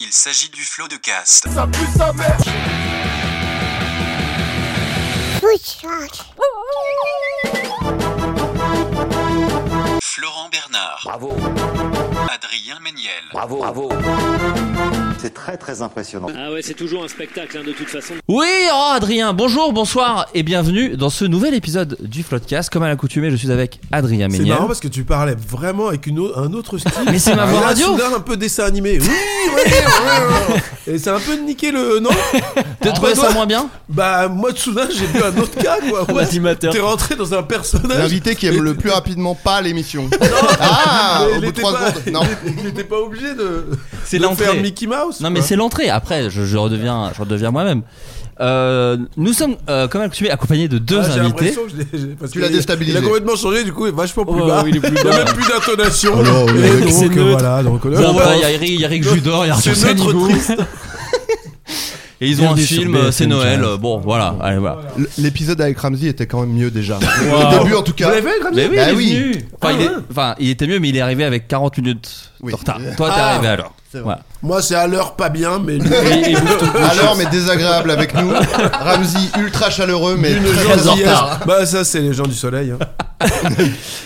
Il s'agit du flot de cast. Florent Bernard, Bravo, Adrien Méniel, bravo, bravo. C'est très très impressionnant. Ah ouais, c'est toujours un spectacle hein, de toute façon. Oui, oh, Adrien, bonjour, bonsoir et bienvenue dans ce nouvel épisode du Floodcast. Comme à l'accoutumée, je suis avec Adrien C'est Méniel. marrant parce que tu parlais vraiment avec une au- un autre style. Ah, Mais c'est ma voix Là, radio. soudain, un peu dessin animé. Oui, ouais, ouais, ouais. Et c'est un peu niqué le non T'as trouvé Toi, ça moins bien Bah moi de soudain j'ai vu un autre cas quoi. Ouais. L'animateur. T'es rentré dans un personnage. L'invité qui aime le plus rapidement pas l'émission. Ah, Ah Au il bout de était 3 pas- secondes Non. il était- Il n'était pas obligé de, C'est de faire l'entrée. Mickey Mouse. Non, mais quoi. c'est l'entrée. Après, je, je redeviens, je redeviens moi-même. Euh, nous sommes, euh, comme à l'accoutumée, accompagnés de deux Ah, j'ai invités. l'impression que je l'ai- j'ai- parce Tu que l'as il- déstabilisé. Il a complètement changé, du coup, il est vachement plus Oh, bas. oui, il est plus Il bas. a même plus d'intonation. Oh là, oui, Et mec, c'est donc, neutre. voilà, donc, euh, Il là, on va- y a Eric, il y a Eric Judor, il y a C'est Arthur neutre Sanigo. triste. Et ils ont un Bienvenue sur film, euh, c'est BFM Noël. Jazz. euh, Bon, voilà, allez, voilà. L- L'épisode avec Ramsey était quand même mieux déjà. Wow. Au début en tout Vous cas. l'avez vu, Gramsci Mais oui, Bah il est oui. venu. Enfin, Ah il est- ouais. enfin, il était mieux, mais il est arrivé avec 40 minutes Oui. de retard. Toi, t'es Ah. arrivé alors. C'est vrai. Voilà. Moi, c'est à l'heure pas bien, mais lui, Alors mais désagréable avec nous. Ramsey ultra chaleureux mais une très, très en gentillesse. retard. Bah, ça, c'est les gens du soleil. hein.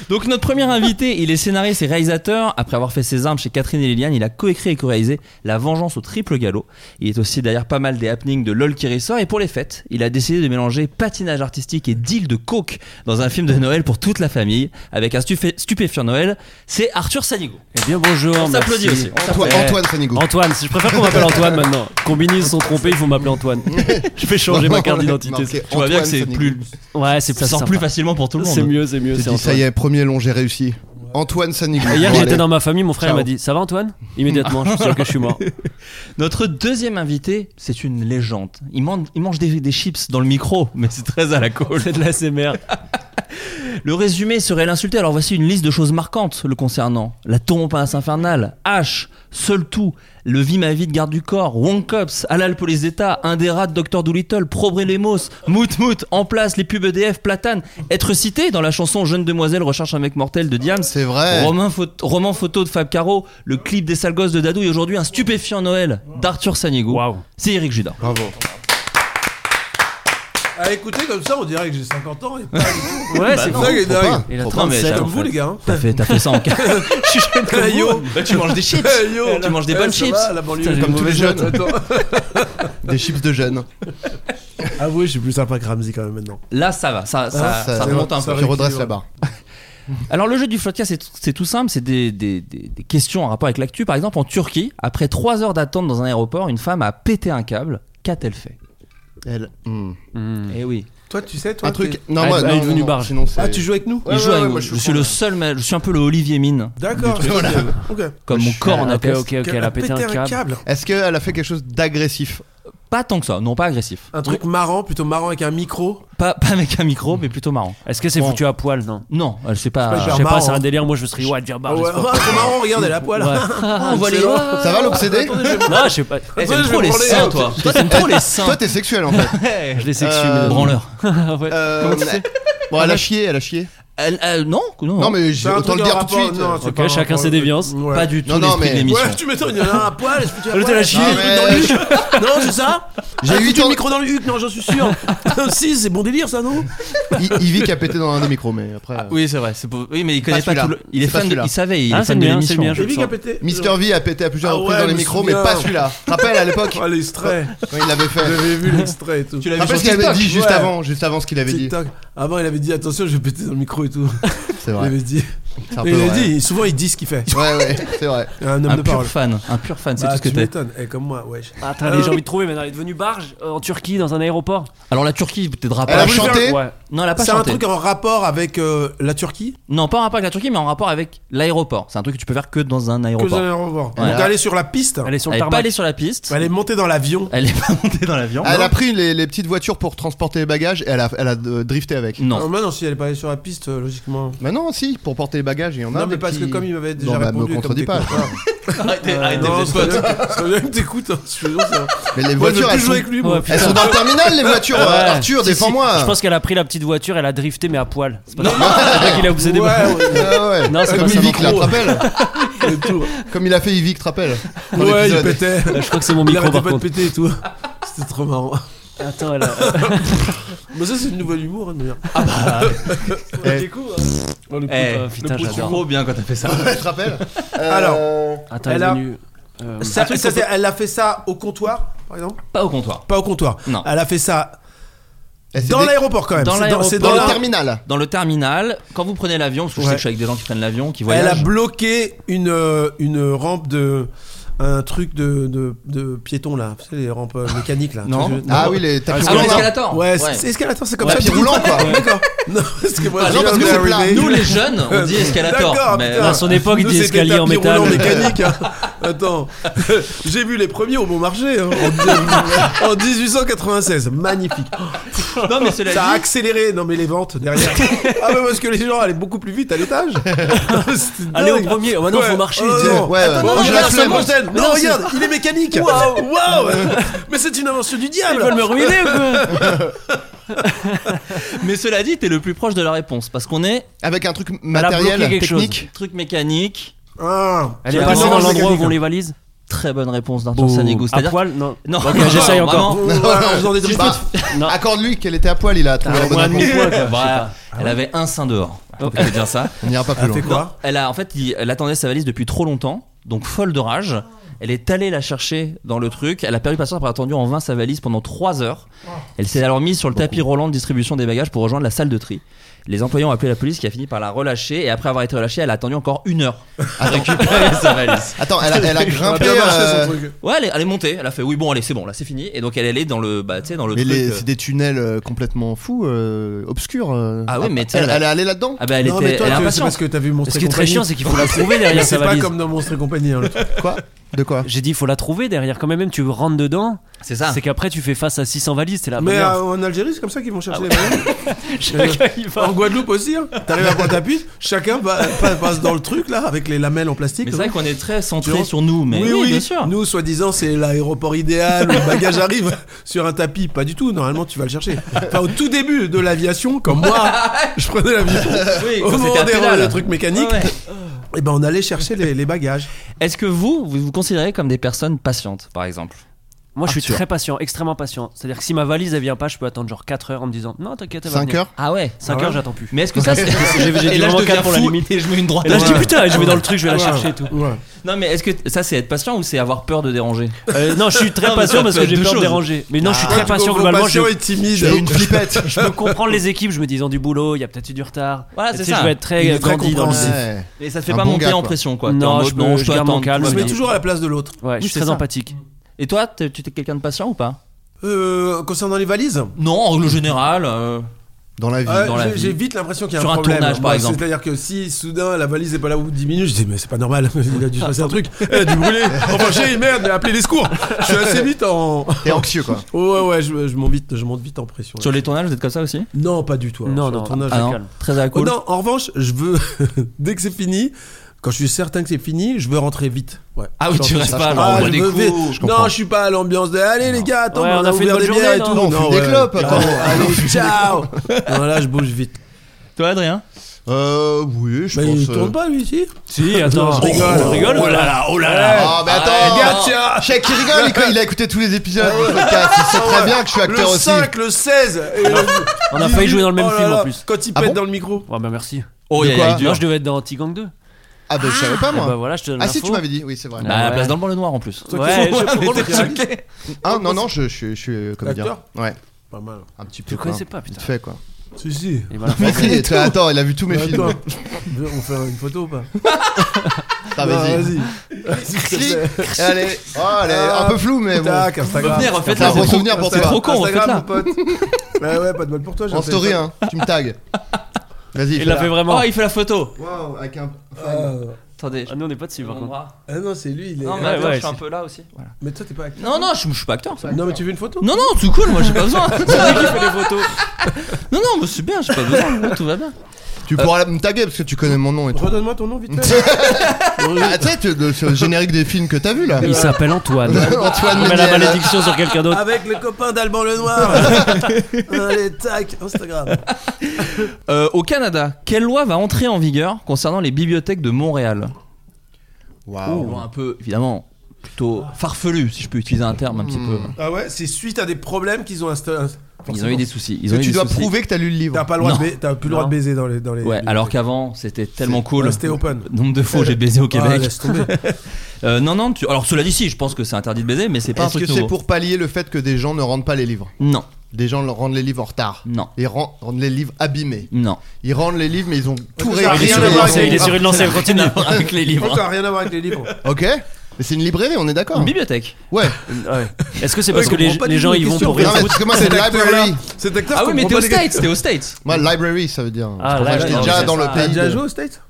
Donc notre premier invité, il est scénariste et réalisateur. Après avoir fait ses armes chez Catherine et Liliane, il a coécrit et co-réalisé La Vengeance au triple galop. Il est aussi derrière pas mal des happenings de LOL qui ressort. Et pour les fêtes, il a décidé de mélanger patinage artistique et deal de coke dans un film de Noël pour toute la famille, avec un stupé- stupéfiant Noël. C'est Arthur Sanigo. Eh bien bonjour. On merci. s'applaudit aussi. Antoine, Ouais. Antoine Sénigou. Antoine, si je préfère qu'on m'appelle Antoine maintenant. Combinis se sont trompés, il faut m'appeler Antoine. je vais changer ma carte d'identité. Marqué Tu vois bien Antoine que c'est Sénigou. plus, Ouais, c'est ça plus sort sympa. plus facilement pour tout le monde. C'est mieux, c'est mieux. Tu c'est dis ça y Antoine. est, premier long, j'ai réussi. Antoine Sanigou. Hier, Bon, j'étais allez. dans ma famille, mon frère Ciao. m'a dit Ça va, Antoine Immédiatement, je suis sûr que je suis mort. Notre deuxième invité, c'est une légende. Il mange, il mange des, des chips dans le micro, mais c'est très à la cool. C'est de la CMR. Le résumé serait l'insulter, alors voici une liste de choses marquantes le concernant. La tour Montparnasse infernale, H, Seul Tout, Le Vie ma vie de garde du corps, Wong Cops, Halal Police d'État, Un des rats de Docteur Doolittle, Probre Lemos, Mout Mout, En Place, Les Pubs EDF, Platane, être cité dans la chanson Jeune Demoiselle recherche un mec mortel de Diams, C'est vrai. Romain photo- roman photo de Fab Caro, le clip des sales gosses de Dadou et aujourd'hui un stupéfiant Noël d'Arthur Sanigo. Waouh. C'est Eric Judor. Bravo. À écouter Ah, comme ça, on dirait que j'ai 50 ans. Et pas du tout. Ouais, c'est c'est ça vrai. qui est Faut dingue. pas. Bah Il a Faut pas. 37. mais Comme en vous, fait. les gars. hein. Bah, T'as fait, t'as fait ça en quatre. Je suis jeune comme Yo. vous. Bah, tu manges des chips. Eh, yo, tu manges des eh, bonnes ça chips. va, la banlieue, Putain, j'ai comme une tous les mauvaise jeunes. note. Attends. Des chips de jeunes. Avouez, Ah je suis plus sympa que Ramsey quand même maintenant. Là, ça va, ça, ça, Ah, ça ça- remonte un ça peu. Tu redresses rééquilibre. la barre. Alors, le jeu du floodcast, c'est- c'est tout simple. C'est des, des- des- des questions en rapport avec l'actu. Par exemple, en Turquie, après 3 heures d'attente dans un aéroport, une femme a pété un câble. Qu'a-t-elle fait Elle. hmm. Eh oui. Toi, tu sais, toi. Un truc. t'es- Non, Ah, moi, elle est non, devenue non, non, barge. sinon c'est. Ah, tu joues avec nous Ouais, Il joue avec ouais, nous. moi, je, je suis comprends. le seul, ma- je suis un peu le Olivier Mine, D'accord. trucs. Voilà. Ok. comme mon corps en Ah, ok, appelle. ok, ok, elle a pété un câble. Est-ce qu'elle a fait quelque chose d'agressif Pas tant que ça, non pas agressif. Un truc marrant, plutôt marrant avec un micro. Pas, pas avec un micro, mais plutôt marrant. Est-ce que c'est Bon. foutu à poil Non. Non, elle s'est pas. C'est pas Je genre sais pas, marrant. c'est un délire. Moi, Bah, je me serais dit Ouais, viens, barre. Ah ouais, j'espère. ah, c'est marrant, regardez la poêle. Ouais. Ah, on voit les. excellent. Ah, Ça va l'obséder Non, je sais pas. Eh, Ouais, T'aimes je trop vais les branler. seins, toi. Toi, t'aimes trop les seins. Toi, t'es sexuel en fait. Je les sexue, Euh, mais- Branleur. Ouais. Euh, Bon, elle a chié, elle a chié. Elle- elle- non, non, Non, mais j'ai- C'est un autant truc le en dire tout de rapport- suite. non, c'est Ok, pas un chacun rapport- ses déviances. Ouais. pas du tout Non, non, l'esprit mais- de l'émission. Ouais, tu m'étonnes, il y en a un à poil, Ah, je peux dire. Elle était la chier, Non, le truc dans le mais- Non, c'est ça J'ai eu foutu tant- le micro dans le huc, non, j'en suis sûr. si, c'est bon délire ça, non I- Ivy qui a pété dans un des micros, mais après. euh, Oui, c'est vrai. c'est pour- Oui, mais il Pas connaît pas, celui-là. tout le. Il est C'est pas fan de. celui-là. Il savait, il Ah, est c'est le fan de mien, c'est le l'émission. mien, je J'ai le vu qu'il a sens. pété. Mister V a pété à plusieurs Ah reprises ouais, dans les je me micros, mais souviens. pas celui-là. Rappelle à l'époque Oh, l'extrait. quand il l'avait fait. J'avais vu l'extrait et tout. Tu l'as vu Rappelle sur ce qu'il avait TikTok. dit juste ouais. avant, juste avant ce qu'il avait dit. TikTok. Avant, il avait dit attention, je vais péter dans le micro et tout. C'est Il vrai. avait dit. C'est un Mais peu il a vrai. Ah, dit, souvent il dit ce qu'il fait. Ouais, ouais, c'est vrai. Un homme Un de pur parole. fan, un pur fan, c'est Bah, tout ce que tu t'es. m'étonnes. Eh, comme moi, wesh. Attendez, j'ai envie de trouver maintenant. Elle est devenue barge euh, en Turquie dans un aéroport. Alors la Turquie, Elle peut-être a rappelé. voulu chanté, Ouais. Non, elle a pas C'est un chanté. truc en rapport avec euh, la Turquie Non, pas en rapport avec la Turquie, mais en rapport avec l'aéroport. C'est un truc que tu peux faire que dans un Que vous allez aéroport. revoir. Ouais. Donc, elle est sur la piste. Elle est sur le Elle est pas tarmac. allée sur la piste. Elle est montée dans l'avion. Elle est pas montée dans l'avion. Elle non. a pris les, les petites voitures pour transporter les bagages et elle a, elle a euh, drifté avec. Non. Non, mais non, si elle est pas allée sur la piste, euh, logiquement. Mais non, si, pour porter les bagages, il y en a. Non, mais des parce que petits- comme il m'avait déjà Non, bah, répondu, me comme contredis t'es pas. content. Arrêtez, arrêtez, Non, vous êtes potes. ça veut dire que t'écoutes. hein, je te jure, ça va. Mais les Moi, je veux voitures, plus elles jouer sont, avec lui. Ouais, moi. putain. elles sont dans le terminal, les voitures. euh, Ouais. Arthur, Si, si. défends-moi. Je pense qu'elle a pris la petite voiture, elle a drifté mais à poil. C'est pas ça. C'est pas qu'il a poussé des Ouais, balles. ouais. Ah ouais. Non, c'est Comme pas ça, Yvick, non. là, te rappelles Et tout. Comme il a fait Yvick, te rappelles Dans Ouais, il l'épisode. pétait. Euh, Je crois que c'est mon Il micro arrêtait par pas de contre. péter et tout. C'était trop marrant. Attends, elle a- Mais ça, c'est une nouvelle humour, hein, de manière. Ah. Eh. hein. Oh, le coup, Eh, euh, putain, le coup de j'adore. Trop bien quand t'as fait ça. Ouais, tu te rappelles Euh, Alors. Attends, elle Elle est a- venue. euh, Ça- ça, c'est- elle a fait ça au comptoir, par exemple Pas au comptoir. Pas au comptoir. Non. Elle a fait ça elle s'est dans dé- l'aéroport quand même. Dans C'est c'est eh, dans l'aéroport. le la- terminal. Dans le terminal, quand vous prenez l'avion, parce que je sais Ouais. que je suis avec des gens qui prennent l'avion, qui Elle a voyagent. bloqué une, euh, une rampe de. Un truc de, de, de piéton là. Tu sais, les rampes euh, mécaniques là. Non. Tu vois, je- Ah oui, les tapis Ah, roulants. l'escalator Ouais, c'est- c'est escalator, c'est comme Ouais, ça. tapis roulant, quoi. Ouais. D'accord. Non, parce que moi, Ah, j'ai non, parce que un c'est Larry plat. Day. Nous, les jeunes, on dit escalator. Euh, D'accord, Mais putain. À son époque, il Nous, dit c'était escalier en tapis métal. roulant mécanique. hein. Attends, j'ai vu les premiers au bon marché hein, en, en 1896. Magnifique. non, mais cela Ça a dit, accéléré. Non, mais les ventes derrière. ah, mais parce que les gens allaient beaucoup plus vite à l'étage. C'était Allez au dingue. premier. Oh, maintenant Ouais. faut marcher. Oh, Ah, Ouais, non. ouais. Attends, non, Moi, j'ai la regarde, ça flemme. mange d'elle. Mais Non, non, regarde, il est mécanique. Waouh, Mais c'est une invention du diable. Ils veulent me ruiner ou quoi mais cela dit, t'es le plus proche de la réponse parce qu'on est Avec un truc a bloqué matériel, quelque chose. technique. truc mécanique. Ah, Elle est Vraiment, passée dans c'est l'endroit où on mécanique. hein. les valise Très bonne réponse d'Arthur Sanigou. À C'est-à-dire, poil Non. non, Ok, j'essaye encore. Ouais, je vous en ai dit- Bah, Non. Ah, Accorde-lui qu'elle était à poil, il a Ah, trouvé la bonne moins de réponse. mon poids, quoi. Bah, elle avait un sein dehors. On peut dire ça. Ah On n'ira pas plus Elle fait loin. quoi Elle a en fait, il- elle attendait sa valise depuis trop longtemps, donc folle de rage. Elle est allée la chercher dans le truc. Elle a perdu patience après avoir attendu en vain sa valise pendant 3 heures. Elle s'est alors mise sur le tapis roulant de distribution des bagages pour rejoindre la salle de tri. Les employés ont appelé la police qui a fini par la relâcher et après avoir été relâchée, elle a attendu encore une heure à récupérer sa valise. Attends, elle a, elle a grimpé. Elle a marché, son euh, truc. Ouais, elle est, elle est montée. Elle a fait oui bon allez c'est bon là c'est fini et donc elle est allée dans le bah tu sais dans le mais truc. les- euh, c'est des tunnels euh, complètement fous, euh, obscurs. euh. Ah ouais, mais tu sais, elle, elle- elle est allée là-dedans Ah bah elle Non, était mais toi, elle est tu- c'est impatiente. parce que t'as vu Monstre Ce et qui est très Compagnie. chiant, c'est qu'il faut la Ah, bah, trouver derrière sa Eh, C'est pas valise. comme dans Monstre et Compagnie. hein, le truc. Quoi De quoi J'ai dit, il faut la trouver derrière. Quand même, même tu rentres dedans, C'est ça. c'est qu'après tu fais face à 600 valises. C'est la Mais merde. Ah euh, en Algérie, c'est comme ça qu'ils vont chercher les bananes. Chacun y va. En Guadeloupe aussi, hein. t'arrives à Pointe-à-Pitre, chacun va- pa- passe dans le truc là, avec les lamelles en plastique. Mais c'est vrai là. qu'on est très Tu centré vois sur nous mais oui, oui, bien sûr. Nous, soi-disant, c'est l'aéroport idéal, où le bagage arrive sur un tapis. Pas du tout, normalement, tu vas le chercher. Enfin, au tout début de l'aviation, comme moi, je prenais l'avion. Oui, Au quand moment c'était à des pédale. le truc mécanique, Ouais, ouais. et ben on allait chercher les, les bagages. Est-ce que vous, vous vous considérez comme des personnes patientes, par exemple Moi, je suis Arthur. très patient, extrêmement patient. C'est-à-dire que si ma valise elle vient pas, je peux attendre genre 4 heures en me disant non, t'inquiète, elle va 5 venir. heures Ah ouais 5 Ah heures, ouais j'attends plus. Mais est-ce que ça, c'est... J'ai- j'ai et dit là, je vraiment deviens quatre pour fou la limiter. et je mets une droite. Et là, Ah, je dis Ouais. putain, je vais dans le truc, je vais la chercher et tout. Ouais. Non, mais est-ce que ça, c'est être patient ou c'est avoir peur de déranger Euh, non, je suis très Non, mais patient ça parce peut que être j'ai deux peur de choses. déranger. Mais non, je suis très Votre patient globalement. Je, compassion est timide. J'ai une flippette. je peux comprendre les équipes. Je me dis, ils ont du boulot, il y a peut-être eu du retard. Voilà, Tu c'est sais, ça. Je vais être Il très est très grandi dans le compréhensif. Ouais. Mais ça te fait Un pas bon monter gars, en quoi. pression, quoi. T'es Non, en mode, je non, me- je je peux garde mon attendre, calme, tout va Je me mais- mets bien. toujours à la place de l'autre. Ouais, je suis c'est très ça. empathique. Et toi, t'es- tu es quelqu'un de patient ou pas Euh, concernant les valises, Non, en règle générale. euh, Dans la vie. Ouais, dans la j'ai- vie. J'ai vite l'impression qu'il y a Sur un un problème. tournage, par Bah, exemple. C'est-à-dire que si soudain la valise est pas là au bout de 10 minutes, je dis mais c'est pas normal, il a dû se passer un truc, elle a dû brûler. Enfin j'ai merde, mais appelez les secours. Je suis assez vite en. T'es anxieux, quoi. Ouais ouais, je, je monte vite, je monte vite en pression. Sur les tournages, vous êtes comme ça aussi Non pas du tout. alors, Non, sur le non. tournage, Ah je- non, calme. très à la Oh, cool. non, en revanche, je veux dès que c'est fini, quand je suis certain que c'est fini, je veux rentrer vite. Ouais. Ah oui, Genre, tu ça, restes ça, pas, je genre, comprends. on Ah, boit je des veux coups. vite. je non, comprends. je suis pas à l'ambiance de allez les gars, attends, Ouais, on a fait une ouvert bonne les journée, hein. bières et non tout. Non, on fume des ouais. clopes, attends. Allez, ciao. Non, là, je bouge vite. Toi, Adrien Euh, oui, je Mais pense. il euh, tourne pas lui ici Si, attends, je rigole. Ah, Je rigole. Oh là là, oh là Ah, mais attends. Regarde, tiens Chèque qui rigole, il, il a écouté tous les épisodes du podcast. Il sait très bien que je suis acteur le aussi. 5, le 16 et le- On a failli jouer dans le même Oh là film en là, plus. Quand il Ah pète bon dans le micro. Ouais, bah merci. Oh, il y a- il y a quoi eu du- Non, je devais être dans Anti-Gang 2. Ah, bah, je savais pas, Eh bah moi. voilà, je te donne Ah, si, l'info. tu m'avais dit. Oui, c'est vrai. Bah, la Ouais. place dans le banc le noir en plus. Ouais, je Drôle de t'étais réaliste. choqué. Ah, non, non, je, je, je suis euh, comédien. Acteur Ouais. Pas mal. Un petit peu. je quoi. connaissais pas, putain. Vite fait, quoi. Si, si. Bah, Et voilà. Mais attends, il a vu tous mes Mais films. attends, on fait une photo ou pas Ah, Non, vas-y. Clic. Allez, oh, elle est Ah, un peu floue, mais bon. Tac, Instagram. Venez, refaites C'est un la bon souvenir pour C'est toi. trop con, refaites Instagram, mon là. pote. Ouais, ouais, pas de bol pour toi. j'ai En fait story, ça. hein. Tu me tags. Vas-y. Il l'a fait vraiment. Oh, il fait la photo. Waouh, avec un. Euh, Attendez. Ah, nous on n'est pas dessus par Mon contre. bras. Ah non, c'est lui, il est. Non, mais Ouais, attends, ouais, je suis un c'est- peu là aussi. Voilà. Mais toi, t'es pas acteur. Non, non, je, je suis pas acteur. ça. Non, mais tu veux une photo Non, non, tout cool, moi j'ai pas besoin. C'est lui qui fait les photos. non, non, moi c'est bien, j'ai pas besoin, moi, tout va bien. Tu pourras me taguer parce que tu connais mon nom et tout. Redonne-moi ton nom vite fait. Ah, tu sais, tu- le le générique des films que t'as vu là. Il s'appelle Antoine. Antoine On met la Méniel. malédiction sur quelqu'un d'autre. Avec le copain d'Alban Lenoir. Allez, tac, Instagram. Euh, au Canada, quelle loi va entrer en vigueur concernant les bibliothèques de Montréal Waouh. Loi Un peu, évidemment, plutôt farfelu, si je peux utiliser un terme un petit peu. Ah ouais, c'est suite à des problèmes qu'ils ont installés. Ils ont eu des soucis. Ils ont Que eu tu des dois soucis. prouver que t'as lu le livre. T'as pas le droit Non. de baiser- t'as plus le droit de Non. baiser dans les. Dans les Ouais, les- alors qu'avant c'était tellement cool. Ouais, c'était open. Nombre de fois où j'ai baisé au Ah, Québec. laisse tomber. Euh, non, non, tu- alors cela dit, si, je pense que c'est interdit de baiser, mais c'est pas un Est-ce truc que c'est nouveau. pour pallier le fait que des gens ne rendent pas les livres Non, Des gens leur rendent les livres en retard. Non. Ils ren- rendent les livres abîmés. non. Ils rendent les livres, mais ils ont tout ça a Il est réécrit. rien sur à une voir lancée, avec- il est sur une lancée, on continue. Rien à voir avec les Je crois que livres. ça a rien à voir avec les livres. Ok Mais c'est une librairie, on est d'accord. Une bibliothèque. Ouais. Est-ce que c'est parce Ah, Ouais, que je comprends les, pas les du gens tout ils les vont questions. Bah pour Non, rien mais foutre parce que moi, c'est library. Cet acteur, Ah je oui, mais comprends t'es aux pas les- States, t'es aux States. Moi, library, ça veut dire. C'est Ah, pour ça que library, j'étais non, déjà mais dans c'est le ça. T'as pays. déjà de- joué Ah aux States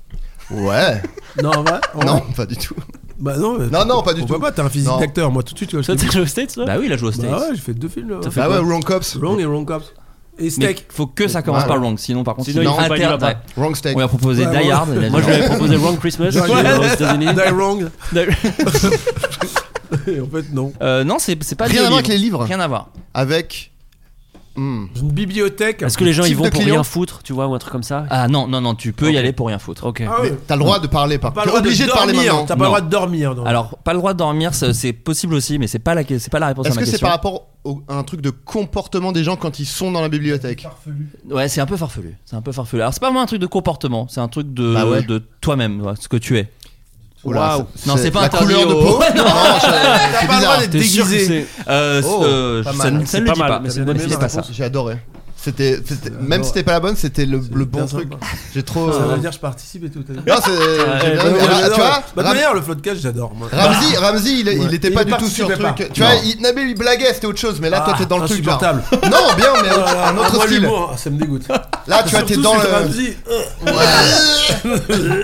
Ouais. Non, on va. on va. Non, pas du tout. Bah non, mais- Non, non, pas du On voit tout. pas, t'as un physique Non. d'acteur. Moi, tout de suite, tu vois. je Toi, te t'es dis- joué aux States, toi Bah oui, il a joué aux States. Bah ouais, j'ai fait deux films. là. Ah ouais, Wrong Cops. Wrong et Wrong Cops. Et Mais Steak. faut que ça commence Ouais. par wrong, sinon par contre, Sinon, il faut pas, il va pas. ouais. Wrong Steak. On lui a proposé Ouais, Die moi- Hard. il a dit Moi je lui non. avais proposé Wrong Christmas Genre, il est- aux États-Unis. Die Wrong. Die- Et en fait, non. Euh, non, c'est c'est pas Rien lié à au voir avec les livre. livres. Rien à voir. Avec. Hmm. Une bibliothèque. Est-ce que les gens ils Type vont de pour client. rien foutre, tu vois, ou un truc comme ça Ah non, non, non, tu peux Ok. y aller pour rien foutre. Ok. Ah ouais. T'as le droit de parler par T'as pas le contre. droit obligé de, parler dormir, maintenant. T'as pas le Non. droit de dormir. non. Alors, pas le droit de dormir, c'est- c'est possible aussi, mais c'est pas la, que- c'est pas la réponse à Est-ce ma que c'est question. par rapport au- à un truc de comportement des gens quand ils sont dans la bibliothèque Ouais, c'est un peu farfelu. C'est un peu farfelu. Alors, c'est pas vraiment un truc de comportement, c'est un truc de, Bah ouais. de toi-même, ouais, ce que tu es. Oula, Waouh. ça- Non, c'est pas la interdit couleur de au- peau. Ouais, non. Non, je- c'est T'as pas le droit bizarre. d'être T'es sûr que déguisé. c'est- Euh, Oh, euh, pas ça, mal. ne- ça ne C'est le dit pas mal, pas. mais c'est Ça ne une le bonne dit pas ça. J'ai adoré. C'était, c'était- même si c'était pas la bonne, c'était le, le bon bien truc. sympa. J'ai trop. Ça euh, veut dire je participe et tout. t'as dit. Non, c'est. j'ai bien ouais, aimé. ouais, Alors, J'adore. Ah, Tu vois, Bah, De Ram- manière, le podcast, j'adore. moi. Ramzi, Ramzi, il, il était Il pas ne du tout sur participait le pas. truc. Tu vois, il, Nabil, il blaguait, c'était autre chose, mais là, toi, Ah, t'es dans le truc. genre. insupportable. Non, bien, mais Ah, ah, un ah, autre moi, style. l'humour, Ça me dégoûte. Là, tu vois, t'es Surtout, dans c'est le. Ramsey. euh,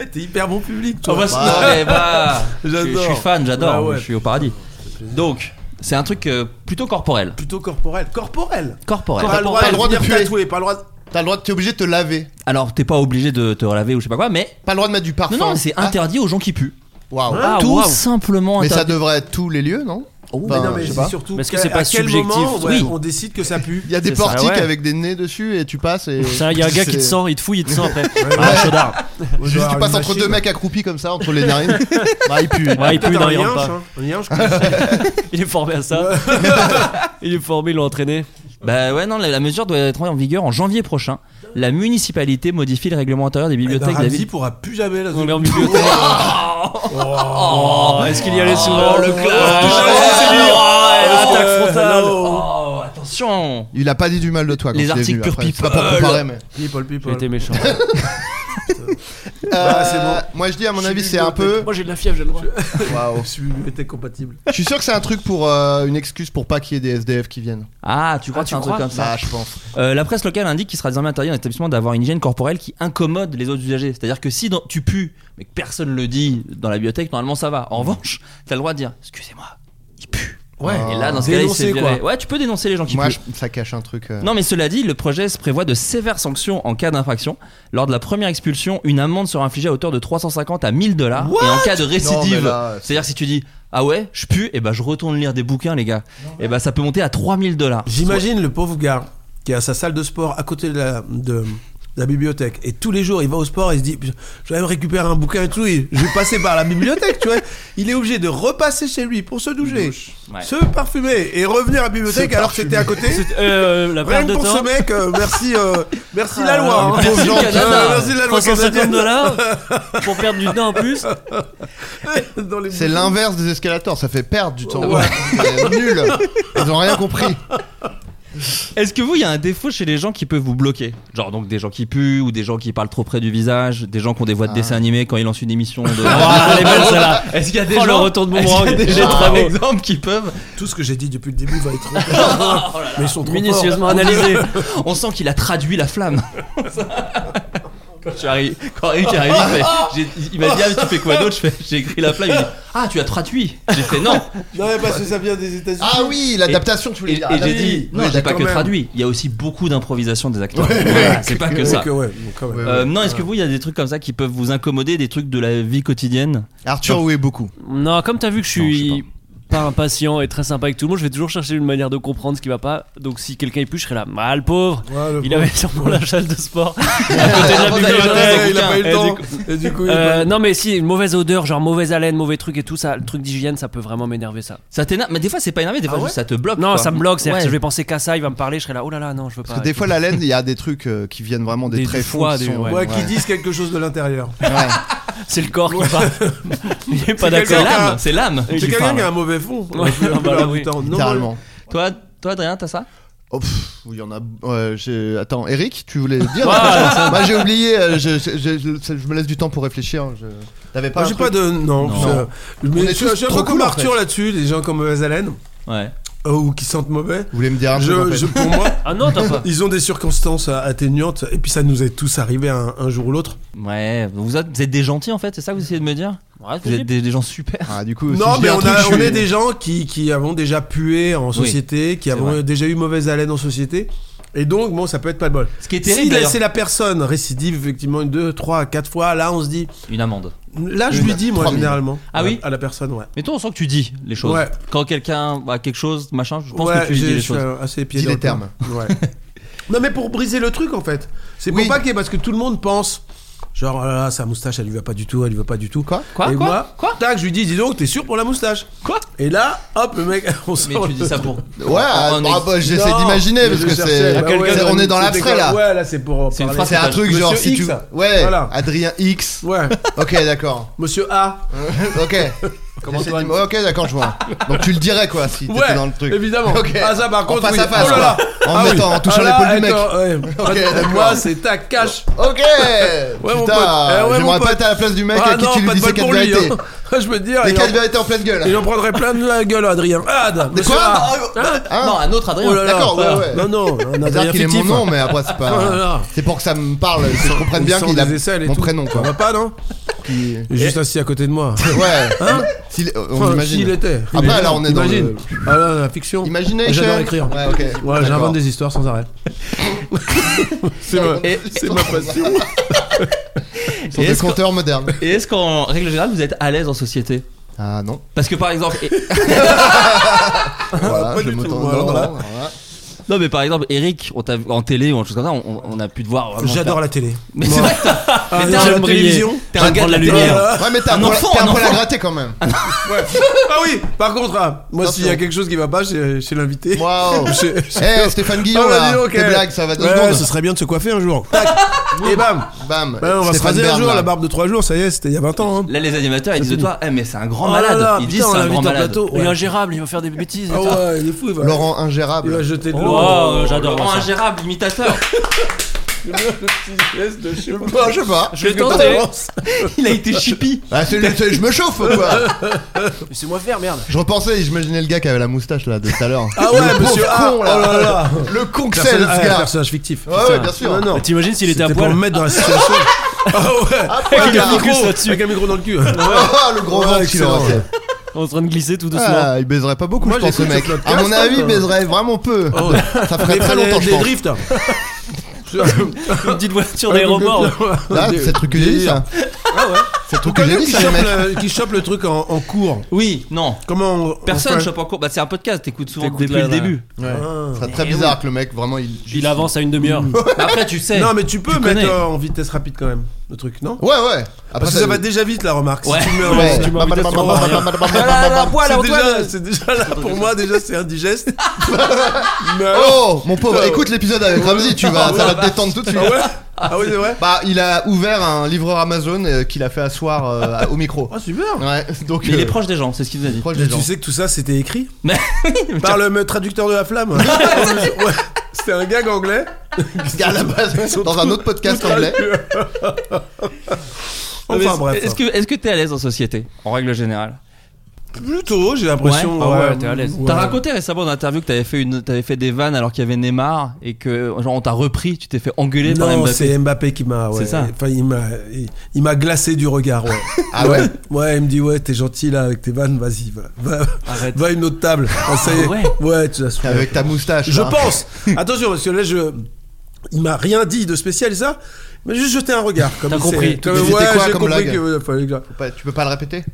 Eh, T'es hyper bon public, toi. On va se- Non, mais bah, je- J'adore. Je suis fan, j'adore. Ouais, ouais. Je suis au paradis. Donc, c'est un truc euh, plutôt corporel. Plutôt corporel. Corporel. Corporel. Pas le droit, pas le droit de de venir puer. tatouer, pas le droit. de- T'as le droit, de- t'es obligé de te laver. Alors, t'es pas obligé de te relaver ou je sais pas quoi, mais. Pas le droit de mettre du parfum. Non, non, c'est Ah, interdit aux gens qui puent. Waouh. Ah, Tout waouh. simplement Mais ça interdit. devrait être tous les lieux, non Mais Enfin, non, mais Oh, bah, je sais c'est pas. surtout. Mais est-ce que c'est à pas quel subjectif, moment, ouais, oui. On décide que ça pue. Il y a des C'est ça, portiques ouais. avec des nez dessus et tu passes et. Ça, il y a un gars qui te C'est- sent, il te fouille, il te sent après. Ah, chaudard. Juste, tu Genre, passes une entre machine. deux mecs accroupis comme ça, entre les narines. bah, il pue. Ouais, Ah, il pue, Peut-être non, un il rentre lynx, pas. hein. Un lynx, Il est formé à ça. Il est formé, ils l'ont entraîné. Bah ouais, non, la, la mesure doit être en vigueur en janvier prochain. La municipalité modifie le règlement intérieur des Eh ben, bibliothèques. Ramsey David. pourra plus jamais la On est en bibliothèque. Oh, est-ce qu'il y allait souvent Oh, le Oh, clash. c'est lui. Oh, Attaque euh, frontale. Oh, attention Il a pas dit du mal de toi. Quand Les il est articles venu, pure après. C'est pas people. pour comparer, mais. People, J'ai people. Ah, été méchant. Euh, c'est bon. Moi, je dis, à mon Je avis, suis c'est un peu. Moi j'ai de la fièvre, j'ai le droit. Ah, Waouh. Je suis bibliothèque compatible. Je suis sûr que c'est un truc pour euh, une excuse pour pas qu'il y ait des SDF qui viennent. Ah, tu crois Ah, que tu c'est un truc crois comme ça Bah, je pense. Euh, La presse locale indique qu'il sera désormais interdit dans l'établissement d'avoir une hygiène corporelle qui incommode les autres usagers. C'est-à-dire que si dans- tu pues, mais que personne le dit dans la bibliothèque, normalement ça va. En revanche, t'as le droit de dire Excusez-moi, il pue. Ouais. Et là, dans ce cas-là, il Dénoncer, s'est viré. quoi. Ouais, tu peux dénoncer les gens qui Ah. Moi, puent. je- ça cache un truc. euh. Non, mais cela dit, le projet se prévoit de sévères sanctions en cas d'infraction. Lors de la première expulsion, une amende sera infligée à hauteur de 350 à 1000 dollars. Et en cas de Non, mais récidive, là, c'est- c'est-à-dire si tu dis ah ouais, je pue, et ben je retourne lire des bouquins, les gars, et ben ça peut monter à 3000 dollars. J'imagine le pauvre gars qui a sa salle de sport à côté de la, de la bibliothèque et tous les jours il va au sport et il se dit Putain, je vais me récupérer un bouquin et tout et je vais passer par la bibliothèque tu vois il est obligé de repasser chez lui pour se doucher ouais. se parfumer et revenir à la bibliothèque Se alors que c'était à côté Euh, la rien perte que de pour ce temps. mec euh, merci euh, merci la Ah, loi hein. merci le Euh, Canada. merci la loi 350 canadienne. dollars pour perdre du temps en plus. Dans les C'est bouquins. l'inverse des escalators, ça fait perdre du temps. Ouais. C'est nul. Ils ont rien compris. Est-ce que vous, il y a un défaut chez les gens qui peuvent vous bloquer Genre donc des gens qui puent ou des gens qui parlent trop près du visage, des gens qui ont des voix de dessin animé quand ils lancent une émission de. elle est belle, celle-là. Est-ce qu'il y a des Oh, gens le retour de Est-ce qu'il y a boomerang. des Les gens, par travaux. exemple, qui peuvent Tout ce que j'ai dit depuis le début va être. hein. Mais ils sont trop forts. Minutieusement analysé. On sent qu'il a traduit la flamme. Quand je suis arrivé, quand Eric est arrivé, il fait- j'ai- il m'a dit ah, mais tu fais quoi d'autre Je fais- J'ai écrit la flamme. Il me dit ah tu as traduit. J'ai fait non. Non, mais parce que ça vient des États-Unis. Ah oui, l'adaptation, tu voulais Et, dire. et Ah, j'ai oui. dit non, Oui, j'ai pas d'accord. que traduit. Il y a aussi beaucoup d'improvisation des acteurs. Voilà, c'est pas que ça. Donc, ouais, donc, quand même. Euh, non, est-ce que vous, il y a des trucs comme ça qui peuvent vous incommoder, des trucs de la vie quotidienne Arthur, oui, beaucoup. Non, comme t'as vu que je Non, je suis sais pas. impatient et très sympa avec tout le monde, je vais toujours chercher une manière de comprendre ce qui va pas. Donc si quelqu'un il pue, je serai là, ah le pauvre, Ouais, le il pauvre. avait sûrement la salle de sport à côté de la d'aller chercher bibliothèque. son Ah, il a pas eu le Et du temps. coup- Et du coup, il- Euh, non mais si une mauvaise odeur, genre mauvaise haleine, mauvais truc et tout ça, le truc d'hygiène, ça peut vraiment m'énerver ça. Ah, Ça t'énerve, mais des fois c'est pas énervé, des fois juste, ça te bloque. Non, quoi. ça me bloque, c'est-à-dire Ouais. que je vais penser qu'à ça, il va me parler, je serai là, oh là là, non, je veux pas. Parce que des fois, la laine, il y a des trucs euh, qui viennent vraiment des, Des très fois, fonds. qui des- sont- ouais. Ouais, qui disent quelque chose de l'intérieur. c'est le corps qui parle. il est pas C'est d'accord. l'âme, c'est l'âme. Et C'est qui quelqu'un parle. qui a un mauvais fond. Ouais, La plupart bah là, du oui. temps. Non, Littéralement. Toi, toi, Adrien, t'as ça Oh, pff, il y en a. ouais, j'ai- Attends, Eric, tu voulais dire Moi, j'ai oublié. euh, je, je- je- je- je me laisse du temps pour réfléchir. Je... T'avais pas. Moi, un j'ai truc pas de. Non. Non. ça- On est Mais je tous je suis un trop peu cool, comme en Arthur là-dessus, les gens comme mauvaise haleine, Ouais. euh, ou qui sentent mauvais. Vous voulez me dire un truc en Je, fait je- pour moi, Ah non, t'as pas. ils ont des circonstances euh, atténuantes, et puis ça nous est tous arrivé un, un jour ou l'autre. Ouais, vous êtes, vous êtes des gentils en fait, c'est ça que vous essayez de me dire Ouais, Vous êtes des, des gens super. Ah, du coup, si Non, je dis mais un on, truc, a- je on suis- est des gens qui, qui avons déjà pué en société, qui avons vrai. déjà eu mauvaise haleine en société, et donc, bon, ça peut être pas de bol. Ce qui est Si terrible d'ailleurs. c'est la personne récidive, effectivement, une, deux, trois, quatre fois, là, on se dit. Une amende. Là, je Une, lui dis, moi, trois mille. généralement. Ah à la- oui À la personne, ouais. Mais toi, on sent que tu dis les choses. Ouais. Quand quelqu'un a quelque chose, machin, je pense ouais, que tu lui j'ai- dis les je suis, choses. euh, assez pieds Dis dans les le plat. Ouais. non, mais pour briser le truc, en fait. C'est pour Oui. pas qu'il y ait- parce que tout le monde pense. Genre, ah là là, sa moustache, elle lui va pas du tout, elle lui va pas du tout. Quoi Quoi Et Quoi moi, Quoi tac, je lui dis, dis donc, t'es sûr pour la moustache Quoi Et là, hop, le mec, on sort Mais tu dis le- ça pour. Ouais, ah, un bah, ex- bah, j'essaie Non, d'imaginer mais parce je que cherchais, c'est. bah ouais, c'est- ouais, on est dans c'était l'abstrait quoi là. Ouais, là, c'est pour. C'est une parler. phrase C'est un truc genre Monsieur si tu. X. Ouais, Ah. Voilà. Adrien X. Ouais, Ok, d'accord. monsieur A. Ok. Comment Antoine. Ok, d'accord, je vois. Donc tu le dirais quoi si t'étais Ouais, dans le truc. évidemment. Ok. Ah, ça, par En contre, face oui. à face, Oh là quoi. là. En Ah oui. mettant- en touchant Ah là, l'épaule du mec. attends, ouais. Ok, d'accord. Moi, c'est tac, cash. Ok. Ouais, mon Putain, pote. Eh ouais, mon j'aimerais pas pote. être à la place du mec ah à qui non, tu lui pas de dis ces bol quatre pour lui. vérités. hein. Je peux te dire. Les il en- quatre vérités en pleine Il gueule. en prendrait plein de la gueule, Adrien. Ah, d- monsieur quoi A. Hein Hein non, un autre Adrien. Oh là là. D'accord, ouais, ouais. Non, non, un C'est-à-dire Adrien qu'il est mon fictif. nom, mais après c'est Oh là là. pas. C'est pour que ça me parle, que je comprenne Il bien sent qu'il a des aisselles et mon tout. prénom Ça quoi. va pas, non Qui- Il est juste assis à côté de moi. Ouais. Hein S'il- euh, On Enfin, imagine. S'il était. Après, Imagine. alors, on est dans le- Imagine. Ah là, la fiction. Imagination. J'adore écrire. Ouais, ok. Ouais, D'accord. j'invente des histoires sans arrêt. C'est ma- Et- c'est ma passion. Sont Et des est-ce qu'on- compteurs modernes. Et est-ce qu'en règle générale, vous êtes à l'aise en société Ah non. Parce que par exemple. et- Voilà, pas je du m'auto- tout, non, moi, non, alors là. non, voilà. Non, mais par exemple, Eric, on t'a vu en télé ou en chose comme ça, on, on a pu te voir. vraiment J'adore faire- la télé. Mais c'est vrai que t'as- Ah, mais j'aime t'es un- la télévision. T'es un gars de la télé. lumière. Ah, Ouais, mais t'as Un un, poil- enfant, t'as un un poil à enfant. gratter quand même. Ah oui, par contre, ah, moi, s'il y a Attention. quelque chose qui va pas chez, chez l'invité. Waouh. chez- Eh, Stéphane Guillon, Ah, là, dis donc, tes eh. blagues, ça va deux Ouais, secondes. ce serait bien de se coiffer un jour. Tac. Et bam. Bam. Ouais, Bah, on va se Stéphane raser un Bern, jour, là. la barbe de 3 jours, ça y est, c'était il y a 20 ans. hein. Là, les animateurs, ils disent de toi, eh, mais c'est un grand Oh là malade. là, Ils putain, disent, on c'est un l'invite grand en malade. plateau. Il est Ouais. ingérable, il va faire des Oh, bêtises. et Ah tout. ouais, il est fou, il va, Laurent il va ingérable. jeter de l'eau. Oh, j'adore Laurent moi, ça. euh, ingérable, imitateur. Le petit geste de chez moi. Bah, je sais pas. Je vais Qu'est-ce que t'en tenter. penses Il a été chippy. Ah, c'est- c'est- je me chauffe ou quoi C'est moi faire, merde. Je repensais, j'imaginais le gars qui avait la moustache là de tout à l'heure. Ah ouais, le monsieur pauvre A. con, Oh là. là là. Le con que c'est, Personne- ce ah, gars. personnage fictif. Ouais, ouais, bien sûr. Non, non. Ah. Bah, T'imagines s'il était à C'était pour poil le mettre dans la situation. Ah ouais, Avec avec, un un focus micro, là-dessus. avec un micro dans le cul. Ah, le gros Ouais, ventre qu'il excellent. aurait fait. En train de glisser tout doucement. Ah, il baiserait pas beaucoup, Moi, je pense, ce j'écoute mec. ce podcast, À mon hein, avis, il euh. baiserait vraiment peu. Oh, ouais. Ça Des ferait très fois, longtemps, des- je Des pense. drifts. hein. Une petite voiture d'aéroport. Ah, c'est le truc que j'ai dit, ça. Ah ouais. C'est le truc T'as que j'ai vu dit, qui ça, les chope mecs. le- qui chope le truc en en cours Oui, non. Comment on- Personne on fait- chope en cours. Bah, c'est un podcast, t'écoutes souvent T'écoutes depuis là, le là. début. Ah. Ça serait très bizarre que le mec, vraiment, il. Il avance à une demi-heure. Mais Bah, après, tu sais. Non, mais tu peux Tu connais. mettre euh, en vitesse rapide quand même le truc, non Ouais, ouais. Oh, Après, Parce que ça va déjà vite la remarque. Si Ouais. tu le mets en- Ouais. Bah, si tu- m'as invité sur mon rien. Bah, C'est déjà, c'est déjà là, pour moi, déjà, c'est indigeste. Mais alors- Oh, mon pauvre, écoute l'épisode avec Ramsey, tu vas, ça va te détendre tout de suite. Ah ouais Ah oui, c'est vrai Bah, il a ouvert un livreur Amazon euh, qu'il a fait asseoir euh, au micro. Ah, super Ouais, donc Mais il euh, est proche des gens, c'est ce qu'il nous a dit. proche Mais des gens. tu sais que tout ça, c'était écrit Mais- Par le me- traducteur de la flamme. Ouais. C'était un gag anglais. Regarde la base dans un autre podcast anglais. Mais Enfin est-ce- bref. Est-ce que est-ce que t'es à l'aise en société, en règle générale Plutôt, j'ai l'impression. Ouais. Ah ouais, t'es à l'aise. T'as raconté récemment en interview que t'avais fait une, t'avais fait des vannes alors qu'il y avait Neymar et que genre on t'a repris, tu t'es fait engueuler par Non, Mbappé. c'est Mbappé qui m'a. ouais. C'est ça. Enfin, il m'a, il, il m'a glacé du regard. Ouais. Ah ouais Ouais, il me dit ouais, t'es gentil là avec tes vannes, vas-y, va, va, va à une autre table. Ah, ça y est. ouais. ouais, tu as soufflé. Avec ta moustache. Je là. pense. Attention, parce que là, je. Il m'a rien dit de spécial, ça. Il m'a juste jeté un regard. Comme T'as il sait- compris. Comme, Il disait ouais, quoi j'ai comme compris blague que. fallait que- Faut pas- Tu peux pas le répéter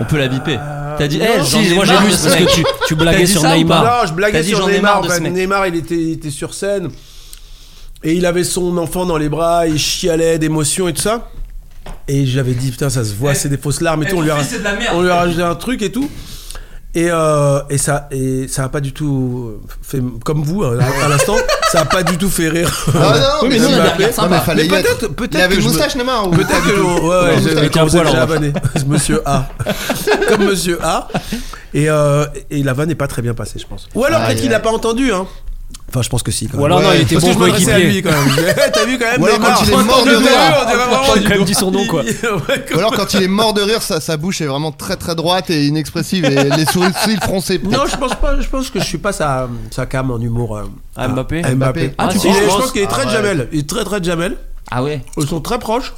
On peut la biper. T'as dit, eh, non, j'en ai moi j'ai marre lu de c'est ce parce mec. que tu, tu blaguais T'as dit sur ça ou Neymar. pas Non, je blaguais T'as dit, sur j'en ai Neymar. marre de enfin, ce mec. Neymar, il était, il était sur scène. Et il avait son enfant dans les bras, il chialait d'émotion et tout ça. Et j'avais dit, putain, ça se voit, c'est des fausses larmes et eh, tout. On mon lui, a, fils, c'est de la merde. on lui a rajouté un truc et tout. Et, euh, et ça et ça a pas du tout fait comme vous hein, à l'instant ça a pas du tout fait rire Ah non, Oui, mais non, il y a un Mbappé- regard sympa. non, mais fallait Mais y être. peut-être- peut-être Il avait que une je me- moustache, Neymar ou pas Peut-être du que tout ouais, ouais, Non, j'avais moustache. commencé un poil en déjà à revanche. vanner. Monsieur A. Comme Monsieur A. Et, euh, et la vanne n'est pas très bien passée, je pense. Ou alors Aïe, peut-être qu'il aïe. n'a pas entendu. Hein. Enfin, je pense que si. Quand Ou même. alors non, Ouais, il était Parce bon que je m'adressais à lui coéquipier. quand même. T'as vu quand même Ou alors Neymar quand il est mort de rire. T'as vu, on dirait vraiment- J'ai quand même dit son nom, quoi. Ouais, Ou alors quand il est mort de rire, sa, sa bouche est vraiment très très droite et inexpressive et les sourcils froncés. peut-être. Non, je pense pas. Je pense que je suis pas sa, sa cam en humour. euh, Ah, Mbappé à Mbappé. Ah, tu Il est- penses Je pense qu'il est très Ah, ouais. Jamel. Il est très très Jamel. Ah ouais. Ils sont très proches.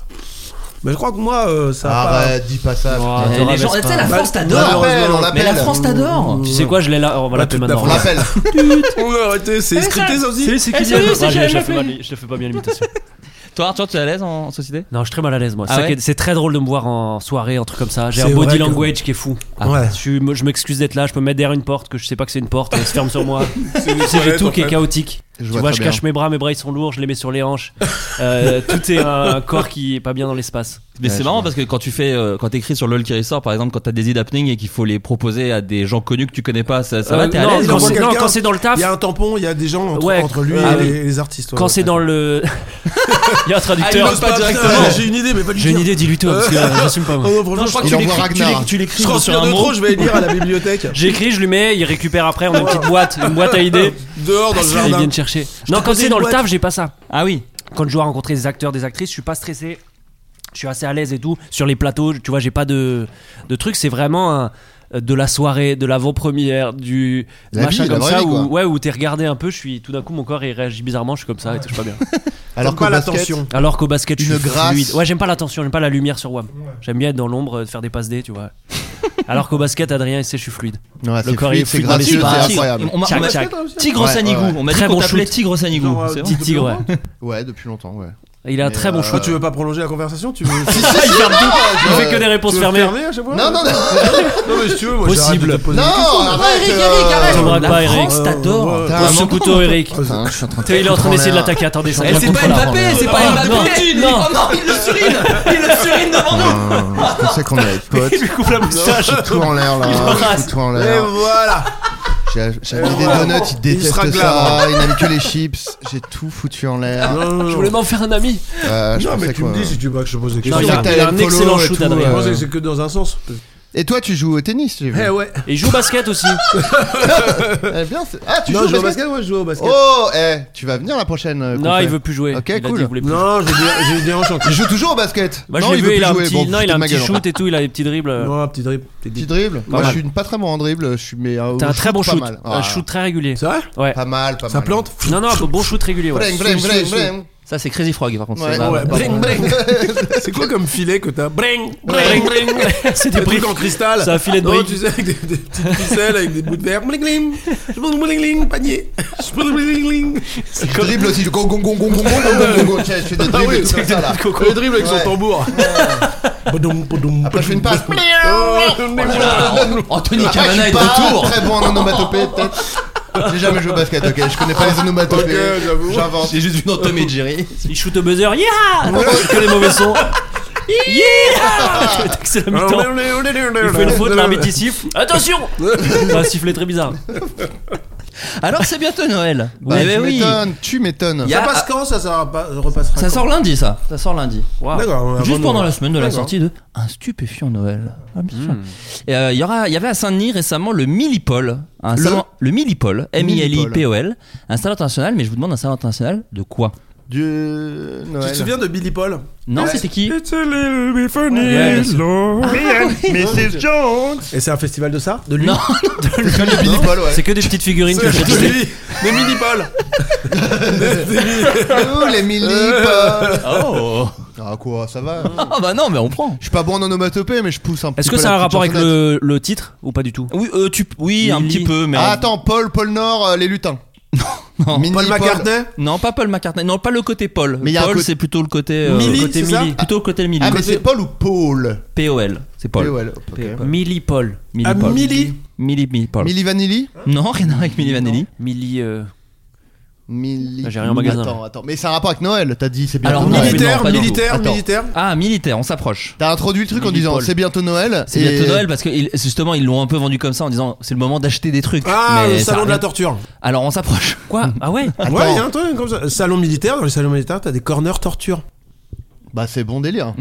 Mais je crois que moi, euh, ça. a pas- Arrête, dis pas ça. Oh, putain. te les rabaisse gens, pas. tu sais, la Bah, France on t'adore. l'appelle, on Mais l'appelle. la France t'adore. Tu sais quoi, je l'ai là. On va l'appeler toute la maintenant. On l'appelle. On va arrêter. C'est scripté ça aussi. C'est qui salut, c'est Ah, Je Jérémy je la fais Mbappé. mal- je la fais pas bien l'imitation. Toi, Arthur, tu es à l'aise en en société Non, je suis très mal à l'aise, moi. Ah Ça ouais qui est- c'est très drôle de me voir en soirée, un truc comme ça. J'ai un C'est vrai body que- Ah. language qui est fou. Ouais. Je, suis- me- je m'excuse d'être là, je peux me mettre derrière une porte que je sais pas que c'est une porte, elle se ferme sur moi. C'est j'ai toilette, tout en qui est fait. chaotique. Je tu vois vois, très je cache bien. mes bras, mes bras ils sont lourds, je les mets sur les hanches. Euh, tout est un corps qui est pas bien dans l'espace. Mais Ouais, c'est je marrant vois. parce que quand tu fais, euh, quand t'écris sur LOL qui ressort, par exemple, quand t'as des idées happening et qu'il faut les proposer à des gens connus que tu connais pas, ça, ça va, Euh, t'es à non, l'aise quand envoie c'est- non, quelqu'un, quand c'est dans le taf, Il y a un tampon, il y a des gens entre, Ouais. entre lui Ah et oui. les, les artistes. ouais. quand c'est dans le. Il y a un Ah, il traducteur. n'ose pas Putain, directement. J'ai une idée, mais pas du tout. J'ai une idée, dis-lui tout, parce que euh, j'assume pas. moi. Oh, non, franchement, je crois que Il tu envoie l'écris- tu Ragnar. l'écris- Tu Je l'écris transpire sur un de mot. trop, je vais lire à la bibliothèque. J'écris, je lui mets, il récupère après, on a une petite boîte, une boîte à idées. Dehors dans le Là, Ah, ils jardin. viennent chercher. Non, quand posé c'est une dans le boîte. taf, j'ai pas ça. Ah oui. quand je dois rencontrer des acteurs, des actrices, je suis pas stressé. Je suis assez à l'aise et tout. Sur les plateaux, tu vois, j'ai pas de, de trucs. C'est vraiment un- de la soirée, de l'avant-première, du La machin vie, la comme vraie ça, vie, quoi. où, ouais, où t'es regardé un peu. Je suis tout d'un coup, mon corps il réagit bizarrement. Je suis comme ça et tout, je suis pas bien. Alors T'aimes pas qu'au basket, l'attention. Alors qu'au basket, je Une suis grâce. fluide. Ouais, j'aime pas l'attention, j'aime pas la lumière sur WAM. J'aime bien être dans l'ombre, euh, faire des passes D, tu vois. Alors qu'au basket, Adrien, il sait, je suis fluide. Ouais, Le c'est corps fluide, est c'est fluide dans gracieux, l'espace. c'est incroyable. On m'a- Tchac, on m'a- tchac. Tigre Ouais, Sanigou. ouais, ouais. On m'a dit Très qu'on bon t'appelait shoot. Tigre Sanigou. Genre, c'est vrai Petit tigre, ouais. Ouais, depuis longtemps, ouais. Il a un Mais, très bon euh, choix. Toi, tu veux pas prolonger la conversation Tu veux. Si, si, si, non, Il je- fait que des réponses Tu veux fermées. fermer à chaque fois Non, non, non. Non, mais si tu veux, moi Possible. j'arrête de te poser Non, des questions. arrête, Eric, euh, Eric, arrête. Tu me braques La pas, Eric. France t'adore. Ouais, ouais, Putain, Prends ce non. couteau, Eric. Putain, je suis en train de- Tu sais, Il est en train d'essayer de Putain, l'attaquer. Attendez, ça Eh, va c'est pas contre la Mbappé, France. c'est pas Ah, non. Mbappé. Oh non, il le surine. Il le surine devant nous. Putain, Je pensais qu'on allait être potes. Il lui coupe la moustache. Tout en l'air là, l'embrasse. tout en Et l'air. voilà J'ai j'ai acheté des voilà. donuts, il Il sera déteste ça, glabre. il n'aime que les chips, j'ai tout foutu en l'air. Je voulais m'en faire un ami. Euh, je Non, pensais mais tu qu'on- me dis si tu veux pas que je te pose des Non, questions. il pensais a, que il a t'allais un me follow excellent et shoot, tout, Je Adrien. euh. pensais que c'est que dans un sens. Et toi, tu joues au tennis, j'ai vu. Eh ouais Il joue au basket aussi. Eh bien, c'est- ah, tu Non, joues je joue au basket, ouais, je joue au basket. Oh, eh, tu vas venir la prochaine. euh, Non, compète. il veut plus jouer. Ok, il a dit cool. qu'il voulait plus. Non, j'ai des- j'ai des hanches en Il joue toujours au basket. Moi, je non, l'ai il veut vu, il plus a un jouer. petit, Bon, non, il foutez a un ma petit gueule, alors. shoot et tout, il a des petits Euh, dribbles. Non, petit drip. petit Petit drip. dribble. Moi, mal. je suis une- pas très bon en dribble. Je suis mais euh, T'as au un très bon pas shoot. mal. Un Ah, shoot très régulier. C'est vrai Ouais. Pas mal, pas mal. Ça plante Non, non, un bon shoot régulier. ouais. Bring, bring, bring, bring. Ça, c'est Crazy Frog, par contre. Ouais, c'est pas ouais, mal. pardon. Bring, bring. C'est quoi comme filet que t'as Bring, Bring, bring, bring. C'est des Des briques. trucs en cristal. C'est un filet de Non, briques. tu sais, avec des, des petites ficelles, avec des bouts de verre. Bling, bling. Je pense bling, bling, panier. Je pense bling, bling. Dribble aussi. Gong, gong, gong, gong, gong, gong, gong, gong, gong. Tiens, je fais des dribbles et tout comme ça là. Le dribble avec Ouais. son tambour. Badum, badum, Après, je fais une passe. badum. Oh, Ah, Anthony Après, je Cavana suis est pas de retour. Très bon en onomatopée, peut-être. J'ai jamais joué au basket, ok. Je connais pas les onomatopées. Ok, j'avoue. J'invente. J'ai juste vu dans Tom et Jerry. Il shoot au buzzer. Yeah Que les mauvais sons. Yeah C'est la Oh, mi-temps. Il fait une faute, l'arbitre il siffle. Attention C'est un sifflet très bizarre. Alors c'est bientôt Noël. Bah, Eh tu ben oui. m'étonnes, tu m'étonnes. Y a- Ça passe quand ça, ça repassera Ça quand sort lundi, ça. Ça sort lundi. Waouh. D'accord. avant Juste pendant Noël. la semaine de la D'accord. sortie de Un stupéfiant Noël. Ah, bien sûr. Et, euh, Il y aura, il y avait à Saint-Denis récemment le Millipol, un Le salon, le Millipol, M-I-L-I-P-O-L, un salon international. Mais je vous demande un salon international de quoi Du Tu Noël. te souviens de Billy Paul Non, c'était qui Ouais, bien sûr. Et c'est un festival de ça De lui Non. C'est comme le Billy Paul, ouais. C'est que des petites figurines que C'est j'achète. de lui De Billy Paul Oh, les Billy Paul. Oh. Ah, quoi, ça va. hein. Ah bah non, mais on prend. Je suis pas bon en onomatopée, mais je pousse un petit Est-ce peu que ça la a un petite rapport avec chansonnette. le, le titre ou pas du tout Oui, euh, tu, oui, un Milli. petit peu, mais Ah, attends, Paul, Paul Nord, euh, les lutins. Non. Mini Paul McCartney non, pas Paul McCartney. Non, pas le côté Paul. Mais il y a un Paul, côté- c'est plutôt le côté euh, Milli, côté c'est ça Milli. plutôt le côté le Milli. Ah, mais Côté c'est Paul ou Paul P-O-L, c'est Paul. Paul, ok. P-O-L. Millie Paul. Milli Ah, Paul. Milli. Milli, Milli Paul. Milli Vanilli Non, rien à voir avec Milli Vanilli. Millie. euh, Milli. Ah, j'ai rien au magasin, Attends, attends. Mais c'est un rapport avec Noël, t'as dit, c'est bien. Alors, Noël. Milli- Militaire, non, pas du tout. militaire, Attends. militaire Ah, militaire, on s'approche. T'as introduit le truc en Milli disant Paul. c'est bientôt Noël. C'est et- bientôt Noël parce que ils- justement ils l'ont un peu vendu comme ça en disant c'est le moment d'acheter des trucs. Ah, Mais le ça salon de la arrive. torture. Alors on s'approche. Quoi Ah ouais Attends. Ouais, il y a un truc comme ça. Salon militaire, dans les salons militaires, t'as des corners torture. Bah, c'est bon délire.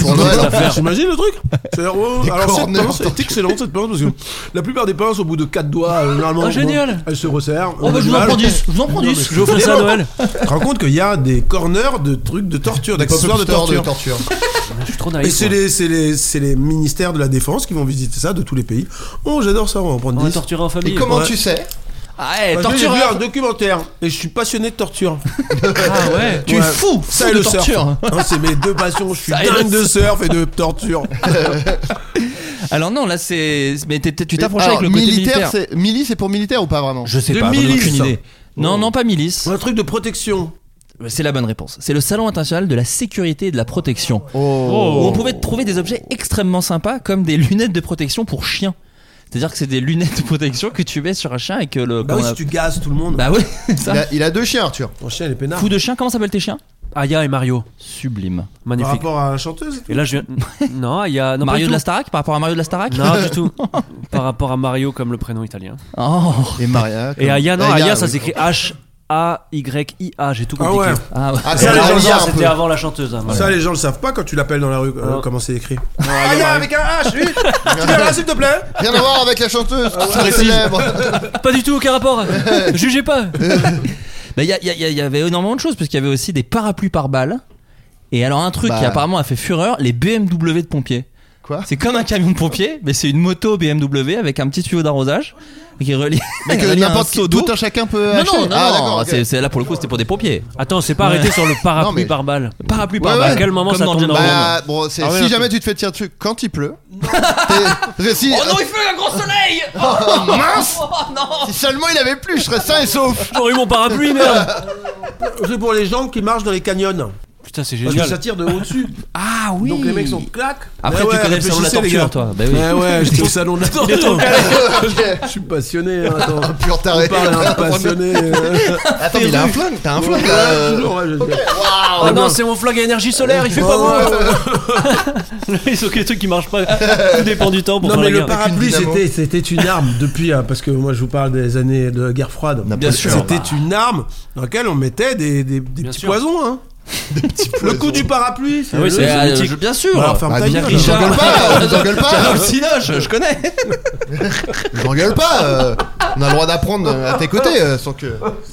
Pour Noël. Ah, J'imagine le truc. C'est-à-dire, ouais, Des alors cette corners pince est torture. excellente cette pince parce que la plupart des pinces au bout de 4 doigts, euh, généralement, Oh, génial. elle se resserre. Ah, Oh bah je vous en prends 10, je vous en prends 10. Je vais offrir ça à Noël. Tu te rends compte qu'il y a des corners de trucs de torture, d'accessoires de Pop Store torture. torture. Je suis trop naïf. Et c'est moi. les, c'est les, c'est les ministères de la défense qui vont visiter ça de tous les pays. Oh, j'adore ça, on va en prendre On va 10. torturer en Et famille. comment Ouais. tu sais Ah ouais, Parce que j'ai vu un tortureur. documentaire et je suis passionné de torture. Ah ouais, tu es Ouais. fou, Ça fou et de le torture. surf. Hein, c'est mes deux passions. Je suis Ça et le dingue de surf et de torture. Alors non, là c'est mais t'es- t'es- tu t'approches Alors, avec le côté Ah, militaire, militaire. c'est Milli, c'est pour militaire ou pas vraiment Je sais De pas, j'en ai milice. aucune idée. Oh. Non, non, pas milice. Un truc de protection. C'est la bonne réponse. C'est le salon international de la sécurité et de la protection. Oh. Où on pouvait trouver des objets extrêmement sympas comme des lunettes de protection pour chiens. C'est-à-dire que c'est des lunettes de protection que tu mets sur un chien et que le Bah qu'on oui, Oh, a- si tu gazes tout le monde. Bah ouais, ça. Il a, il a deux chiens, Arthur. Ton chien, il est peinard. Fou de chien, comment s'appellent tes chiens Aya et Mario. Sublime. Par Magnifique. rapport à la chanteuse. Et là, je viens. Non, il y a. Non, pas Mario du de la tout. Starac Par rapport à Mario de la Starac Non, du tout. Par rapport à Mario comme le prénom italien. Oh. Et Maria. Et Aya, non, Aya, ça oui. s'écrit H-A-Y-I-A. J'ai tout Ah compliqué. ouais. Ah ouais. Ah, Ça, ça, les Aya, gens le un savent, peu. C'était avant la chanteuse. hein, voilà. Ça, les gens le savent pas quand tu l'appelles dans la rue, euh, Non. Oh. comment c'est écrit. Ah, y'a avec un H, oui. Tu viens là, s'il te plaît. Rien à voir avec la chanteuse qui serait célèbre. Pas du tout, aucun rapport. Jugez pas. Bah, il y, a- il y a- il y avait énormément de choses parce qu'il y avait aussi des parapluies par balles. Et alors un truc Bah. qui apparemment a fait fureur, les BMW de pompiers. Quoi C'est comme un camion de pompiers, mais c'est une moto BMW avec un petit tuyau d'arrosage qui relie. Mais que relié à un n'importe qui, seau d'eau. tout un chacun peut Non acheter. non non, ah, non, d'accord. ok. c'est- c'est là pour le coup c'était pour des pompiers. Attends, c'est pas arrêté sur le Non, parapluie mais- par balle. Parapluie Ouais, par ouais. balles. À quel moment Comme ça dans tombe James dans Bond. le Bah, bon, c'est- Ah ouais, si ok. jamais tu te fais tirer dessus quand il pleut, t'es- si, Oh non il fait un grand soleil. oh, mince Oh non. Si seulement il avait plu, je serais sain et sauf. J'aurais eu mon parapluie, euh. merde. C'est pour les gens qui marchent dans les canyons. Putain, c'est Parce que ça génial. tire de haut-dessus. Ah oui. Donc les mecs sont clac. Après Eh tu ouais, connais le salon de la réfléchissez, les torture gars. toi. Bah oui. Ouais, ouais, j'étais au salon de la torture. Je suis passionné. hein, attends. Ah, pur On taré. parle à un passionné. euh. Attends, mais il a un flingue, t'as un flingue Ouais, là. euh. toujours, ouais, je sais. Oh non, c'est mon flag à énergie solaire, il fait pas Ouais, beau. ouais, ouais. Ils sont que des trucs qui marchent pas. Tout dépend du temps pour Non faire mais la le guerre. parapluie Avec une dynamo. c'était c'était une arme depuis hein, parce que moi je vous parle des années de guerre froide. Bien sûr. Bah. C'était une arme dans laquelle on mettait des, des, des Bien petits sûr. poisons hein. Le coup du parapluie. Ah oui, le- c'est Mais, euh, mythique. je- bien sûr. Bah, alors, ferme Ah, ta bien, gueule. Richard. alors. Je vous engueule pas, je vous engueule pas. Carole Sinoche, je connais. J'engueule pas. euh. On a le droit d'apprendre euh, à tes côtés euh, sans que.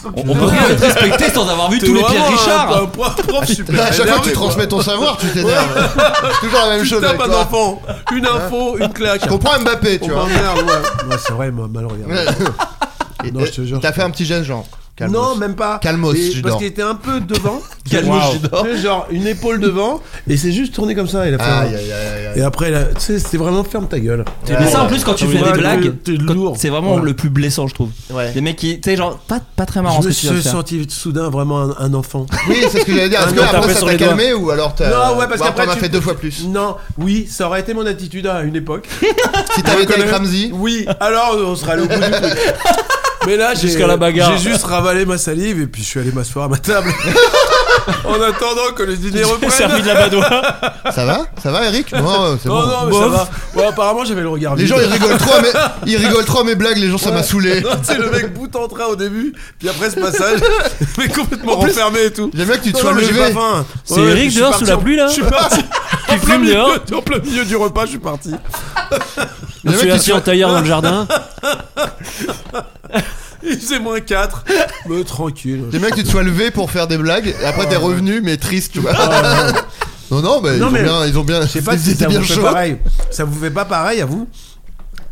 On, on peut pas être respecté sans avoir vu T'es tous les vraiment pires un Richard. hein. prof- prof super Ah, À chaque fois que énervé, tu transmets ton savoir, tu t'énerves. C'est Toujours la même quoi. chose. Putain avec pas toi. d'enfant. Une info, une claque. Je comprends Mbappé, tu On vois. m'emmerde, ouais. Ouais, c'est vrai, moi, mal regardé. Et- Non, je te jure. T'as fait un petit geste, genre. calme. Non, même pas. Calmos, Et- Judor. Parce qu'il était un peu devant. Calmos, Wow. Judor. Tu sais, Genre une épaule devant. Et c'est juste tourné comme ça. Il a fait. un- Aïe, aïe, aïe, aïe, aïe. Et après, là, tu sais, c'était vraiment ferme ta gueule. Mais ça en plus quand tu Ouais, fais ouais, des blagues, t'es quand- lourd. c'est vraiment Ouais. le plus blessant je trouve. Ouais. Les mecs qui, tu sais genre pas pas très marrant je ce me que tu viens de suis faire. senti soudain vraiment un, un enfant. Oui, c'est ce que j'allais dire. Est-ce que Ah, non, t'as fait après ça sur t'a les calmé ou alors t'as. non, ouais, parce ou alors qu'après. T'en as tu- fait deux fois plus. Non, oui, ça aurait été mon attitude à une époque. Si t'avais été avec Reconnais- Ramsey. Oui, alors on sera allé au bout du truc. Mais là, j'ai- Jusqu'à la bagarre. J'ai juste ravalé ma salive et puis je suis allé m'asseoir à ma table. En attendant que le dîner reprenne. servi de la badoie. Ça va Ça va, Eric Non, euh, c'est Non, bon. Oh non, mais ça Bof. va. Ouais, apparemment, j'avais le regard Les vide. gens, ils rigolent trop à mes, ils rigolent trop à mes blagues, les gens, ça m'a saoulé. tu sais, le mec bout en train au début, puis après ce passage, mais complètement En plus, renfermé et tout. J'aime bien que tu te Non, sois non, mais j'ai pas levé. faim. C'est Ouais, Eric je suis dehors parti sous la en- pluie, là Je suis parti. en plein fume milieu- dehors En plein milieu du repas, je suis parti. Je J'aime bien suis que tu te assis en sois- tailleur dans le jardin. Il faisait moins 4. Mais tranquille. j'aime bien que tu te sois levé pour faire des blagues, et après t'es revenu, mais triste, tu vois. Non, non, mais, Non, ils, mais- ont bien, ils ont bien. Je sais pas ils si étaient ça bien vous fait chauds. pareil. Ça vous fait pas pareil à vous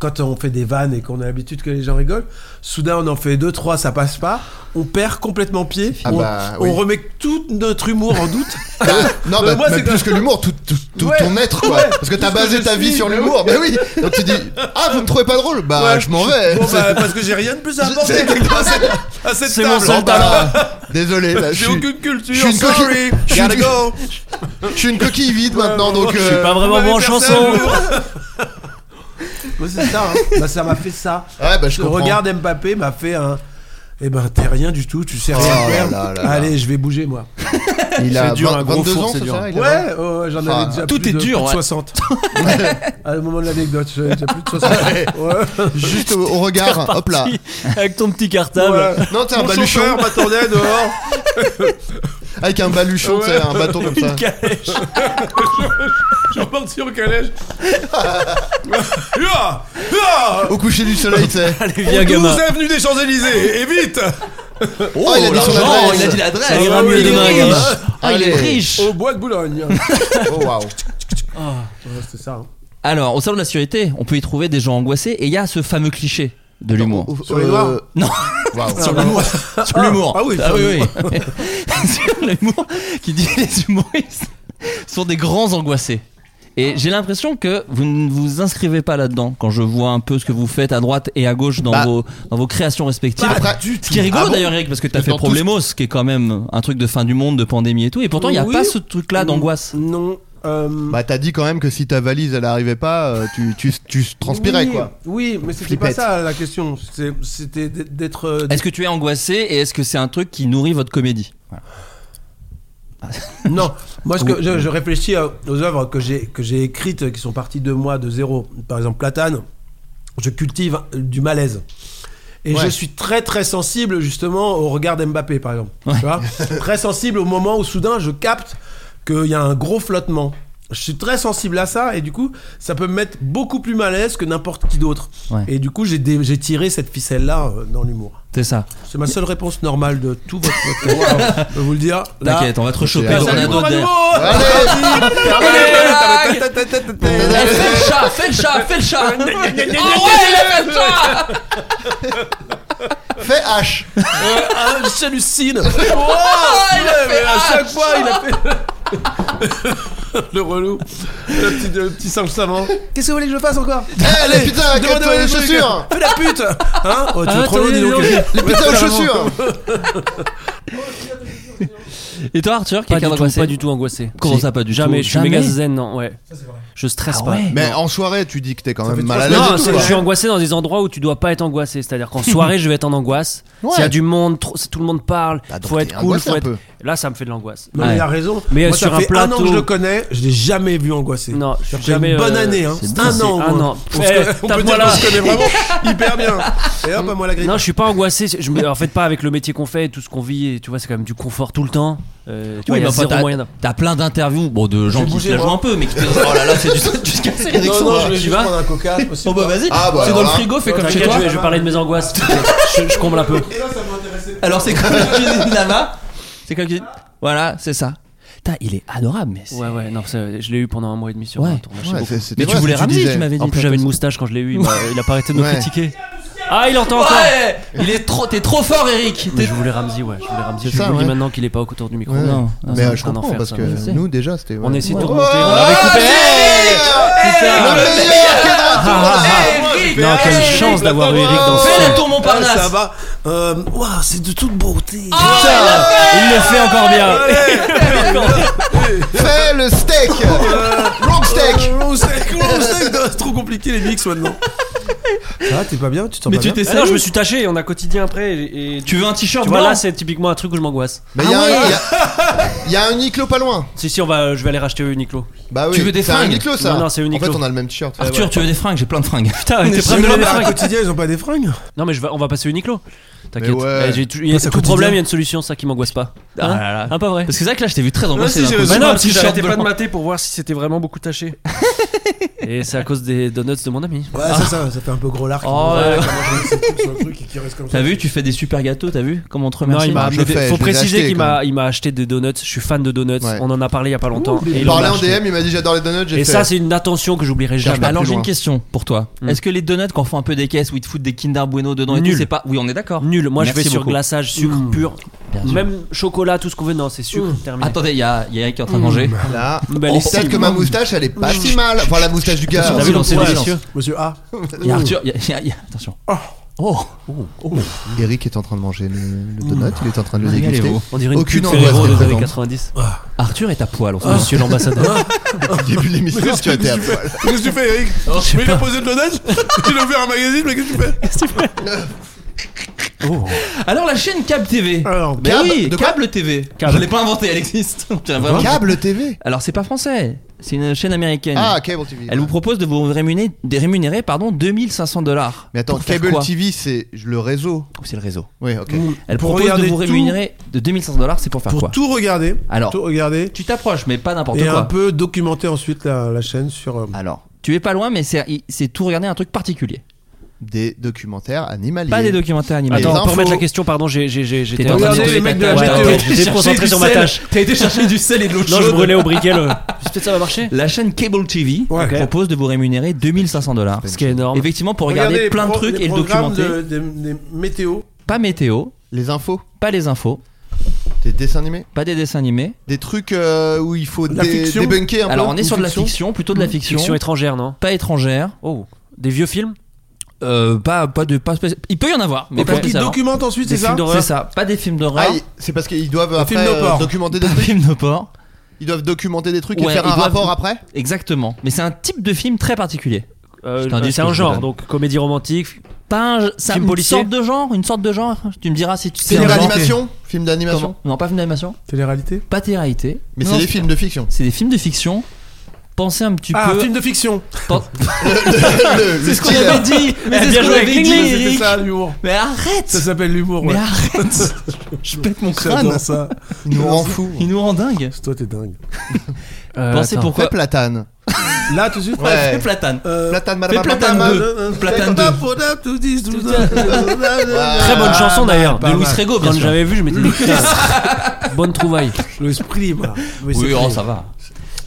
quand on fait des vannes et qu'on a l'habitude que les gens rigolent, soudain on en fait deux, trois, ça passe pas, on perd complètement pied, Ah on, bah, on oui. remet tout notre humour en doute. Non, Mais bah, Euh, moi, mais c'est plus que l'humour, tout, tout, tout Ouais, ton être, quoi. ouais, parce que t'as tout ce que basé je ta vie suis, sur mais l'humour. Mais oui. Donc tu dis, ah, vous me trouvez pas drôle Bah, Ouais. je m'en vais. Bon, bah, parce que j'ai rien de plus à apporter C'est- à cette, à cette C'est table. mon seul Bon, bah, là, désolé, là, je J'ai suis, aucune culture, je suis une sorry, coquille- je suis gotta une- go. je suis une coquille vide maintenant, donc. Je Je suis euh, pas vraiment Vous m'avez bon en percé un chanson. jour. Moi, c'est ça, hein. Bah, ça m'a fait ça. Ouais, bah, je Le comprends. regard Mbappé m'a fait un. Eh ben, t'es rien du tout, tu sais Oh rien là faire. là là là. Allez, je vais bouger, moi. Il C'est a dur, un 20 gros 22 four, ans, c'est c'est dur. ça il a Ah. Ouais, oh, ouais, ouais, j'en Enfin, avais déjà tout plus est de, dur, plus de ouais. 60. Au moment de l'anecdote, j'avais déjà plus de 60. Ouais. Juste au, au regard, Ah, hop là. Avec ton petit cartable. Ouais. Non, t'es un Mon baluchon chauffeur m'attendait dehors. avec un baluchon, c'est un bâton comme ça. Je suis parti en calèche. Hua Hua Au coucher du soleil, tu sais. Allez, Au viens, gamin. 12 avenue des Champs-Élysées, et vite Oh, il a dit son l'argent, adresse. il a dit l'adresse. Allez, Ah, ramène oui, le il gamin, est gamin. Ah, il est Allez. riche. Au bois de Boulogne. Oh waouh. Ouais, c'est ça. hein. Alors, au salon de la sécurité, on peut y trouver des gens angoissés et il y a ce fameux cliché de l'humour. Au- euh, Sur les doigts Non. Waouh. Sur l'humour. Sur l'humour. Ah oui, ah, sur oui, oui. Sur l'humour qui dit les humoristes sont des grands angoissés. Et j'ai l'impression que vous ne vous inscrivez pas là-dedans quand je vois un peu ce que vous faites à droite et à gauche dans, Bah. vos, dans vos créations respectives. Après, ce qui est rigolo Ah bon d'ailleurs, Eric, parce que t'as Parce que fait dans tout Problemos, qui est quand même un truc de fin du monde, de pandémie et tout, et pourtant il n'y a Oui. pas ce truc-là d'angoisse. Non. euh, Bah t'as dit quand même que si ta valise elle arrivait pas, euh, tu, tu, tu transpirais oui, quoi. Oui, mais c'était pas Flippette. ça la question. C'est- C'était d- d'être. euh, Est-ce que tu es angoissé et est-ce que c'est un truc qui nourrit votre comédie Non, moi ce que je, je réfléchis à- aux œuvres que j'ai que j'ai écrites qui sont parties de moi de zéro. Par exemple, Platane, je cultive du malaise. Et Ouais. je suis très très sensible justement au regard d'Mbappé par exemple. Tu vois très sensible au moment où soudain je capte qu'il y a un gros flottement. Je suis très sensible à ça et du coup ça peut me mettre beaucoup plus mal à l'aise que n'importe qui d'autre. Ouais. Et du coup j'ai dé- j'ai tiré cette ficelle là dans l'humour. C'est ça. C'est ma seule réponse normale de tout votre podcast. Je peux vous le dire. Là, T'inquiète, on va te rechoper. Allez, on a Salut, d'autres Thomas derrière. Nouveau Allez, Eh, Allez, Fais le chat, fais le chat, fais le chat. Oh ouais, il a fait le chat. Fais H. Ah, J'hallucine Ah, il a fait à chaque fois, il a fait le relou, le petit, le petit singe savant. Qu'est-ce que vous voulez que je fasse encore Eh les putain, Demandez-moi raconte-toi les des trucs. chaussures. Fais la pute Hein Oh, tu es Ah, trop loin, dis donc. attendez, Les putains aux chaussures. Et toi, Arthur, Pas du, quelqu'un tout, d'angoissé pas du tout angoissé. Comment ça, pas du Jamais, tout je suis méga Jamais zen, non, ouais. Je stresse Ah pas. ouais. Mais en soirée, tu dis que t'es quand même mal à l'aise. Non, et tout, c'est- quoi. je suis angoissé dans des endroits où tu dois pas être angoissé. C'est-à-dire qu'en soirée, je vais être en angoisse. Ouais. S'il y a du monde, trop- si tout le monde parle, Bah, donc faut t'es être cool, angoissé faut un être. peu. Là, ça me fait de l'angoisse. Non, mais il a raison. Mais Moi, sur ça un fait un an plateau- que je le connais, je l'ai jamais vu angoissé. Non, je suis J'ai jamais, une bonne euh, année, hein. c'est un bien, an. c'est au un moins. an. On, se Eh, connaît- on peut dire tape-moi qu'on là. se connaît vraiment hyper bien. Et hop, à moi la grippe. Non, je suis pas angoissé. Je me- en fait, pas avec le métier qu'on fait et tout ce qu'on vit. et Tu vois, c'est quand même du confort tout le temps. Euh, tu vois, il y a Oui, bah, mais enfin, zéro t'as- moyen. d'en- T'as plein d'interviews, bon, de gens qui se bouger, la moi. jouent un peu, mais qui te disent, oh là là, c'est du du scassé. non, non, je vais tu juste vas prendre un coca. c'est Bon possible. bah vas-y, Ah, bah, c'est alors dans le là. frigo, fais comme chez T'inquiète, toi. je, vais- je vais parler de mes angoisses. je, je comble un peu. Et là, ça m'intéressait. Alors c'est comme cuisine là-bas, c'est comme cuisine. Voilà, c'est ça. Putain, il est adorable, mais c'est- Ouais, ouais, non, ça, je l'ai eu pendant un mois et demi sur Ouais. un tournage. Ouais, c'est- c'est beaucoup. c'était Mais tu vrai, voulais ce que ramener, disais. tu m'avais dit. En plus, de j'avais toute une façon. moustache quand je l'ai eu. Il m'a- il a pas arrêté de me Ouais. critiquer. Ah, il entend encore. Ouais, il est trop, t'es trop fort, Eric. Mais T'es- je voulais Ramsey, ouais, je voulais Ramsey. C'est Je ça, vous le dis ouais. maintenant qu'il est pas autour du micro. Ouais. Non, non, Mais c'est euh, je un comprends enfer, parce ça, que je sais. nous déjà c'était. On essaie de Ouais. remonter, on l'avait coupé. Ah, Le Putain. Ah, meilleur cadre de tournage. Non, quelle chance d'avoir eu Eric dans ce Fais film. la tour Montparnasse. Ah, ça va. Euh, Waouh, c'est de toute beauté. Ah, Il le fait encore bien. Fais le steak. Long steak. oh, Euh, on sait- on sait que c'est trop compliqué les mix maintenant. Ça va, t'es pas bien Tu te sens Mais pas tu bien Eh t'es Ah non, je me suis taché, on a quotidien après. Et, et- Tu veux un t-shirt tu vois, blanc là, c'est typiquement un truc où je m'angoisse. Mais il y, a un- y a- y a un Uniqlo pas loin. Si, si, on va, je vais aller racheter Uniqlo. Bah oui. Tu veux des c'est un fringues Uniqlo ça Non, non, c'est Uniqlo. En fait, on a le même t-shirt. Arthur, tu veux des fringues J'ai plein de fringues. Putain, t'es prêt à me Mais donner des là, fringues quotidien, ils ont pas des fringues Non, mais je vais- on va passer Uniqlo. T'inquiète. Mais ouais. Eh, j'ai tout- Il y a Passe à tout quotidien. problème, il y a une solution, ça qui m'angoisse pas. Ah Hein là là. Hein, pas vrai Parce que c'est vrai que là, je t'ai vu très si, angoissé. d'un j'ai coup. raison. Bah Bah non, non, parce que t-shirt j'arrêtais pas blanc. de mater pour voir si c'était vraiment beaucoup taché. Et c'est à cause des donuts de mon ami. Ouais, c'est ça, ça fait un peu gros larc. Oh, Ouais, ouais. comment je mets ces trucs sur le truc et qui reste comme ça. T'as vu, tu fais des super gâteaux, t'as vu Comment on te remercie il m'a bah, je amené le des- fais, Faut je les ai préciser achetés, qu'il quand m'a, il m'a acheté des donuts. Je suis fan de donuts. Ouais. On en a parlé il y a pas longtemps. et il Il en a parlait en acheté. DM, il m'a dit j'adore les donuts. j'ai Et fait- ça, c'est une attention que j'oublierai Cherche jamais. pas Alors plus j'ai une loin. question pour toi. Hmm. Est-ce que les donuts quand on fait un peu des caisses où ils te foutent des Kinder Bueno dedans et Nul. tout, c'est pas Oui, on est d'accord. Nul. Moi, je Merci vais sur beaucoup. glaçage, sucre Mm. pur, Bien sûr. même chocolat, tout ce qu'on veut. Non, c'est sucre. Terminé. Attendez, il y a, il y a Eric qui est en train de manger. Là, Bah, les on peut-être cils, que hein. ma moustache elle est pas si mal. Enfin, la moustache du gars. hein. T'as vu, donc, c'est Ouais. délicieux. Monsieur A. Il y a Arthur, il y a, il y a- il y a- attention. Oh. Eric est en train de manger le, le donut, il est en Ah, train de le déguster. Régalez-vous. On dirait une Aucune pub angoisse Ferrero des présente. années 90. Arthur est à poil Ah. en ce moment. Monsieur l'ambassadeur. Au début de l'émission, tu as été à poil. Qu'est-ce que tu fais, Eric Mais il a posé de l'odage Il a ouvert un magazine, mais qu'est-ce que tu fais Alors la chaîne Cable TV. Alors, Oh. Mais Cab- Ben oui, de quoi Cable TV. Cab. Je l'ai pas inventé, elle existe. Tiens, vraiment. Câble TV Alors c'est pas français, c'est une chaîne américaine. Ah, Cable TV. Elle vous propose de vous rémunérer, des rémunérer pardon, 2500 dollars. Mais attends, Cable TV, c'est le réseau. Oh, C'est le réseau. Mmh. Oui, ok. Elle Pour propose de regarder vous tout- rémunérer de 2500 dollars, c'est pour faire quoi Pour tout regarder. Alors. Tout regarder. Tu t'approches, mais pas n'importe Et quoi. un peu documenter ensuite la, la chaîne sur. euh, Alors, tu es pas loin, mais c'est il- c'est tout regarder un truc particulier. Des documentaires animaliers. Pas des documentaires animés. Attends, Attends, pour infos. remettre la question, pardon, j'ai- j'ai- j'ai- j'étais T'étais en train Regardez de- les mecs de la Ouais, météo. ouais, J'étais concentré sur ma tâche. T'as été chercher du sel et de l'eau Non, je chaude. brûlais au briquet. le- Peut-être ça va marcher. La chaîne Cable TV Ouais. Ok. propose de vous rémunérer 2500 dollars. Ce qui est énorme. Effectivement, pour regarder les plein de pro- trucs les et le programmes documenter. de- des, des météos. Pas météo, Les infos, pas les infos, des dessins animés, pas des dessins animés. des trucs euh, où il faut La dé- fiction. débunker un peu. Alors, on est ou sur de la fiction, plutôt de la fiction. Mmh. Fiction étrangère, non Pas étrangère. Oh, des vieux films Euh, pas, pas de. Pas spécial- Il peut y en avoir, mais Il pas faut qu'ils spécialement. documentent ensuite, c'est ça films C'est ça, pas des films d'horreur. Ah, il- c'est parce qu'ils doivent après film de euh, porc. documenter des Pas des trucs. films de porc. Ils doivent documenter des trucs Ouais, et faire ils un doivent- rapport après. Exactement. Mais c'est un type de film très particulier. Euh, C'est un disque C'est que un je genre, donne. donc comédie romantique. Pas un, ça, Film une policier sorte de genre, une sorte de genre. Tu me diras si tu sais. Film un genre. d'animation, film d'animation. Comment Non, pas film d'animation. Télé-réalité Pas télé-réalité. Mais Non, c'est des films de fiction. C'est des films de fiction. Pensez un petit Ah, peu. film de fiction Pen- Le- le c'est ce qu'on style, avait dit. Mais Eh, c'est ce bien qu'on joué, avait Kling dit, Kling, Eric. C'était ça, l'humour. Mais arrête. Ça s'appelle l'humour, Mais ouais. arrête. Je pète mon crâne. J'adore ça. Il nous rend fou. Il nous rend dingue. Toi, t'es dingue. Euh, Pensez attends. pourquoi. Fais platane. Là, tout de suite Ouais. Fais platane. euh, Platane, Fais madame. platane madame. 2. Platane 2. Très bonne Ah, bah, chanson d'ailleurs. De Louis Rego, bien Quand sûr. j'avais vu, je m'étais dit putain, bonne trouvaille. Le esprit, voilà. Oui, oh, ça va.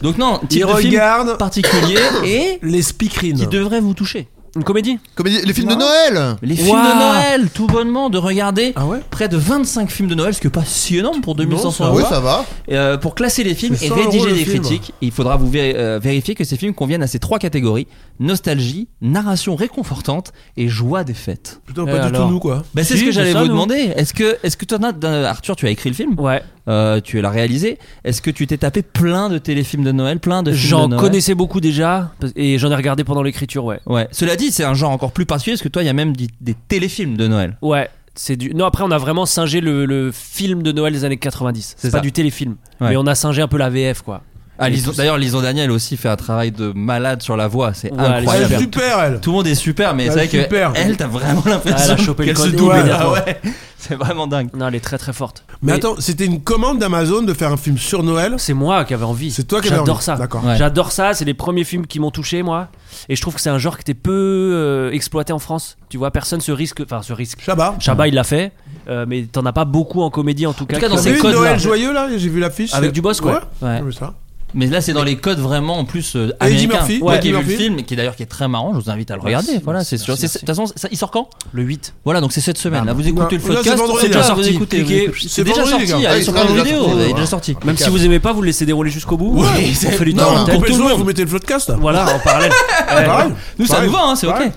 Donc, non, Il type de film regarde particulier et les speakerines. qui devrait vous toucher. Une comédie Comédie- les films de Noël. Les films Waouh. de Noël, tout bonnement, de regarder Ah ouais près de 25 films de Noël, ce qui est pas si énorme pour 2500 euros. Oui, ça va. Euh, pour classer les films C'est et 100 euros rédiger le des film. critiques, il faudra vous vér- euh, vérifier que ces films conviennent à ces trois catégories nostalgie, narration réconfortante et joie des fêtes. Plutôt Et pas du alors tout nous, quoi. Bah, c'est Si, ce que c'est j'allais ça, vous nous. demander. Est-ce que, est-ce que t'en as, d'un- Arthur, tu as écrit le film, Ouais. euh, tu l'as réalisé. Est-ce que tu t'es tapé plein de téléfilms de Noël, plein de films de J'en Noël connaissais beaucoup déjà et j'en ai regardé pendant l'écriture, ouais. Ouais. Cela dit, c'est un genre encore plus particulier parce que toi, il y a même des, des téléfilms de Noël. Ouais. C'est du... Non, après, on a vraiment singé le, le film de Noël des années 90. C'est C'est pas ça. du téléfilm. Ouais. Mais on a singé un peu la VF, quoi. Ah, Et Lison- tout ça. D'ailleurs, Lison Daniel aussi fait un travail de malade sur la voix. C'est Ouais, incroyable. Elle Super. est super, elle. Tout le monde est super, mais Elle c'est vrai est super. que elle, t'as vraiment Ah, elle l'impression a chopé le qu'elle se code double. immédiatement. Ah ouais. C'est vraiment dingue. Non, elle est très très forte. Mais attends, c'était une commande d'Amazon de faire un film sur Noël. C'est moi qui avais envie. C'est toi qui avais J'adore envie. ça. D'accord. Ouais. J'adore ça. C'est les premiers films qui m'ont touché, moi. Et je trouve que c'est un genre qui était peu euh, exploité en France. Tu vois, personne se risque. Enfin, se risque. Chabat. Chabat, il l'a fait. euh, mais t'en as pas beaucoup en comédie, en tout cas. tout cas, qui dans T'as ces avaient- vu codes-là. Noël joyeux, là J'ai vu l'affiche. Avec Dubosc, quoi. Ouais. J'ai vu ça. Mais là, c'est dans les codes vraiment en plus euh, Et Eddie américains. Murphy, Moi Eddie qui ai vu le Murphy. film, qui est d'ailleurs qui est très marrant, je vous invite à le regarder. Merci, voilà, merci, c'est sûr. merci, C'est- De toute façon, ça- il sort quand Le 8. Voilà, donc c'est cette semaine. Là, vous Ah, Non, écoutez le là, podcast. c'est vendredi, déjà là. sorti. Sorti. Écoutez, Cliquez. vous- C'est C'est déjà vendredi, les sorti. hein. gars. Allez, Ah, sur il sera Prime déjà Vidéo, sorti. il est déjà Voilà. sorti. Même si vous aimez pas, vous le laissez dérouler jusqu'au bout. Ouais, on fait du non, temps en Non, tête. coupez le tout le joint, monde. vous mettez le floodcast. là. Voilà, en parallèle. Euh, Ouais. Pareil. Nous, ça Pareil. nous va, hein, c'est ok. Pareil.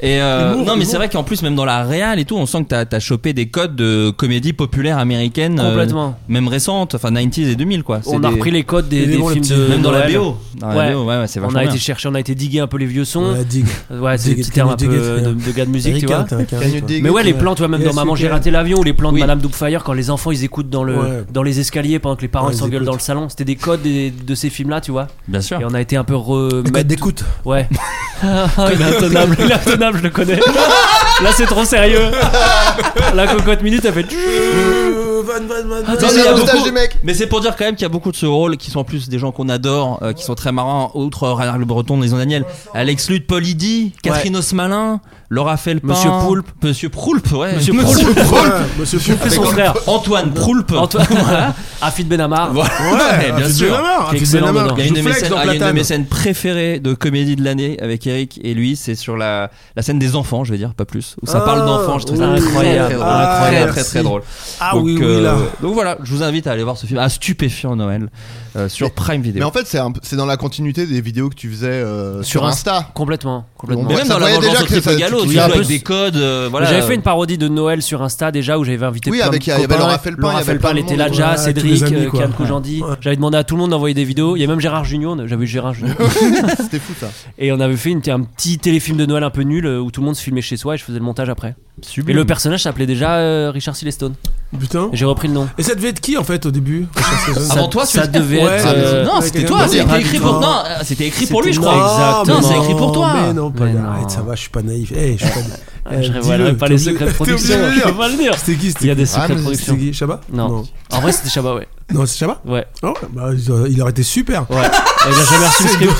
Et euh, Humour, non, mais humour. c'est vrai qu'en plus, même dans la réal et tout, on sent que t'as as chopé des codes de comédie populaire américaine. euh, Complètement. même récente, enfin 90s et 2000, quoi. C'est On a des- repris les codes des, Les des démons, les films suite. euh, Même dans la Noël. BO. Dans la Ouais. BO, ouais, ouais, c'est On vachement a bien. été chercher, on a été diguer un peu les vieux sons. Ouais, digue. Euh, Ouais, c'est Digue, des petits termes un peu digue, euh, digue. de, de gars de musique, tu Eric, vois. t'es un carré, Can you toi. dig Mais it, ouais, les ouais. plans, tu vois, même Yes, dans Maman, you j'ai can. raté l'avion ou les plans de Oui. Madame Doubtfire quand les enfants ils écoutent dans, le, Ouais. dans les escaliers pendant que les parents Ouais, ils ils s'engueulent écoutent. dans le salon. C'était des codes des- de ces films-là, tu vois. Bien sûr. Et on a été un peu re. Code d'écoute. Ouais. il est intenable, il est intenable, je le connais. Là, c'est trop sérieux. La cocotte minute, elle fait. Euh, Van, van, van, van. Attends, C'est il y a l'avantage beaucoup- du mec. Mais c'est pour dire quand même qu'il y a beaucoup de ce rôle qui sont en plus des gens qu'on adore, euh, qui sont très marrants, outre Renard Le Breton, Maison Daniel, Alex Lutte, Paul Iddy, Catherine Osmalin, Laura Felpin, Monsieur Poulpe. Monsieur Proulpe, ouais. Monsieur Monsieur Proulpe. Proulpe. Monsieur Proulpe. Fait son frère. Antoine Proulpe. Antoine. Afid Benamar. Voilà. Ouais, bien Fitz sûr. Benhamar, Qui est Fitz excellent Benhamar, dedans. Il y a qui une de joue mes Flex scènes- dans ah, il y a une de Platane. mes scènes préférées de comédie de l'année avec Eric et lui, c'est sur la, la scène des enfants, je vais dire, pas plus. Où ça Ah, parle d'enfants, je trouve ça oui. incroyable, très drôle, Ah, incroyable, très merci. très drôle. Ah donc, oui, euh, oui, là. donc voilà, je vous invite à aller voir ce film, à stupéfiant Noël, euh, sur Prime Video. Mais en fait, c'est un- c'est dans la continuité des vidéos que tu faisais euh, Sur sur Insta. Complètement. complètement. On Mais voit- même ça dans la voyait vengeance déjà au que ça- triple galop, tu- tu tu joues as un avec peu- des codes, euh, voilà. J'avais fait une parodie de Noël sur Insta déjà où j'avais invité Oui, plein avec- de il y avait copains. Laura Felpin, il y avait Felpin, plein de elle était monde. là déjà, Ouais, tous Cédric, les amis, euh, quoi. Kian Ouais. Kojandi. Ouais. J'avais demandé à tout le monde d'envoyer des vidéos. Il y a même Gérard Junior, j'avais eu Gérard Junior. C'était fou ça. et on avait fait une- un petit téléfilm de Noël un peu nul euh, où tout le monde se filmait chez soi et je faisais le montage après. Et le personnage s'appelait déjà euh, Richard Silestone. Putain. J'ai repris le nom. Et ça devait être qui en fait au début Ah, Avant toi, tu ça devait Ouais, être. ça- euh, Non, Ouais, c'était quelqu'un toi, d'autre. c'était Pas écrit du pour tout. non, euh, c'était écrit pour lui, je C'était- crois. Exactement. Non, c'est écrit pour toi. Mais non, pas Mais grave. non. Arrête, ça va, je suis pas naïf. Eh, je suis pas Ah, Je Eh, révélerai dis-le, pas t'es les obligé- secrets de t'es production. obligé de Je dire. peux pas le dire. C'était Il qui Ah, y a C'était des secrets mais de c'était production. qui Chabat Non. Non, En vrai, c'était Chabat, ouais. Non, c'est Chabat Ouais. Oh, bah, il aurait été super. Ouais. Il a jamais reçu le script.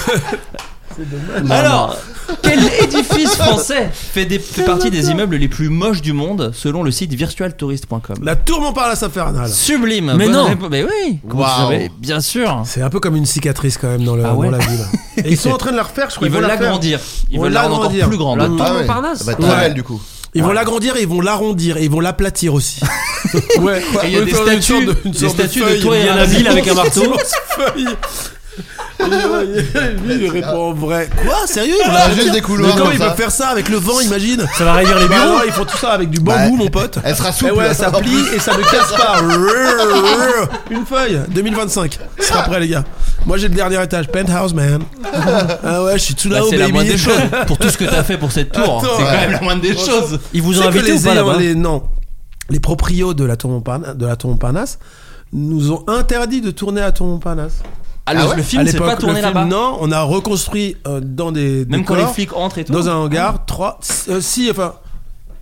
Non, Alors, quel édifice français fait, des- fait partie des immeubles les plus moches du monde selon le site virtualtourist.com La tour Montparnasse infernale. Sublime. Mais bonne non. répo- Mais oui. Comment tu Waouh. savais Bien sûr. C'est un peu comme une cicatrice quand même dans, le, Ah ouais dans la ville. Et ils sont en train de la refaire, je crois. Ils veulent vont la faire. l'agrandir. Ils On veulent l'a la rendre encore agrandir. plus grande. La tour ouais. Montparnasse. Ça va être Ouais. très belle, du coup. Ils vont l'agrandir et ils vont l'arrondir et ils vont l'aplatir aussi. ouais, Et il y a Ils des font une sorte statues, de- une des sorte statues de feuille. toi et Il y a un la habile ville avec un marteau. immense feuille. Et, euh, Lui, il répond en vrai. Quoi Sérieux Ils vont On a juste l'arrondir des Mais couloirs comment comme ils ça. peuvent faire ça avec le vent, imagine Ça va réduire les Bah bureaux. non, ils font tout ça avec du bambou, Bah, mon pote. Elle sera Et souple. ouais, ça plie et ça ne casse pas. Rrrr, rrrr. Une feuille, 2025. Ce sera prêt, les gars. Moi, j'ai le dernier étage, penthouse, man. Ah ouais, je suis tout Bah, là-haut, c'est baby. la moindre des choses. Pour tout ce que t'as fait pour cette tour, Attends, c'est quand ouais. même la moindre des choses. Ils vous C'est ont que invité ou les pas ayants- là-bas les- Non. Les proprios de la Tour Montparnasse, de la Tour Montparnasse nous ont interdit de tourner à Tour Montparnasse. Ah, le, Ah ouais le à film s'est l'époque, pas le tourné film, là-bas. Non, on a reconstruit euh, dans des Même quand décors, les flics entrent et tout. dans un Ah. hangar, trois, euh, si, enfin,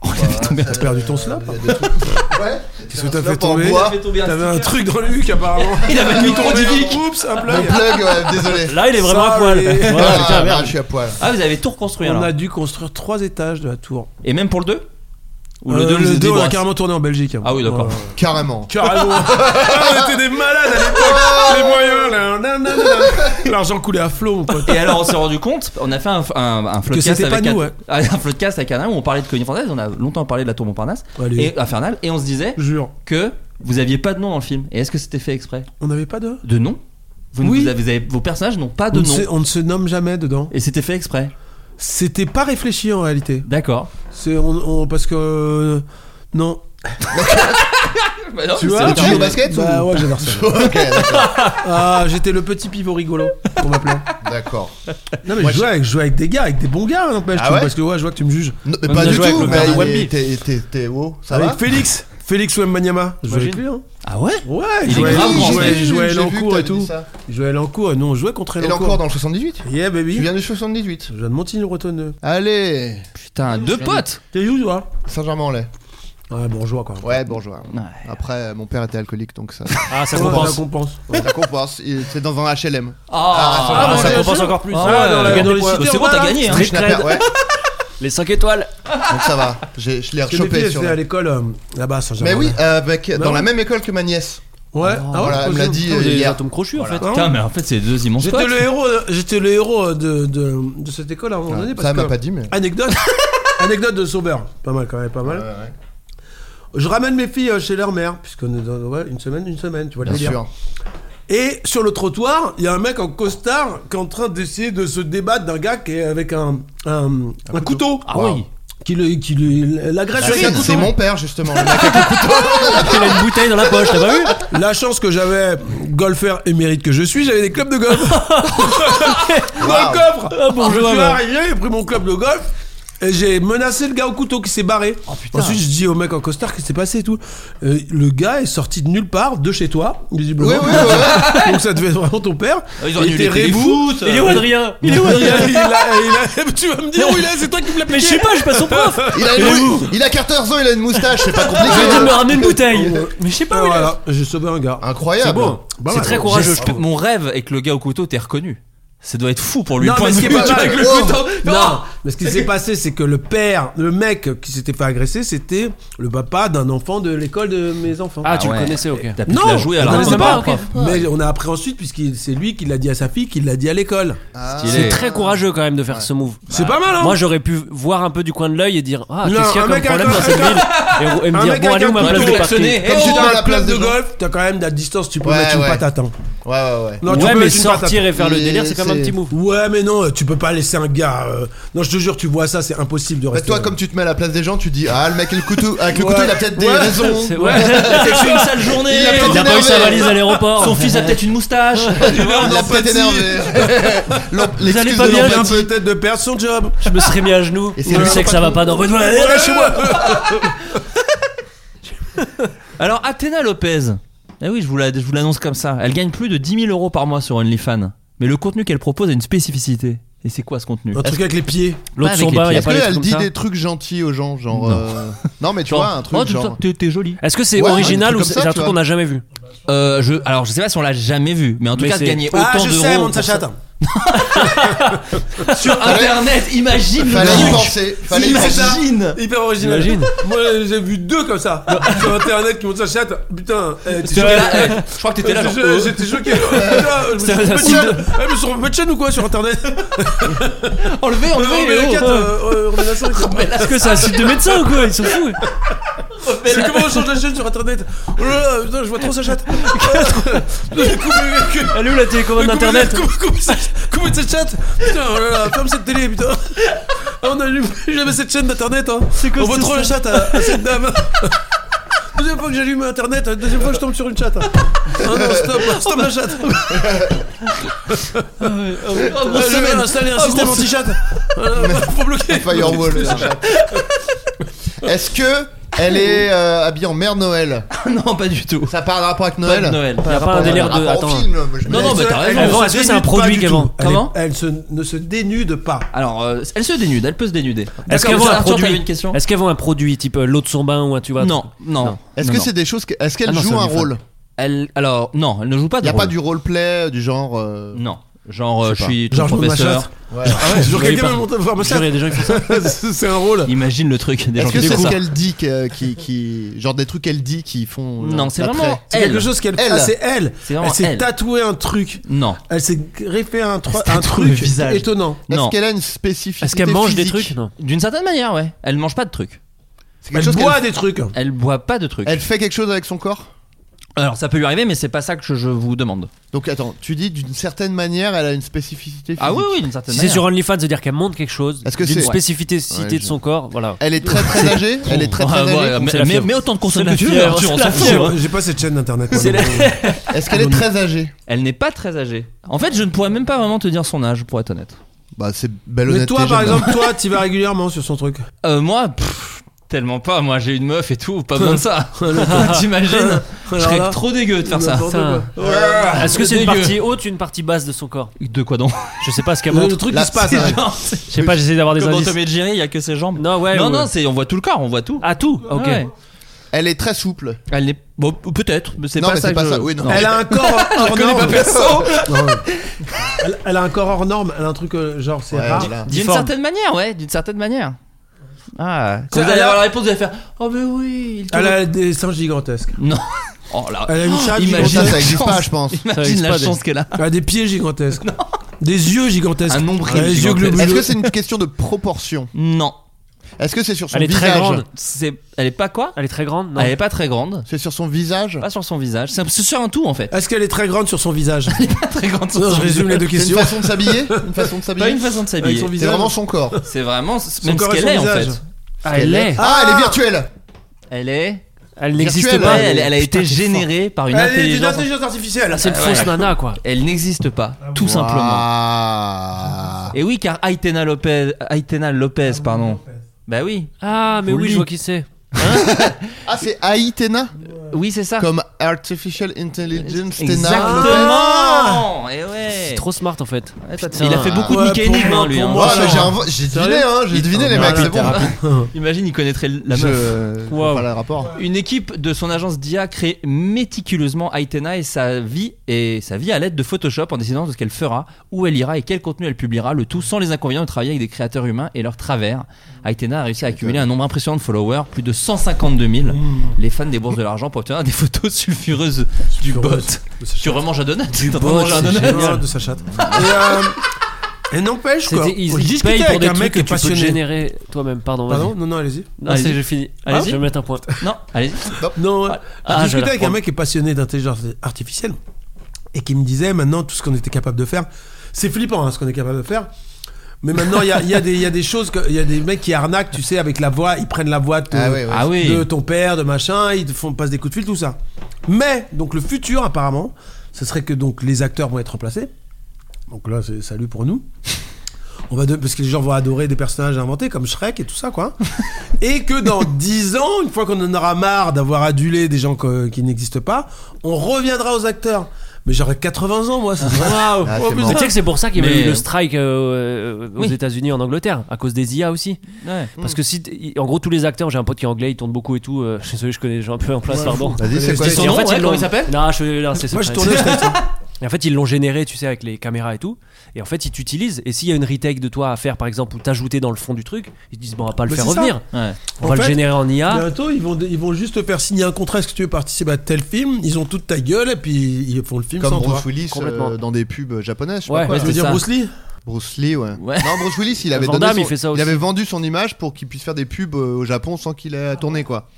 t'as perdu ton slap. hein. Ouais. Qu'est-ce que t'as fait Slap en tomber bois. T'avais un truc dans le huc apparemment. Il avait le micro du Vic. Oups, un Le plug. plug, ouais, désolé. Là, il est vraiment à Sorry. poil. Voilà, Ah, putain, merde, merde. je suis à poil. Ah, vous avez tout reconstruit On alors. a dû construire trois étages de la tour. Et même pour le 2 Ou Euh, le 2 le deux, on a carrément tourné en Belgique. hein. Ah oui, d'accord. Ouais. Carrément. Carrément. Ah, on était des malades à l'époque. Les moyens. là, nanana. L'argent coulait à flot, mon pote. Et alors on s'est rendu compte, on a fait un, un, un floodcast c'était pas avec nous, un, ouais. un floodcast avec Anna où on parlait de Connie Fantasy, on a longtemps parlé de la tour Montparnasse Allez. et infernale et on se disait Jure. que vous aviez pas de nom dans le film. Et est-ce que c'était fait exprès On n'avait pas de. De nom vous, ne- Oui. vous avez, vous avez- vos personnages n'ont pas de on, ne nom. se, on ne se nomme jamais dedans. Et c'était fait exprès. C'était pas réfléchi en réalité. D'accord. C'est on, on- parce que euh, non. Bah tu vois, vois, tu joues au basket Bah ou- ouais, j'adore ça. Ok, d'accord. Ah, j'étais le petit pivot rigolo. On m'appelait. D'accord. Non mais Moi, je, jouais avec, je jouais avec des gars, avec des bons gars, n'empêche. Ah tu- ouais parce que ouais, je vois que tu me juges. Non, mais On pas a du joué avec tout, le père de mais Wemby. t'es- t'es- t'es haut, ça avec va Félix. Félix Wembanyama. Je jouais avec Imagine. lui. hein. Ah ouais Ouais, Il je est jouais, grave je grand, jouais, j'ai je jouais vu, j'ai vu Elancourt que et t'as dit tout. ça. Je jouais Elancourt. euh, Nous, on jouait contre Et là Elancourt. encore dans le 78 Yeah, baby. Tu viens du 78 Je viens de Montigny-le-Bretonneux. Allez Putain, deux potes T'es où, toi Saint-Germain-en-Laye. Ouais, bourgeois, quoi. Ouais, bourgeois. Ouais. Après, euh, mon père était alcoolique, donc ça. Ah, ça Ouais, compense. la compense. Ouais, ça compense. Il- C'est dans un HLM. Ah, Ah, bon, ça bien compense sûr. encore plus. Ah, Ah, ouais, dans la- ouais. dans les Ouais, cités, c'est bon, on a t'as là. gagné, hein. Très Schnapper, cred. ouais. Les 5 étoiles. Donc ça va. J'ai- Je l'ai Parce que mes filles, rechopé elles sur. étaient à l'école euh, là-bas, à Saint-Germain. Mais oui, euh, avec, dans ouais. la même école que ma nièce. Ouais, ah ouais, voilà, elle me l'a dit Putain, euh, Vous avez des hier. atomes crochus en fait. Ah ouais. Putain, mais en fait, c'est deux immenses J'étais potes. le héros, euh, j'étais le héros euh, de, de, de cette école à un moment donné. Parce Ça elle que, Ah, m'a pas dit, mais. Anecdote. anecdote de sauveur. Pas mal, quand même, pas mal. Je ramène mes filles euh, chez leur mère, puisqu'on est dans ouais, une semaine, une semaine, tu vois le Bien délire. sûr. Et sur le trottoir, il y a un mec en costard qui est en train d'essayer de se débattre d'un gars qui est avec un, un, un couteau. Ah oui. qui le, qui le- l'agresse Ah, avec un c'est- C'est couteau. mon père justement. le mec avec le couteau. Il a une bouteille dans la poche, t'as pas vu La chance que j'avais, golfeur émérite que je suis, j'avais des clubs de golf. Dans le coffre Je bourgeois, suis bah. arrivé, j'ai pris mon club de golf. Et j'ai menacé le gars au couteau qui s'est barré. Ensuite, je dis au mec en costard qu'est-ce qui s'est passé et tout. Euh, le gars est sorti de nulle part, de chez toi, visiblement. Oui, oui, oui, Donc ça devait être vraiment ton père. Ah, Ils ont Il dû était les rebou. téléfoot. Il est où Adrien Il est où Adrien Il a- il a- Tu vas me dire où il est, c'est toi qui me l'as Mais je sais pas, je suis pas son prof Il a, une mou- il a 14 ans, il a une moustache, c'est pas compliqué. hein. J'ai dû me ramener une bouteille Mais je sais Ah, pas où il est. voilà, j'ai sauvé un gars. Incroyable. C'est bon. Bah C'est ouais. très courageux. J'espère- Mon rêve avec le gars au couteau, t'es reconnu. Ça doit être fou pour lui. Non, Point mais de ce qui est vue, pas tu vois. mal avec le couteau. Non, mais ce qui s'est passé, c'est que le père, le mec qui s'était fait agresser, c'était le papa d'un enfant de l'école de mes enfants. Ah, tu ouais. le connaissais, ok. T'as pu non, te la jouer on alors. connaissait non, pas. non, ok. Mais on a appris ensuite, puisque c'est lui qui l'a dit à sa fille, qui l'a dit à l'école. C'est très courageux quand même de faire ce move. C'est pas mal, hein Moi j'aurais pu voir un peu du coin de l'œil et dire Ah, Non, qu'est-ce qu'il y un a comme mec avec problème un- dans cette ville Et rou- Et me Un dire mec Bon, avec allez, un on ma place couteau de parking. Comme Comme j'étais tu à dans la le place club de des gens. golf, t'as quand même de la distance, tu peux Ouais, mettre une ouais. patate. hein. Ouais, ouais, ouais. Non, tu Ouais, peux mais mettre une patate. sortir et faire le Et délire, c'est quand même un c'est- petit move. Ouais, mais non, tu peux pas laisser un gars. euh, Non, je te jure, tu vois ça, c'est impossible de Bah, rester. euh, toi, comme tu te mets à la place des gens, tu dis Ah, le mec avec le couteau, avec le Ouais. couteau il a peut-être des Ouais. raisons. C'est- Ouais, fait une sale journée. Il a peut-être il a pas eu sa valise à l'aéroport. Son fils a peut-être une moustache. Tu vois, Il on a en peut-être pâtit. énervé. L'em- Vous allez l'excuse pas de bien, Il vient l'empathie. peut-être de perdre son job. Je me serais mis à genoux. Et c'est Je le sais que patron. ça va pas dans votre Ouais, lâchez-moi. Alors, Athéna Lopez. Eh oui, je vous la- je vous l'annonce comme ça. Elle gagne plus de 10 000 euros par mois sur OnlyFans. Mais le contenu qu'elle propose a une spécificité. Et c'est quoi ce contenu Oh, Un truc avec les pieds. L'autre Pas son avec bain, les y a pieds. Est-ce pas les trucs qu'elle comme dit ça. des trucs gentils aux gens Genre. Non. euh, Non, mais tu vois, un Oh, truc tu- genre. t'es- T'es jolie. Est-ce que c'est Ouais, original un ou truc c'est comme un ça, truc tu qu'on n'a jamais vu Euh, je, alors, je sais pas si on l'a jamais vu, mais en tout Mais cas, de c'est- gagner Ah, autant je d'euros sais, pour monte sa ça- chatte. sur Internet. Imagine le Fallait y truc. penser. Fallait y penser. Imagine. Hyper original. T'imagines Moi, j'ai vu deux comme ça sur internet qui montent sa chatte. Putain, eh, t'es T'étais choqué. là, eh, je crois que t'étais là. genre, Je- J'étais choqué. Putain, je me suis C'est- trompé de c'est- chaîne. Eh, je me suis trompé de chaîne ou quoi sur internet euh, enlevé, enlevé, Non, mais les oh, quatre, euh, euh, euh, revenez à ça, quoi. Est-ce que c'est un site de médecin ou quoi Ils sont fous. C'est comment on change la chaîne sur internet Oh là là, putain, je vois trop sa chatte. Putain, coupez- Elle est où la télécommande coupez- d'internet coupez- coupez sa- Coupez cette chatte. Putain, oh là là, ferme cette télé, putain. Ah, On a jamais jamais cette chaîne d'internet. Hein. On voit trop la chatte à, à cette dame. Deuxième fois que j'allume internet, deuxième fois que je tombe sur une chatte. Ah non, stop, stop la chatte. Ah grosse je vais semaine. installer un Ah, système grosse- anti-chatte. Euh, Faut bloquer. Firewall. la chatte. Est-ce que elle est euh, habillée en mère Noël Ah Non, pas du tout. Ça parle rapport avec Pas de Noël Euh, Noël. Y a pas un délire de. Rapport au Attends. film, moi, je me Non, dis. non, mais t'as Elle raison. ne Avant, se est-ce que c'est un dénude produit pas du qu'avant tout. Elle Comment est- Elle se- ne se dénude pas. Alors, euh, elle se dénude, elle peut se dénuder. Est-ce qu'elle D'accord, vend un Arthur, t'avais produit une question Est-ce qu'elle vend un produit type euh, l'eau de son bain ou un tu vois Non, non. Est-ce non, que non. c'est des choses que- Est-ce qu'elle Ah non, c'est joue un OnlyFans. rôle Elle, alors, non, elle ne joue pas de Y a rôle. pas du roleplay euh, du genre. euh, Non. Genre, euh, Je je sais suis ton Genre, je me professeur. Ah ouais, toujours Oui, quelqu'un par- me montre voir ma Jure, chatte. Il y a des gens qui font ça. C'est un rôle. Imagine le truc. Des gens Est-ce que qui c'est font ce ça. qu'elle dit que- qui, qui- genre des trucs qu'elle dit qui font euh, Non, c'est l'attrait vraiment C'est elle. quelque chose qu'elle Elle. Ah, c'est elle. C'est vraiment Elle s'est elle. tatouée un truc. Non. Elle s'est greffée un, tro- Elle se un tatoue le truc visage. étonnant. Est-ce Non. qu'elle a une spécificité Est-ce qu'elle mange des physique trucs Non. D'une certaine manière, ouais. Elle ne mange pas de trucs. C'est quelque Elle chose qu'elle- boit des trucs. Elle boit pas de trucs. Elle fait quelque chose avec son corps Alors, ça peut lui arriver, mais c'est pas ça que je, je vous demande. Donc attends, tu dis d'une certaine manière, elle a une spécificité physique. Ah oui, oui, d'une certaine Si c'est manière. sur OnlyFans, ça veut dire qu'elle montre quelque chose. Est-ce que d'une c'est- spécificité Ouais, de je- son corps Voilà. Elle est très très âgée Elle est très très Ah, ouais, âgée C'est mais, la mais- fièvre. mais autant de consommer C'est la que tu veux, fièvre, Arthur, on c'est s'en la fout, fièvre. hein. J'ai pas cette chaîne d'internet. moi, C'est donc, euh, Est-ce qu'elle est très âgée Elle n'est pas très âgée. En fait, je ne pourrais même pas vraiment te dire son âge, pour être honnête. Bah c'est belle Mais honnêteté. toi, par j'aime bien. exemple, toi, tu vas régulièrement sur son truc. Euh, moi, pff, tellement pas. Moi, j'ai une meuf et tout, pas besoin de ça. T'imagines Je Alors là. serais trop dégueu de faire ça. N'importe putain. quoi. Ah, Est-ce que C'est c'est une dégueu. partie haute ou une partie basse de son corps De quoi donc Je sais pas ce qu'elle Le, le montre. truc Là, qui se passe. hein. Genre, Je sais pas, j'essaie d'avoir des Comme dans indices. Tom et Jerry, il y a que ses jambes. Non, ouais. non, ouais. non, c'est on voit tout le corps, on voit tout. Ah, tout Ok. Ouais. Elle est très souple. Elle est bon, peut-être, mais c'est Non, pas mais ça. c'est que pas je- ça. Oui, non. Elle a un corps hors connais pas norme. perso. Non, ouais. elle, elle a un corps hors norme. Elle a un truc euh, genre c'est Ouais, rare. elle a- D'une Difforme. certaine manière, ouais, d'une certaine manière. Ah, quand C'est- vous allez elle a- avoir la réponse, vous allez faire Oh, mais oui, il te- Elle a des seins gigantesques. Non. Oh là. Elle a une chatte Ça, imagine gigantesque. ça la existe pas, chance. je pense. Imagine existe la pas, chance qu'elle a. Elle a des pieds gigantesques. Des yeux gigantesques. Un nombril Elle a des yeux gigantesque. globuleux. Est-ce que c'est une question de proportion Non. Est-ce que c'est sur son Elle est très visage grande. C'est... Elle est pas quoi Elle est très grande Non. Ah, Elle est pas très grande. C'est sur son visage Pas sur son visage. C'est c'est sur un tout en fait. Est-ce qu'elle est très grande sur son visage Pas très grande sur Non, son Je résume les deux C'est une questions. façon de s'habiller Une façon de Pas une s'habiller façon de Avec s'habiller. son C'est visage. vraiment son corps. C'est vraiment même ce corps et qu'elle son est en visage. fait. Ah, elle l'est. Ah, elle est virtuelle Elle est. Elle n'existe virtuelle, pas. hein. elle, elle a été Putain, t'es fort. générée par une Elle est une intelligence. intelligence artificielle. Ah, C'est une Ouais, fausse ouais. nana, quoi. Elle n'existe pas, tout simplement. Ah. Et oui, car Aitena Lopez, Aitena Lopez, pardon. Bah oui, Ah, mais Faut oui, lui. je vois qui c'est. Ah, c'est AI Tena oui, c'est ça. Comme Artificial Intelligence Tena Ah. Exactement. Eh Et ouais. C'est trop smart, en fait. Ouais, toi, Putain. Il a fait beaucoup de Ouais, Mickey pour Enigma, moi, lui. pour hein. Ouais, moi, mais j'ai invo- Genre. j'ai deviné, hein, j'ai deviné les mecs, c'est bon. Imagine, il connaîtrait la Je- meuf. je vois Wow. pas le rapport. Une équipe de son agence d'IA crée méticuleusement Aitena et sa vie et sa vie à l'aide de Photoshop en décidant de ce qu'elle fera, où elle ira et quel contenu elle publiera, le tout sans les inconvénients de travailler avec des créateurs humains et leurs travers. Aitena a réussi à accumuler un nombre impressionnant de followers, plus de 152 000. Les fans déboursent de l'argent pour obtenir des photos sulfureuses du bot. Tu remanges à donut Tu remanges à c'est donut génial de sa chatte. Et, euh, et n'empêche C'est quoi. des- Ils, on ils te discutait payent pour avec des un trucs mec que qui est tu peux te passionné. générer toi-même. Pardon, vas-y. Pardon, non, non, allez-y. Non, Allez-y. c'est j'ai fini. Allez-y. Allez-y, je vais mettre un point. Non, allez-y. Non, ouais. Ah, je vais j'ai la discuté avec un reprendre. mec qui est passionné d'intelligence artificielle et qui me disait maintenant tout ce qu'on était capable de faire. C'est flippant hein, ce qu'on est capable de faire. Mais maintenant, il y a, il y a des- il y a des choses, que- il y a des mecs qui arnaquent, tu sais, avec la voix, ils prennent la voix euh, de, Ah ouais, ouais. Ah oui. de ton père, de machin, ils te font passer des coups de fil, tout ça. Mais, donc le futur apparemment, ce serait que donc les acteurs vont être remplacés. Donc là, c'est salut pour nous. On va de- parce que les gens vont adorer des personnages inventés comme Shrek et tout ça, quoi. et que dans 10 ans, une fois qu'on en aura marre d'avoir adulé des gens que- qui n'existent pas, on reviendra aux acteurs. Mais j'aurai 80 ans, moi, ça sera. Ah, Oh, c'est putain. mort. Mais tu sais que c'est pour ça qu'il y avait Mais- eu le strike euh, euh, aux Oui. États-Unis, en Angleterre, à cause des IA aussi. Ouais. Mm. Parce que si, t- en gros, tous les acteurs, j'ai un pote qui est anglais, il tourne beaucoup et tout. euh, je suis désolé, je connais les gens un peu en place, pardon. Vas-y, c'est quoi Et Son nom, ouais, ils comment l'ont- il s'appelle Non, je, non, c'est Moi, je secret. tournais, je serais- Et en fait, ils l'ont généré, tu sais, avec les caméras et tout. Et en fait, ils t'utilisent. Et s'il y a une retake de toi à faire, par exemple, ou t'ajouter dans le fond du truc, ils te disent, bon, on va pas le Mais faire c'est ça. revenir. Ouais. On En va le hein fait, générer en IA. Bientôt, ils vont, ils vont juste te faire signer un contrat. Est-ce que tu veux participer à tel film Ils ont toute ta gueule et puis ils font le film Comme sans Bruce toi. Willis euh, Complètement. dans des pubs japonaises, je sais Ouais, pas Eh quoi. mais Tu c'est veux dire ça. Bruce Lee Bruce Lee, ouais. Ouais. Non, Bruce Willis, il avait Van donné Damme, son- il fait ça aussi. avait vendu son image pour qu'il puisse faire des pubs euh, au Japon sans qu'il ait à tourner, quoi.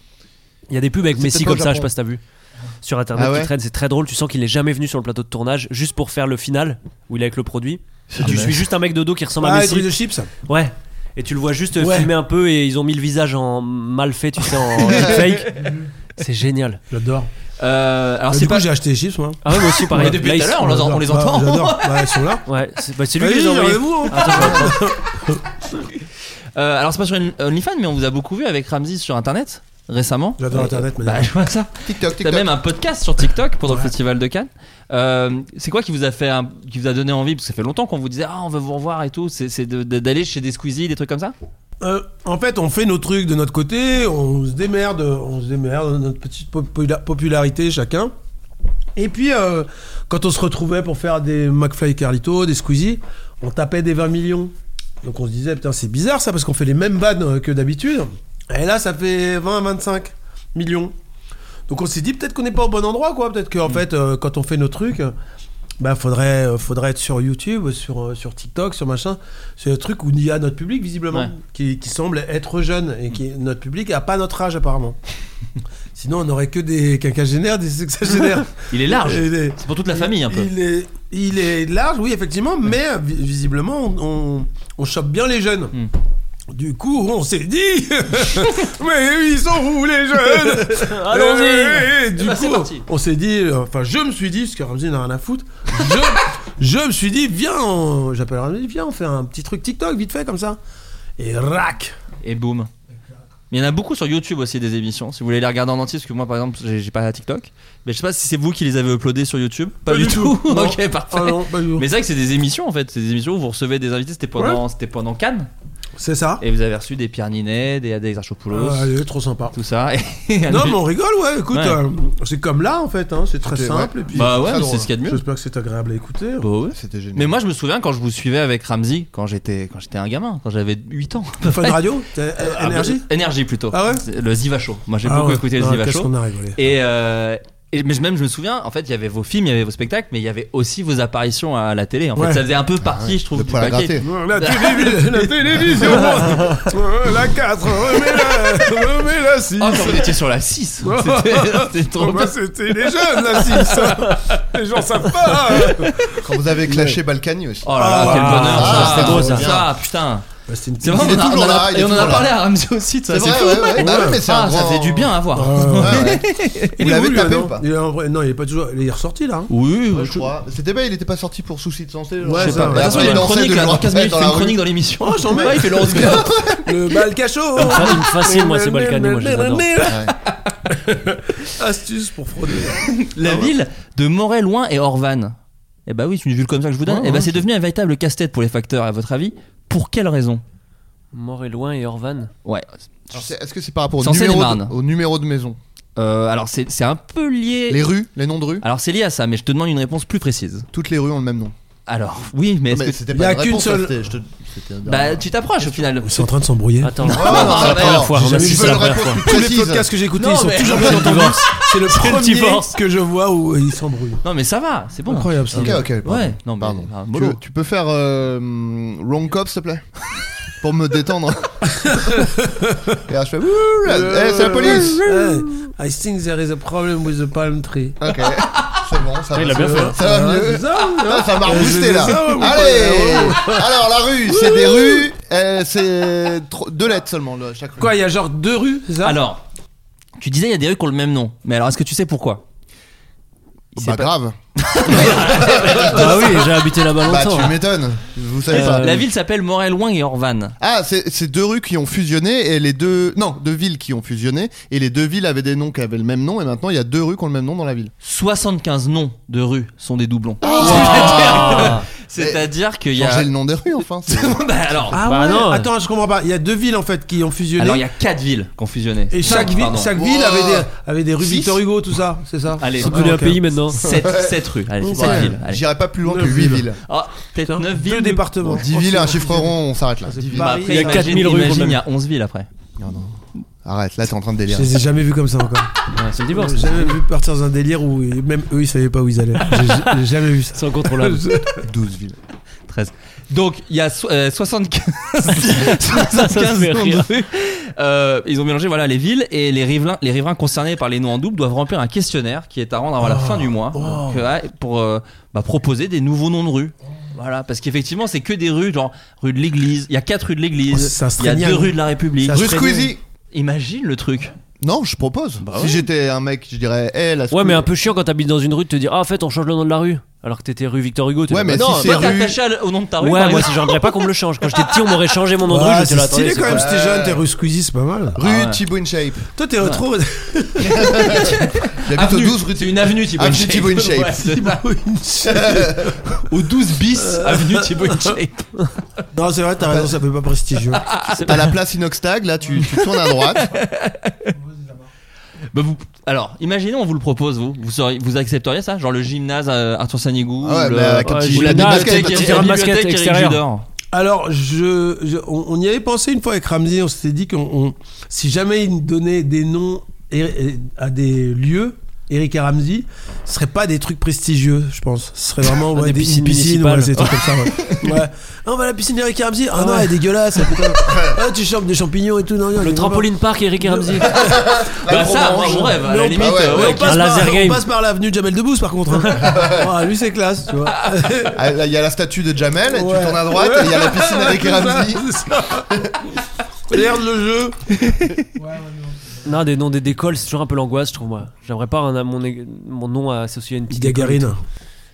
Il y a des pubs avec C'est peut-être Messi pas comme au ça, je sais Japon. pas si t'as vu. Sur internet Ah ouais qui traîne, c'est très drôle. Tu sens qu'il est jamais venu sur le plateau de tournage juste pour faire le final où il est avec le produit. Et tu mais- suis juste un mec de dos qui ressemble à Ah, les Messi. trucs de chips. Ouais. Et tu le vois juste Ouais. filmer un peu et ils ont mis le visage en mal fait, tu sais, en fake. C'est génial. J'adore. Euh, alors Bah, c'est Du coup, pas. j'ai acheté les chips, moi. Ah ouais, moi aussi, pareil. Ouais, depuis Là, tout ils à l'heure, sont- on les en- J'adore. les Ouais, entend. J'adore. Ouais, ils sont là. Ouais, c'est bah, c'est lui qui les a envoyés. vous hein. Euh, alors c'est pas sur une- OnlyFans, mais on vous a beaucoup vu avec Ramsey sur Internet récemment. J'adore Internet, mais Bah, je vois ça. TikTok, T'as TikTok. même un podcast sur TikTok pendant le festival de Cannes. Euh, c'est quoi qui vous a fait, un- qui vous a donné envie Parce que ça fait longtemps qu'on vous disait ah on veut vous revoir et tout. C'est c'est de- de- d'aller chez des Squeezie, des trucs comme ça. Euh, en fait, on fait nos trucs de notre côté, on se démerde, on se démerde, notre petite popula- popularité chacun. Et puis, euh, quand on se retrouvait pour faire des McFly et Carlito, des Squeezie, on tapait des 20 millions. Donc on se disait, putain, c'est bizarre ça, parce qu'on fait les mêmes vannes euh, que d'habitude. Et là, ça fait 20 à 25 millions. Donc on s'est dit, peut-être qu'on n'est pas au bon endroit, quoi. Peut-être Mm. qu'en fait, euh, quand on fait nos trucs, euh, bah, faudrait, euh, faudrait être sur YouTube, sur, euh, sur TikTok, sur machin. C'est un truc où il y a notre public, visiblement, Ouais. qui, qui semble être jeune. Et qui, notre public a pas notre âge, apparemment. Sinon, on n'aurait que des quinquagénaires, des sexagénaires. Il est large. Et des- C'est pour toute la famille un peu. Euh, il est, il est large, oui, effectivement, mais vi- visiblement, on, on, on chope bien les jeunes. Hmm. Du coup, on s'est dit, mais ils sont où les jeunes Allons-y. Euh, Du bah, c'est coup, parti. on s'est dit, euh, enfin, je me suis dit, parce que Ramsey n'a rien à foutre, je, je me suis dit, viens, on- j'appelle Ramsey, viens, on fait un petit truc TikTok, vite fait, comme ça. Et rac Et boum. Il y en a beaucoup sur YouTube aussi des émissions. Si vous voulez les regarder en entier, parce que moi par exemple j'ai j'ai pas TikTok, mais je sais pas si c'est vous qui les avez uploadés sur YouTube. Pas, du tout. Non. ok parfait. Ah non, pas du tout. mais c'est vrai que c'est des émissions en fait, c'est des émissions où vous recevez des invités, c'était pendant, c'était pendant Cannes, C'est ça. et vous avez reçu des Pierre Ninet, des Adèle Archopoulos, Ah, elle est trop sympa. tout ça. Et Non, mais on rigole, ouais, écoute, Ouais. euh, c'est comme là, en fait, hein, c'est très Écoutez, simple. ouais. Et puis, Bah ouais, Très mais drôle. c'est ce qu'il y a de mieux. J'espère que c'est agréable à écouter. Bah ouais. C'était génial. Mais moi je me souviens quand je vous suivais avec Ramsey quand j'étais quand j'étais un gamin, quand j'avais 8 ans. Fun Radio t'as- Ah, Euh, Énergie bah, Énergie plutôt. Ah ouais C'est Le Ziva Show. Moi j'ai beaucoup écouté le les Ziva Qu'est-ce Show. qu'on a rigolé Et, euh, et- mais je- même je me souviens, en fait, il y avait vos films, il y avait vos spectacles, mais il y avait aussi vos apparitions à la télé. En Ouais. fait, ça faisait un peu partie, je trouve, Le du poil à paquet. gratter. La, télévi- la télévision monte. La 4, remets-la, remets-la 6. Oh, quand vous étiez sur la 6 C'était c'était trop bien. c'était les jeunes, la 6. Les gens savent pas. Quand vous avez clashé Balkany aussi. Oh là là, Ah, quel bonheur ah, ça c'était beau, ça, ça. putain Bah, c'était une C'est vrai, Il on est en a- on toujours en là, a- il est et on en a toujours parlé là. à Ramsey aussi de ça, C'est c'est vrai, fou. ouais, ouais. Bah ouais, mais c'est un Ah, ça grand- fait du bien à voir. Ouais, ouais. Il Vous est l'avez où, lui, tapé ou maintenant pas Il est en vrai- Non, il est pas toujours. Il est ressorti là. hein. Oui, Ouais, je crois. C'était pas, il était pas sorti pour souci de santé. genre. Ouais, Je sais ça, pas. ouais. De toute façon, il y a il une lançait chronique de là, dans l'orfèvre Casse Minute, dans il fait la une rue. chronique dans l'émission. Oh, j'en mets. Ouais, il fait le Rose Garde. Le Balcachot Il me fascine, Ah, moi, ces Balkany, moi, je les adore. Astuce pour frauder. La ville de Morel-Loin et Orvan. Eh bah oui, c'est une ville comme ça que je vous donne. Ouais, eh bah ouais, c'est devenu un véritable casse-tête pour les facteurs, à votre avis. Pour quelle raison Mort et loin et Orvan. Ouais. Alors, c'est- Est-ce que c'est par rapport au Sans numéro, Seine-et-Marne. de, au numéro de maison Euh, alors c'est c'est un peu lié. Les rues, les noms de rues Alors c'est lié à ça, mais je te demande une réponse plus précise. Toutes les rues ont le même nom. Alors oui, mais, Non, est-ce mais que- C'était y pas a une qu'une réponse, ça, seule- c'était- je te- c'était- bah tu t'approches au final. Ils sont en train de s'embrouiller. Attends, c'est Ah, non, la attends, première fois. j'ai on a jamais su vu c'est la une première fois. réponse Tous les précise. podcasts que j'ai écoutés, Non, ils sont mais- toujours bien entendus. C'est le le divorce. premier que je vois où ils s'embrouillent. Non mais ça va, c'est bon. Incroyable ça. Ok, ok. pardon. Ouais, non mais Pardon. ah, Tu, mollo. veux- tu peux faire euh, Wrong Cop, s'il te plaît Pour me détendre. Et là, je fais. Ouh, là, eh, c'est la police Ouais. I think there is a problem with the palm tree. Ok, c'est bon, ça Ouais, Ah, il va l'a bien ça fait. va, Ça va mieux. Ah, ça m'a reboosté là. ça, mon Allez Alors la rue, c'est des rues, euh, c'est tro- deux lettres seulement là, chaque rue. Quoi, il y a genre deux rues, c'est ça Alors, tu disais il y a des rues qui ont le même nom, mais alors est-ce que tu sais pourquoi Il Bah sait pas- grave. Bah oui, j'ai habité là-bas Bah longtemps. tu m'étonnes. Vous savez Euh, pas. La ville s'appelle Morel-Loin et Orvan. Ah, c'est c'est deux rues qui ont fusionné et les deux non, deux villes qui ont fusionné et les deux villes avaient des noms qui avaient le même nom et maintenant il y a deux rues qui ont le même nom dans la ville. 75 noms de rues sont des doublons. Ah. C'est-à-dire qu'il y a. Changer le nom des rues enfin. c'est- Bah alors, Ah Bah ouais. non. Attends, je comprends pas. Il y a deux villes en fait qui ont fusionné. alors il y a 4 villes qui ont fusionné. Et chaque, Cinq, ville, pardon. chaque Wow. ville avait des, avait des rues Six. Victor Hugo, tout ça, c'est ça Allez, On connaît un ok. pays maintenant. 7, rues. Allez, Ouais. 7 villes. Allez. J'irai pas plus loin que Neuf 8 villes. villes. Ah, peut-être 9 villes. Deux de- départements. 10 villes, un chiffre rond, on s'arrête là. C'est 10 villes. Paris. Après, Il y a imagine- 4000 rues, imagine, quand même. Il y a 11 villes après. Arrête, là t'es en train de délirer. Je les ai jamais vus comme ça encore. C'est le J'ai divorce. jamais vu partir dans un délire où même eux ils savaient pas où ils allaient. J'ai- J'ai jamais vu ça. C'est incontrôlable. 12 villes. 13. Donc, il y a so- euh, 75, Ça 75 fait noms de rire. rues. Euh, ils ont mélangé voilà, les villes et les riverains, les riverains concernés par les noms en double doivent remplir un questionnaire qui est à rendre avant la fin du mois donc, euh, ouais, pour euh, bah, proposer des nouveaux noms de rues. Voilà, parce qu'effectivement, c'est que des rues, genre rue de l'église. Il y a 4 rues de Oh, l'église, ça se il y a traînait, 2 hein. rues de la République. Ça se Rue serait Squeezie. Imagine le truc. Non, je propose. si j'étais un mec, je dirais, eh, la Ouais, mais un peu chiant quand t'habites dans une rue de te dire Ah, en fait, on change le nom de la rue. Alors que t'étais rue Victor Hugo. t'es Ouais, là, mais bah, si Toi, c'est t'es rue. attaché à le- au nom de ta rue. Ouais, par moi, exemple. si j'aimerais pas qu'on me le change. Quand j'étais petit, on m'aurait changé mon nom de rue. Ah, J'étais c'est là, attendez, stylé c'est quand même, quoi c'était jeune, t'es rue Squeezie, c'est pas mal. Rue Ah ouais. Thibaut InShape. Toi t'es retrouvé J'habite au Avenue, 12 rue c'est une avenue Thibaut Avenue InShape. Thibaut InShape. Ouais, c'est ça. Au 12 bis, avenue Thibaut InShape. Non, c'est vrai, t'as raison, ça fait pas prestigieux. T'as la place Inoxtag, là tu, tu tournes à droite. Bah vous, alors, imaginez, on vous le propose, vous. Vous, seriez- vous accepteriez ça Genre le gymnase euh, Arthur Sanigou Ah ouais, ou euh, mais le... avec un Ouais, petit j'ai gilet de la basket. un bibliothèque, petit- il y a un basket extérieur. Alors, je, je- on, on y avait pensé une fois avec Ramsey, on s'était dit qu'on, on- si jamais il nous donnait des noms et- et- à des lieux, Eric et Ramsey, ce serait pas des trucs prestigieux, je pense. Ce serait vraiment ouais, Des des, piscines une piscine, municipales. ouais, des trucs comme ça. Ouais. Ouais. Ah, on va à la piscine d'Eric et Ramsey. Ah, non, elle est dégueulasse. putain. Ah, tu chopes des champignons et tout. Non, non, je Le comprends trampoline park, Eric Ramsey. Ah Bah ça, moi, mon rêve, à la on- limite. ah ouais, euh, pas. ouais, On passe, Un laser par, on game. passe par l'avenue de Jamel Debbouze par contre. hein. Ah, lui c'est classe, tu vois. Ah, là, Il y a la statue de Jamel, et tu Ouais. tournes à droite, et il y a la piscine avec Ramsey. Regarde le jeu. Non, des noms des- d'écoles, c'est toujours un peu l'angoisse, je trouve, moi. J'aimerais pas un- mon, é- mon nom associé à une petite. école. Gagarine.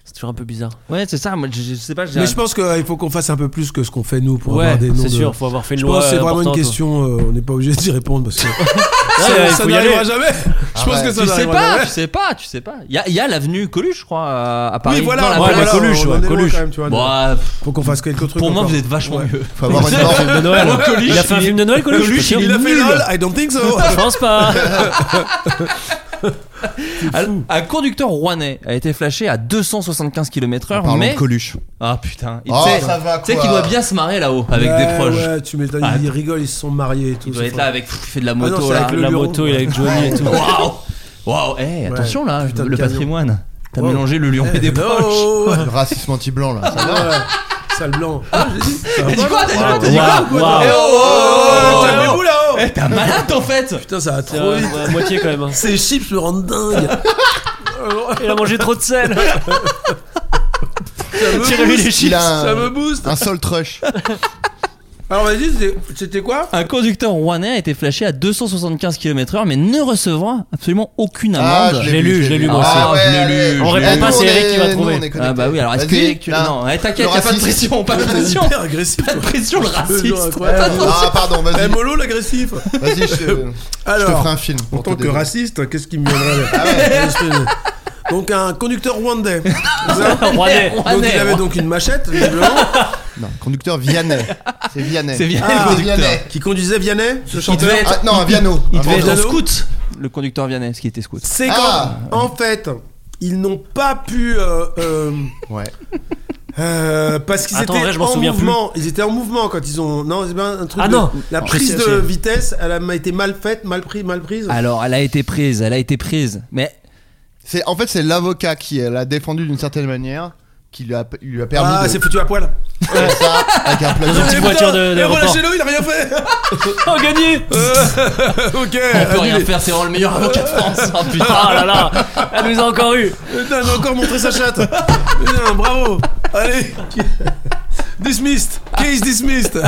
C'est toujours un peu bizarre. ouais, c'est ça, moi, je, je sais pas. j'ai Mais un- je pense qu'il faut qu'on fasse un peu plus que ce qu'on fait nous pour Ouais, avoir des noms. c'est de- sûr, faut avoir fait une Je loi. pense que c'est vraiment une importante. question, euh, on n'est pas obligé d'y répondre parce que Ouais, ouais, ça, il ça faut y n'arrivera aller. jamais. Je pense ouais. que ça Tu sais n'arrivera pas, jamais. tu sais pas, tu sais pas. Il y a, il y a l'avenue Coluche, je crois, à à Paris. Oui, voilà, dans la ouais, place. bah, Coluche, on en ouais, est loin Coluche. quand même, tu vois. Bah, pff, Faut qu'on fasse quelques trucs. pour moi, encore. vous êtes vachement mieux. Faut avoir une norme. De Noël. Moi, Coluche, il a fait un il est- film de Noël, Coluche Coluche, je suis pas Il a sûr. fait lol, I don't think so. Je pense pas. Un, un conducteur rouennais a été flashé à 275 km/h, Parlons mais. de Coluche. Ah putain, il Oh, sait- ça va, tu sais quoi. qu'il doit bien se marrer là-haut avec des Ouais, proches. Ouais, tu m'étonnes, Ah, ils rigolent, ils se sont mariés et tout. Il doit c'est être là fort. avec. Il fait de la non, moto c'est là. avec le Ah, La lion. moto, il est avec Johnny et tout. Waouh Waouh Eh, attention là, putain de le camion. patrimoine. T'as Wow. mélangé le lion et des proches. Oh, ouais, Le racisme anti-blanc, là. Ça va. ouais, sale blanc. T'as Ah, dit quoi T'as dit quoi T'as dit quoi Waouh, waouh. Eh, oh, oh, oh, T'as oh, le oh. bout là-haut. Eh, T'es un malade en fait Putain, ça va C'est trop euh, vite. ouais, à moitié quand même. hein. Ces chips me rendent dingue. Il a mangé trop de sel. Ça me Tirez-lui les booste. chips. Il a un- Ça me booste. Un sol trush. Alors vas-y, c'était- c'était quoi Un conducteur rouennais a été flashé à 275 km/h mais ne recevra absolument aucune Ah, amende. je l'ai lu, je l'ai lu, moi Ah, ouais, aussi. Je l'ai lu, allez. On je l'ai répond lu. pas, nous, c'est on Eric qui est- va nous, trouver. on est Ah connectés. bah oui, alors est-ce que Vas-y, tu... là. Non, ouais, t'inquiète, Le y a pas de racisme. pression, pas de pression. Hyper agressif. Pas de pression, le Je te raciste. jure, Pas de incroyable. Ah, pardon, Eh, vas-y. Molo l'agressif. Vas-y, je te je te Alors, ferai un film. pour Oh, en tant te que dédouaner. raciste, qu'est-ce qui me viendrait Ah ouais. Une espèce de- Donc un conducteur rwandais. Rouennais. pression. Donc il avait donc une machette, visiblement, Ah. Non, conducteur Vianney. C'est Vianney. C'est Vianney, Ah, le conducteur. Vianney. qui conduisait Vianney, ce Il chanteur. devait être, Ah, non, un Viano. il Un devait être en Viano. scout, le conducteur viennais, ce qui était scout. C'est quand, Ah. en fait, ils n'ont pas pu. euh, euh, Ouais. euh, parce qu'ils Attends, étaient en vrai, je m'en en souviens plus. mouvement. Ils étaient en mouvement quand ils ont. Non, c'est bien un truc. Ah de- non. La Non, je prise sais, Ah, de je sais. vitesse, elle a été mal faite, mal prise, mal prise. Ah, Alors, elle a été prise, elle a été prise. Mais C'est en fait c'est l'avocat qui euh, l'a défendu d'une certaine manière qui lui a, lui a permis Ah, de c'est foutu à poil. faire ça avec un plat Dans une petite Eh, voiture putain, de- de eh, report. relâchez-le, il a rien fait. Oh, gagné Euh. ok. on peut rien annulé. faire, c'est vraiment le meilleur avocat de France. Oh putain. Ah là là Elle nous a encore eu Putain, elle a encore montré sa chatte. Putain, bravo. Allez. Dismissed. Case dismissed.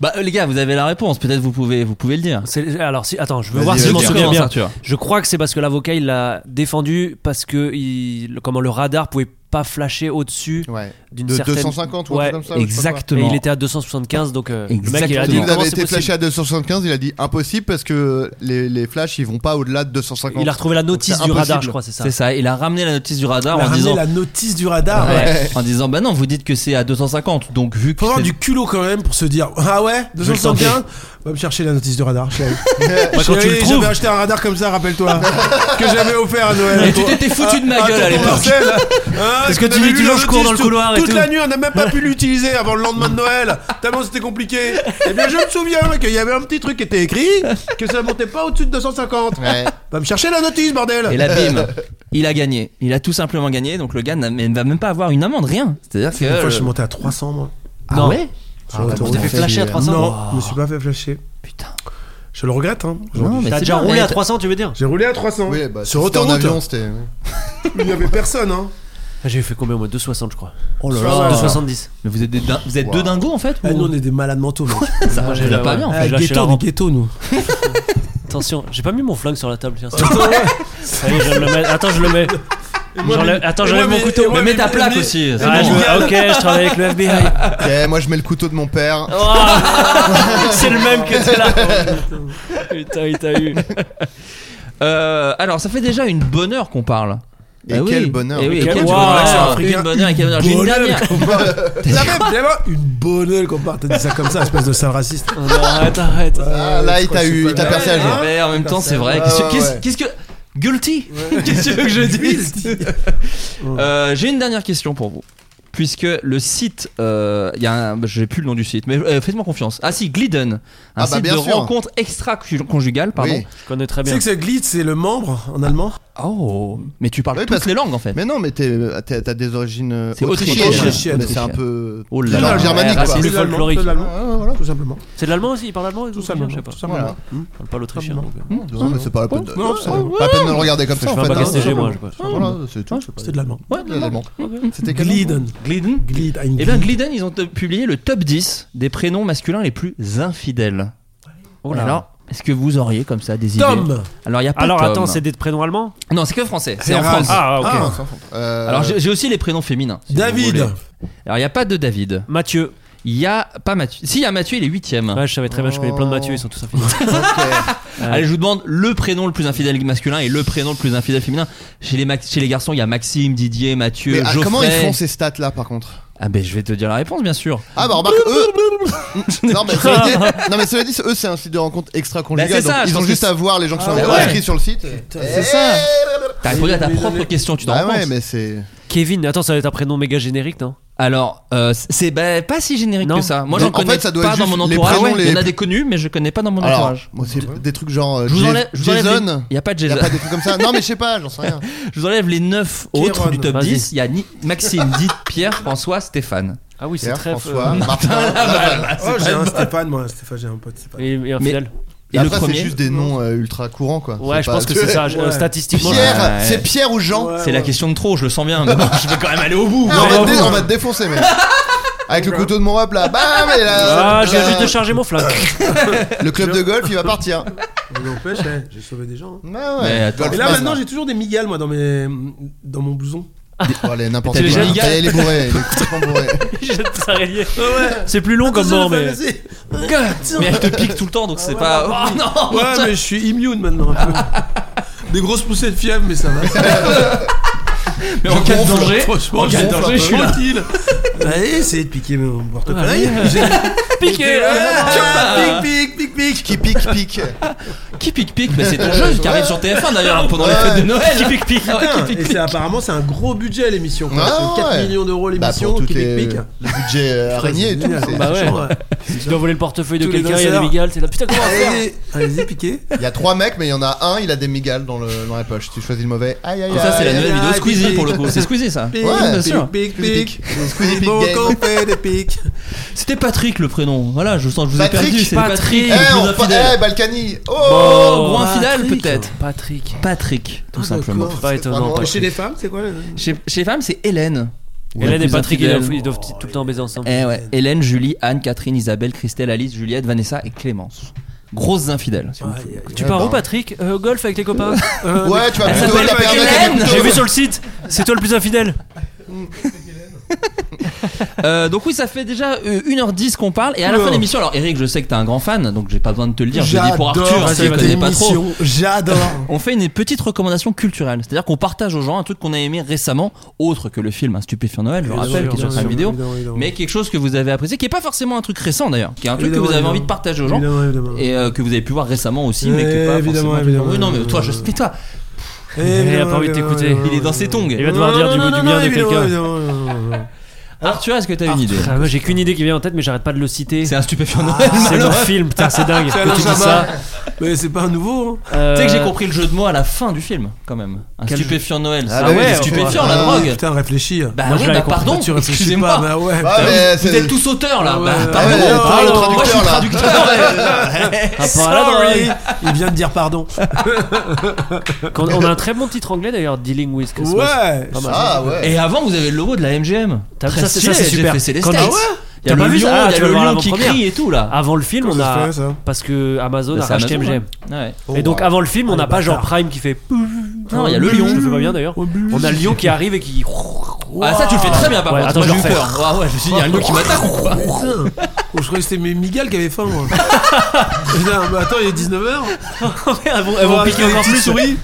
Bah euh, les gars, vous avez la réponse, peut-être vous pouvez vous pouvez le dire. C'est- Alors, si, attends, je veux Vas-y, voir si Ah, vas-y, je m'en vas-y, souviens commence, bien. Arthur. Je crois que c'est parce que l'avocat il l'a défendu parce que il, comment le radar pouvait pas flasher au-dessus Ouais. d'une de certaine. 250 ou un Ouais, truc comme ça. ou je sais pas quoi. Et Exactement. il était à 275, donc euh, le mec il a dit Il Exactement. comment avait c'est été possible flashé à 275, il a dit impossible parce que les, les flashs ils vont pas au-delà de 250. Il a retrouvé la notice C'est du radar, impossible. je crois, c'est ça. C'est ça, il a ramené la notice du radar On a en ramené disant la Ah, notice du radar. Ouais. en disant bah non, vous dites que c'est à 250. Donc vu que Faut avoir c'est- du culot quand même pour se dire Ah ouais, Je vais le tenter. 275 Va me chercher la notice du radar, chérie. Ouais, quand tu le Chérie, trouves, j'avais acheté un radar comme ça, rappelle-toi. que j'avais offert à Noël. Et tu t'étais foutu de ma Ah, gueule à tonton l'époque. Marcel, hein, Parce que t'avais tu dis lu toujours, la je cours dans notice le couloir et Toute tout. la nuit, on n'a même pas pu l'utiliser avant le lendemain de Noël. Tellement c'était compliqué. Eh bien, je me souviens qu'il y avait un petit truc qui était écrit que ça montait pas au-dessus de 250. Ouais. Va me chercher la notice, bordel. Et là, bim, il a gagné. Il a tout simplement gagné. Donc le gars n'a- mais ne va même pas avoir une amende, rien. C'est-à-dire que. Une fois, le- je suis monté à 300, moi. Ah Non. ouais Sur l'autoroute. t'es fait flasher à 300 Non, je me suis pas fait flasher. Putain. Je le regrette, hein. aujourd'hui. Non, mais t'as c'est déjà bien, roulé mais à 300, tu veux dire J'ai roulé à 300. Oui, bah, Sur c'était en autoroute. avion, c'était Il n'y avait personne, hein. Ah, J'ai fait combien au moins 260, je crois. Oh là Ah. là. 270. Mais vous êtes, des din- vous êtes deux dingos en fait Eh, ou- nous, on est des malades mentaux, mec. Ça, Moi, je j'ai l'ai la- pas bien. ouais. en Eh, fait. lâché ghetto, la on est rampe. ghetto, nous. Attention, j'ai pas mis mon flingue sur la table. Tiens, ça Ça y est, je le mets. Attends, je le mets. J'enlève- Attends, et j'enlève moi, mon mais- couteau. et moi, Mais mets ta mais- plaque mais- aussi. c'est Ah, bon. je- ah, ok, je travaille avec le FBI. ouais. Ok, Eh, moi je mets le couteau de mon père. Ah, Oh, c'est le même que celle-là. Putain, il t'a eu. Euh, alors, ça fait déjà une bonne heure qu'on parle. Et quel bonheur. Et bah oui, Et et quel- quel Wow. bonheur. L'accent africain. Une bonne heure et quel bonheur. J'ai une Bonne dernière. gueule qu'on parle. Ça fait vraiment une bonne heure qu'on parle. T'as dit ça comme ça, espèce de sale raciste. Euh, Oh, non, arrête, arrête. Ah, là, il t'a eu, il t'a Ouais, percé à ouais. jour. Mais en même temps, c'est vrai. Ouais, Qu'est-ce que- ouais, qu'est-ce- ouais. Qu'est-ce que. Guilty Qu'est-ce que tu veux que je dise Euh, J'ai une dernière question pour vous. Puisque le site, euh, il y a un- bah, j'ai plus le nom du site, mais euh, faites-moi confiance. Ah si, Glidden, un Ah, bah, site bien de sûr. rencontre extra-conjugale, pardon. Oui. Je connais très Tu bien. sais que ce glitz, c'est le membre en allemand Oh, mais tu parles Oui, toutes parce- les langues en fait. Mais non, mais t'es- t'es- t'as des origines euh, C'est autrichiennes. autrichienne. Mais C'est un Autrichienne. peu. Oh là là, germanique, ouais, quoi. raciste. C'est plus folklorique. c'est l'allemand. Ah, voilà. Tout simplement. C'est de l'allemand aussi, il parle allemand Tout simplement, Je sais pas. tout Je simplement. Voilà. parle pas l'autrichien. donc, euh. Non, mais c'est pas la peine de. Non, c'est- Pas la peine de le regarder comme ça. Je en fais un fait, bac hein. STG, moi. je crois. Voilà, c'est tout. C'était Ah, de l'allemand. Ouais, C'est l'allemand. C'était quel nom Gliden. Glidden. Glid. ein Et Eh bien Glid. Glidden, ils ont t- publié le top 10 des prénoms masculins les plus infidèles. Oh là. Alors, est-ce que vous auriez comme ça des idées Tom. Alors, il y a pas Alors Tom. attends, c'est des prénoms allemands Non, c'est que français. C'est en Hérald. France. Ah, ok. Ah. Euh, Alors j'ai j'ai aussi les prénoms féminins. si vous David. voulez. Alors il n'y a pas de David. Mathieu. Il y a pas Mathieu. Si il y a Mathieu, il est huitième. Ouais, je savais très bien, je connais plein de Mathieu, ils sont tous infidèles. ok. Allez, je vous demande le prénom le plus infidèle masculin et le prénom le plus infidèle féminin. Chez les, Max- chez les garçons, il y a Maxime, Didier, Mathieu, Mais, ah, Geoffrey. comment ils font ces stats là par contre Ah ben je vais te dire la réponse bien sûr. Ah bah remarque eux non, mais cela dit, non mais cela dit eux c'est un site de rencontre extra Bah, conjugale c'est ça, je ils ont pense juste que à voir les gens qui sont ouais. inscrits sur le site Eh, C'est ça. T'as répondu à ta propre question, tu t'en Ah rends ouais compte. mais c'est Kevin, attends, ça va être un prénom méga générique, non Alors euh, c'est bah, pas si générique Non. que ça. Moi Non, j'en en connais fait, ça doit pas être dans juste mon les entourage. prénoms, Il y en a les- des connus mais je connais pas dans mon alors entourage. moi c'est des trucs genre euh, Je vous Ja- enlève- je vous enlève Jason Il y a pas de y a Jason. pas des trucs comme ça non mais je sais pas j'en sais rien Je vous enlève les 9 Kéron, autres du top vas-y. 10. Il y a Ni- Maxime, Dite, Pierre, François, Stéphane. Ah oui, c'est Pierre, très. François euh, Ah, Martin bah, Laval. Oh, j'ai un Stéphane, moi. Stéphane, j'ai un pote Stéphane. Et, et infidèle. Et Après, le premier, c'est juste des noms euh, ultra courants quoi Ouais, C'est je pas- pense que c'est ça. je- euh, Ouais. Statistiquement, Pierre Ouais. c'est Pierre ou Jean Ouais, c'est la ouais. question de trop, je le sens bien. Mais bon, je vais quand même aller au bout. Ah, on, va Ouais, te dé- ouais. on va te défoncer mec Avec le couteau de mon rap là, bam et là, Ah, je viens euh, juste de charger mon flingue. Le club de golf, il va partir. Je vous empêche, hein, j'ai sauvé des gens. hein. Ouais, Mais ouais. attends. Et là maintenant j'ai toujours des migales moi dans mes dans mon blouson. Oh, Bon, allez, n'importe T'as quoi. déjà hein. le gars- Allez, Il est bourré, il est complètement bourré. Jette des araignées. C'est plus long comme Attention, mort, la mais. pharmacie. Oh, Mais elle te pique tout le temps, donc c'est pas. Oh non Ouais, mais je suis immune maintenant. un peu. Des grosses poussées de fièvre, mais ça va. Mais en cas de Gonfle, danger, franchement, en cas de gonfle un danger, peu. je suis là. tranquille. Bah, Allez, essayez de piquer mon portefeuille. Piqué Ah, pique, pique, pique, pique. Qui pique, pique. Qui pique pique Mais c'est ton jeu qui arrive sur TF1 d'ailleurs hein, pendant les fêtes de Noël. Qui pique pique Qui pique Et c'est apparemment c'est un gros budget l'émission. quoi. Ah, C'est 4 ouais. millions d'euros Bah, l'émission. pour toutes qui pique, les, pique. les budgets euh, araignées et tout. Génial. c'est- Bah ouais. Tu dois voler le portefeuille de Tous les quelqu'un, il y a des danseurs. migales, c'est là. Putain, comment on va faire Allez, allez-y, piquez. Il y a trois mecs, mais il y en a un, il a des migales dans, le, dans la poche. Tu choisis le mauvais. Aïe, aïe, Eh, aïe. Et Oh, ça, c'est la nouvelle Ah, vidéo de ah, Squeezie pique. pour le coup. C'est Squeezie ça Pique, Ouais, bien pique, sûr. pique, pique. Squeezie Pique Bon, Gang. qu'on fait des piques. C'était Patrick le prénom. Voilà, je sens que je vous ai Patrick, perdu. C'est Patrick. Patrick, Eh, le plus on fa- infidèle. eh, Balkany. Oh, Oh, gros Patrick. infidèle peut-être. Patrick. Patrick, tout Ah, simplement. d'accord. Pas étonnant. vraiment- Et Patrick. Chez les femmes, c'est quoi le- Chez, chez les femmes, c'est Hélène. Hélène La et plus Patrick, ils infidèle. doivent, ils doivent t- tout le temps baiser ensemble. Eh ouais. Hélène, Julie, Anne, Catherine, Isabelle, Christelle, Alice, Juliette, Vanessa et Clémence. Grosses infidèles. si vous voulez. Tu Eh pars ben. où, Patrick Euh, Au golf avec les copains Euh, Ouais, tu vas Elle plutôt s'appelle la perdre avec Hélène. les J'ai vu sur le site, c'est toi le plus infidèle. Euh, donc oui, ça fait déjà euh, 1h10 qu'on parle. Et à la fin de l'émission, alors Eric, je sais que t'es un grand fan, donc j'ai pas besoin de te le dire. Je le dis pour Arthur, hein, J'adore si cette connais pas trop. émission. J'adore. On fait une petite recommandation culturelle, c'est-à-dire qu'on partage aux gens un truc qu'on a aimé récemment, autre que le film Un stupéfiant Noël, je le Bien rappelle, sûr, qui est sur bien Prime sûr, Vidéo, évidemment, évidemment. mais quelque chose que vous avez apprécié, qui est pas forcément un truc récent d'ailleurs, qui est un truc Évidemment, que vous avez évidemment. envie de partager aux gens Évidemment, évidemment. et euh, que vous avez pu voir récemment aussi, mais qui est pas Évidemment, forcément. évidemment, Oui, non, mais évidemment. toi, je mais toi, Eh, Eh, Il a pas envie de t'écouter. il est dans ses tongs. Il va devoir dire du bout du bien de quelqu'un. quelqu'un. Arthur, est-ce que t'as une idée Ah, moi, J'ai qu'une idée qui vient en tête, mais j'arrête pas de le citer. C'est un stupéfiant Noël. C'est le malheureux. film, putain, c'est dingue. C'est que Alain tu dis Chabat. ça. Mais c'est pas un nouveau. hein. Tu Euh, sais que j'ai compris le jeu de mots à la fin du film, quand même. Un Quel stupéfiant Noël. Ah Ah bah oui, ouais, on stupéfiant, voit. la Ah, drogue. Putain, réfléchis. Bah Moi, je oui, l'avais bah compris. pardon, tu réfléchis pas. excusez-moi. Bah ouais. Ah, mais Vous c'est- êtes tous auteurs là. Ouais, Bah, ouais, pardon. ouais, parle au Moi, je suis traducteur, traducteur. rapport à la Sorry. drogue. Il vient de dire pardon. Quand- on a un très bon titre anglais d'ailleurs, Dealing with Christmas. Ouais. Ah ouais. Et avant, vous avez le logo de la MGM. T'as- Très ça, c'est- stylé, ça, c'est j'ai super. fait Célestin. Quand- Ah ouais Il y T'as a le pas vu lion, ça Ah, il y tu a vas le voir lion avant qui première. crie et tout là. Avant le film, Comment on ça se a fait, ça parce que Amazon Bah, a c'est racheté Amazon, MGM. ouais. Ouais. Oh, Et donc wow. avant le film, on n'a le pas genre bâtard. Prime qui fait. Non, il y a le lion. Je le fais pas bien d'ailleurs. On a le lion qui arrive et qui. Oh, Ah, ça, tu le fais très bien par Ouais, contre. attends, Moi, je j'ai eu refais. peur. Ouais, ouais, je me suis dit, il y a un lion qui m'attaque ou quoi Putain. Oh, je croyais que c'était mes Miguel qui avait faim, moi. Putain, mais attends, il est 19h. Elles vont, elles vont piquer encore plus. souris.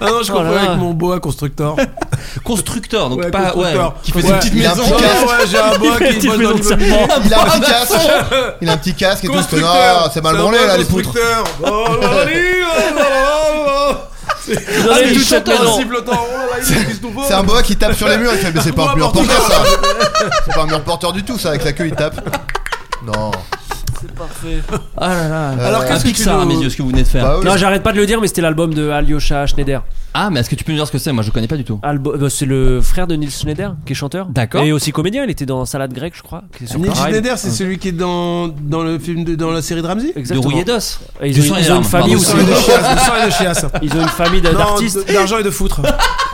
ah non, je Oh là comprends là. avec mon boa constructeur. Constructeur, donc Ouais, pas. Ouais, constructeur. qui fait Ouais. une petite Il a un maison. petit Ouais, casque. ouais, j'ai un boa Une qui petite bosse dans maison de l'immobilier. serpent. Il a un petit casque. Il a un petit casque et tout. parce que, Ah, c'est mal un branlé boa là les poutres. constructeur. Oh là là, oh là là, Vous en avez mais toute il chante cette en maison. oh là là. C'est un boa qui tape sur les murs. Il fait mais c'est pas un mur Moi, porteur ça. C'est pas un mur porteur du tout ça. Avec sa queue il tape. Non. Parfait. Ah là là. Alors, un qu'est-ce que tu Pixar à nous- mes yeux, ce que vous venez de faire. Bah, ouais. Non, j'arrête pas de le dire, mais c'était l'album de Alyosha Schneider. Ah, mais est-ce que tu peux me dire ce que c'est Moi, je connais pas du tout. Albo- euh, c'est le frère de Nils Schneider qui est chanteur. D'accord. Et aussi comédien. Il était dans Salade grecque, je crois. qui est sur Nick Prime. Schneider, c'est celui qui est dans, dans le film de, dans la série de Ramsey De Exactement. rouillé d'os. Et Du ils, ont, sang et ils ont larmes, une famille pardon. aussi. Sang et de chiasse, de sang et de chiasse. Ils ont une famille Non, d'artistes. de- D'argent et de foutre.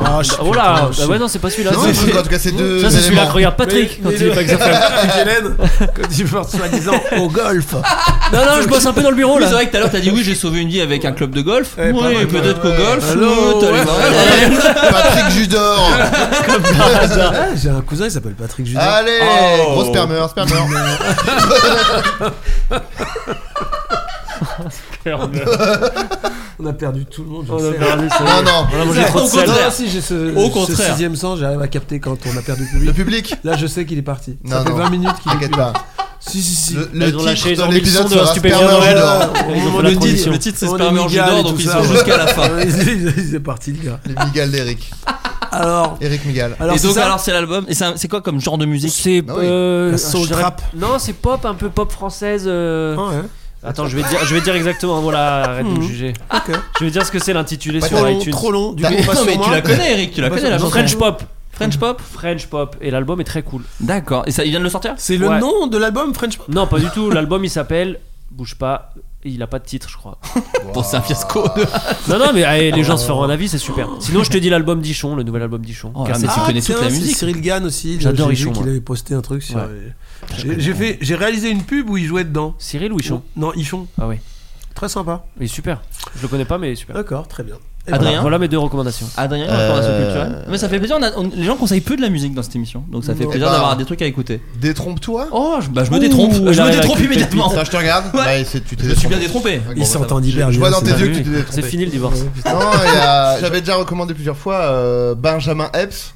Ah, je sais Oh plus, là putain, je Bah sais ouais, non, c'est pas celui-là. Non, Ça, c'est c'est- en tout cas c'est deux. Ça, c'est celui-là éléments. que regarde Patrick quand Mais- il est pas avec sa femme. plus. Hélène, quand il part soi-disant au golf. Non, non, je bosse un peu dans le bureau Oui, là. c'est vrai que tout à l'heure t'as dit oui j'ai sauvé une vie avec un club de golf. Eh, pas oui mal, peut-être ouais. qu'au golf. Allô, euh, t'as les ouais. marins. Patrick Judor. Ah, J'ai un cousin qui s'appelle Patrick Judas. Allez, Oh. gros spermeur, spermeur. Oh, On a perdu tout le monde. je On a sais. hein. perdu ça. Non, non. On a mangé trop de Au Non, sel. contraire. non, si j'ai ce, Au ce contraire. sixième sens, j'arrive à capter quand on a perdu le Le public. public. Là, je sais qu'il est parti. Non, Ça fait non. 20 minutes qu'il est T'inquiète pas. Si, si, si. Le, Ils le ont lâché, ils titre ont de mis le l'épisode son de sera Stupéfiant Spermeur Noël. Judor. Au moment la de transition. Le titre- dire- le titre c'est On est Spermer Miguel Judor et donc tout ils ça. sont jusqu'à la fin. Il est parti, le gars. Les Migales d'Eric. Alors, Eric Migal. alors et c'est donc ça alors c'est l'album et c'est un- c'est quoi comme genre de musique C'est Ah oui. euh, La soul je dirais- trap. Non, c'est pop, un peu pop française. euh, Ah ouais. Attends, je vais dire, je vais dire exactement. Voilà, arrête de me juger. Ok. Je vais dire ce que c'est l'intitulé Pas sur trop Trop long, iTunes. trop long. Du Bah, T'as- coup, on passe Non mais sur tu moi. la connais Eric, tu la Pas connais sur- la non, chanson. French pop, French pop. French pop. Et l'album est très cool. D'accord. Et ça il vient de le sortir C'est le Ouais. nom de l'album French Pop Non, pas du tout. L'album il s'appelle bouge pas il a pas de titre, je crois. Pour c'est un fiasco. de- non, non, mais allez, les gens se feront un avis, c'est super. Sinon, je te dis l'album Dichon, le nouvel album Dichon. Oh, Car ah, c'est- mais tu connais toute tiens, la c'est musique. Cyril Gann aussi. J'adore J'ai vu Ichon, qu'il moi. avait posté un truc sur. euh, Ouais. J'ai j'ai fait, j'ai réalisé une pub où il jouait dedans. Cyril ou Ichon Non, Ichon. Ah oui, Très sympa. il est super. Je le connais pas, mais il est super. D'accord, très bien. Et Adrien, Voilà, voilà mes deux recommandations. Adrien, Euh, recommandation culturelle. Mais ça fait plaisir. on a- on- les gens conseillent peu de la musique dans cette émission, donc ça fait Non. plaisir Eh ben, d'avoir des trucs à écouter. Détrompe-toi. Oh, je, bah, je Ouh, me détrompe. elle Je me arrive détrompe avec une pépite. immédiatement. Putain, je te regarde. Ouais. Ouais, c'est- tu t'es Je me suis bien détrompé. Bon, Il bah, s'entend ça va. d'hiver, Je vois bien, dans c'est tes Ah, yeux oui, que tu t'es oui. détrompé. C'est ben. fini le divorce. Non, il y a- j'avais déjà recommandé plusieurs fois euh, Benjamin Epps.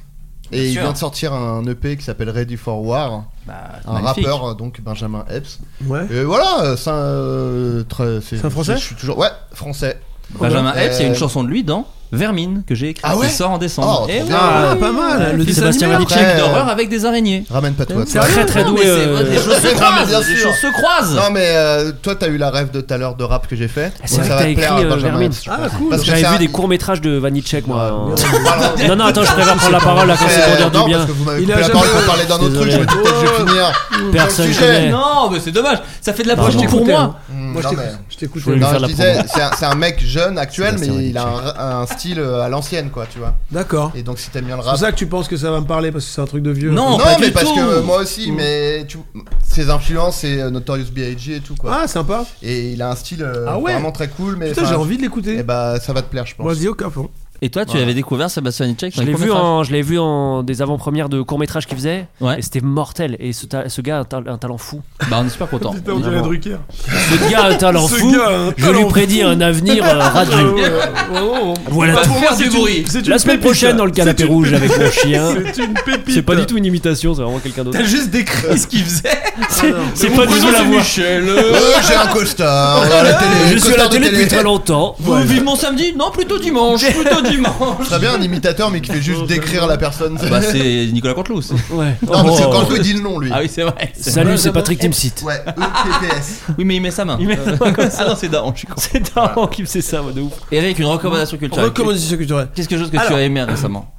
Bien Et il sûr. vient de sortir un EP qui s'appelle Ready for War, Bah, un magnifique. rappeur euh, donc Benjamin Epps. Ouais. Et voilà, euh, c'est un, euh, très- C'est un Français Je suis toujours ouais français. Benjamin Euh, Epps, il y a une chanson de lui dans Vermine que j'ai écrite Ah ouais qui sort en décembre. Oh, trop Eh bien. Ah, pas mal. Le Puis dessin Sébastien animé. un Après, check euh, d'horreur avec des araignées. Ramène pas toi. toi. Très très Non, doué. mais c'est- euh, Les choses se Mais bien croisent. Les sûr. choses se croisent. Non mais euh, toi t'as eu la rêve de tout à l'heure de rap que j'ai fait. c'est Donc, vrai ça que va t'as te plaire écrit, à euh, Benjamin Vermine. Epps, je Ah, pense. cool. Parce que J'avais ça- vu des courts métrages de Vanitschek moi. en- Voilà. Non non attends, je préfère prendre la parole là Ah, quand c'est pour Euh, dire non, du bien. parce que vous m'avez Il coupé a la jamais- parole pour parler d'un autre truc, Désolé. je me dis peut-être que je vais finir. Personne sujet. connaît. Non, mais c'est dommage. Ça fait de la Pardon. poche hein. pour J'écoutais, moi. Moi, je Non, t'écoute- mais- je t'écoute. Je voulais lui Non, faire je la disais, promo. c'est un, c'est un mec jeune actuel, mais Sébastien il a un, un style euh, à l'ancienne, quoi, tu vois. D'accord. Et donc, si t'aimes bien le C'est rap. pour ça que tu penses que ça va me parler parce que c'est un truc de vieux. Non. non, pas mais du parce tout. que euh, moi Mm. aussi, mais tu- ses influences, c'est euh, Notorious B.I.G. et tout, quoi. Ah, sympa. Et il a un style euh, Ah ouais. vraiment très cool, mais. Putain, enfin, j'ai envie de Eh l'écouter. bah, ça va te plaire, je pense. Moi, je dis au capon. Et toi, tu Voilà. avais découvert Sébastien Hitchcock Je l'ai vu en, je l'ai vu en des avant-premières de courts métrages qu'il faisait Ouais. et c'était mortel et ce, ta- ce gars a un, ta- un talent fou. Bah, on est super content. Putain, on dirait Drucker. Ce gars a un talent Ce fou. gars hein, a un je lui talent prédis un avenir euh, radieux. Ah Bah, Voilà. tout. faire du bruit. La semaine prochaine dans le canapé rouge avec mon chien. C'est une pépite. C'est pas du tout une imitation, c'est vraiment quelqu'un d'autre. T'as juste décrit ce qu'il faisait. C'est c'est pas du tout la voix. Euh, j'ai un costard à la télé. Je suis à costard la de télé depuis très longtemps. Vous vivez mon samedi Non, plutôt dimanche. Plutôt dimanche. Très bien, un imitateur, mais qui fait juste décrire la personne. Bah, c'est Nicolas Canteloup. aussi. Ouais. Non, mais c'est Oh. quand lui, il dit le nom, lui. Ah oui, c'est vrai. c'est vrai. Salut, c'est Patrick Timsit. Ouais, E EPPS. Oui, mais il met sa main. Il met sa main comme ça. Non, c'est Daron, je suis con. C'est Daron qui me fait ça, moi, de ouf. Eric, une recommandation culturelle. Recommandation culturelle. Qu'est-ce que chose que tu Alors. as aimé récemment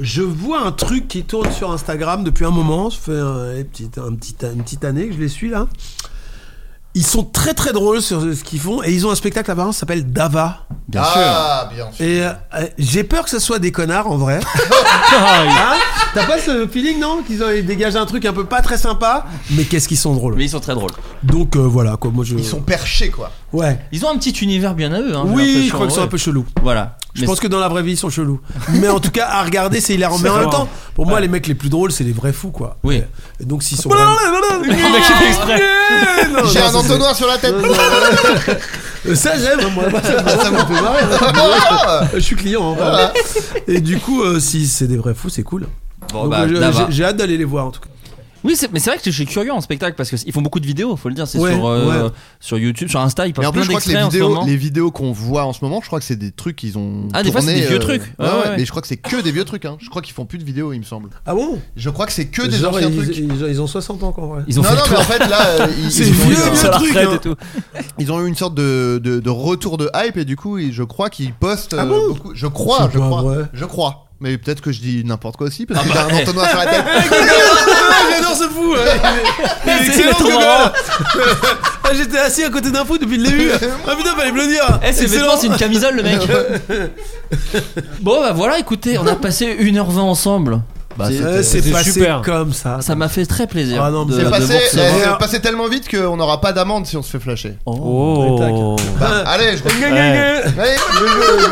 Je vois un truc qui tourne sur Instagram depuis un moment. Ça fait euh, une, petite, un petit- une petite année que je les suis là. Ils sont très très drôles sur ce qu'ils font et ils ont un spectacle apparemment qui s'appelle Dava. Bien ah, bien sûr. Et euh, euh, j'ai peur que ce soit des connards en vrai. Hein T'as pas ce feeling non Qu'ils ont ils dégagent un truc un peu pas très sympa, mais qu'est-ce qu'ils sont drôles. Mais ils sont très drôles. Donc euh, voilà quoi, moi je. Ils sont perchés, quoi. Ouais. Ils ont un petit univers bien à eux. Hein, j'ai Oui, l'impression, je crois qu'ils sont ouais. un peu chelous. Voilà. Je pense que dans la vraie vie ils sont chelous. Mais en tout cas à regarder c'est hilarant. Mais en même temps, pour moi les mecs les plus drôles c'est les vrais fous quoi. Oui. Et donc s'ils sont. vraiment- Non, J'ai non, un ça, c'est- entonnoir sur la tête. Euh, Ça j'aime, moi. moi, ça, Ça me fait marrer. moi, je suis client. hein, pardon. Et du coup, euh, si c'est des vrais fous, c'est cool. Bon, Donc, bah, euh, je- là, va. j'ai- j'ai hâte d'aller les voir en tout cas. Oui, c'est- mais c'est vrai que je suis curieux en spectacle parce qu'ils font beaucoup de vidéos, faut le dire. C'est Ouais, sur, euh, ouais. sur YouTube, sur Insta, ils Mais passent en plus, plein je crois que d'extraits les en ce vidéos, moment. les vidéos qu'on voit en ce moment, je crois que c'est des trucs qu'ils ont. Ah, des fois, tourné, c'est des vieux euh, trucs. Ouais, Ouais, ouais, ouais. Mais je crois que c'est que des vieux trucs. Hein. Je crois qu'ils font plus de vidéos, il me semble. Ah bon Je crois que c'est que des Genre, anciens ils, trucs. ils- ils ont 60 ans quand vrai. Ils ont Non, fait non, le mais en tour. fait, là, euh, ils, C'est ils ont vieux, eu, vieux. Ça la truc, retraite hein. et tout. ils ont eu une sorte de, de, de retour de hype et du coup, ils- je crois qu'ils postent Ah euh, bon beaucoup. Je crois, C'est je pas crois, vrai. je crois. Mais peut-être que je dis n'importe quoi aussi parce que j'ai Ah bah, un entonnoir sur la tête. J'adore ce fou hein. Il C'est est- il est hein. excellent, trop ce marrant. gars. Ah, J'étais assis à côté d'un fou depuis le début Ah putain fallait me le dire Eh, c'est Excellent. vêtements, c'est une camisole, le mec. bon, bah voilà, écoutez, on a passé 1h20 ensemble. Bah, C'est- Euh, C'est C'était passé super. comme ça ça m'a fait très plaisir. Ah non, mais de- c'est de C'est vous passé, recevoir. c'est passé tellement vite qu'on n'aura pas d'amende si on se fait flasher. Oh. Oh. Bah, Ah. allez, je Allez, le jeu,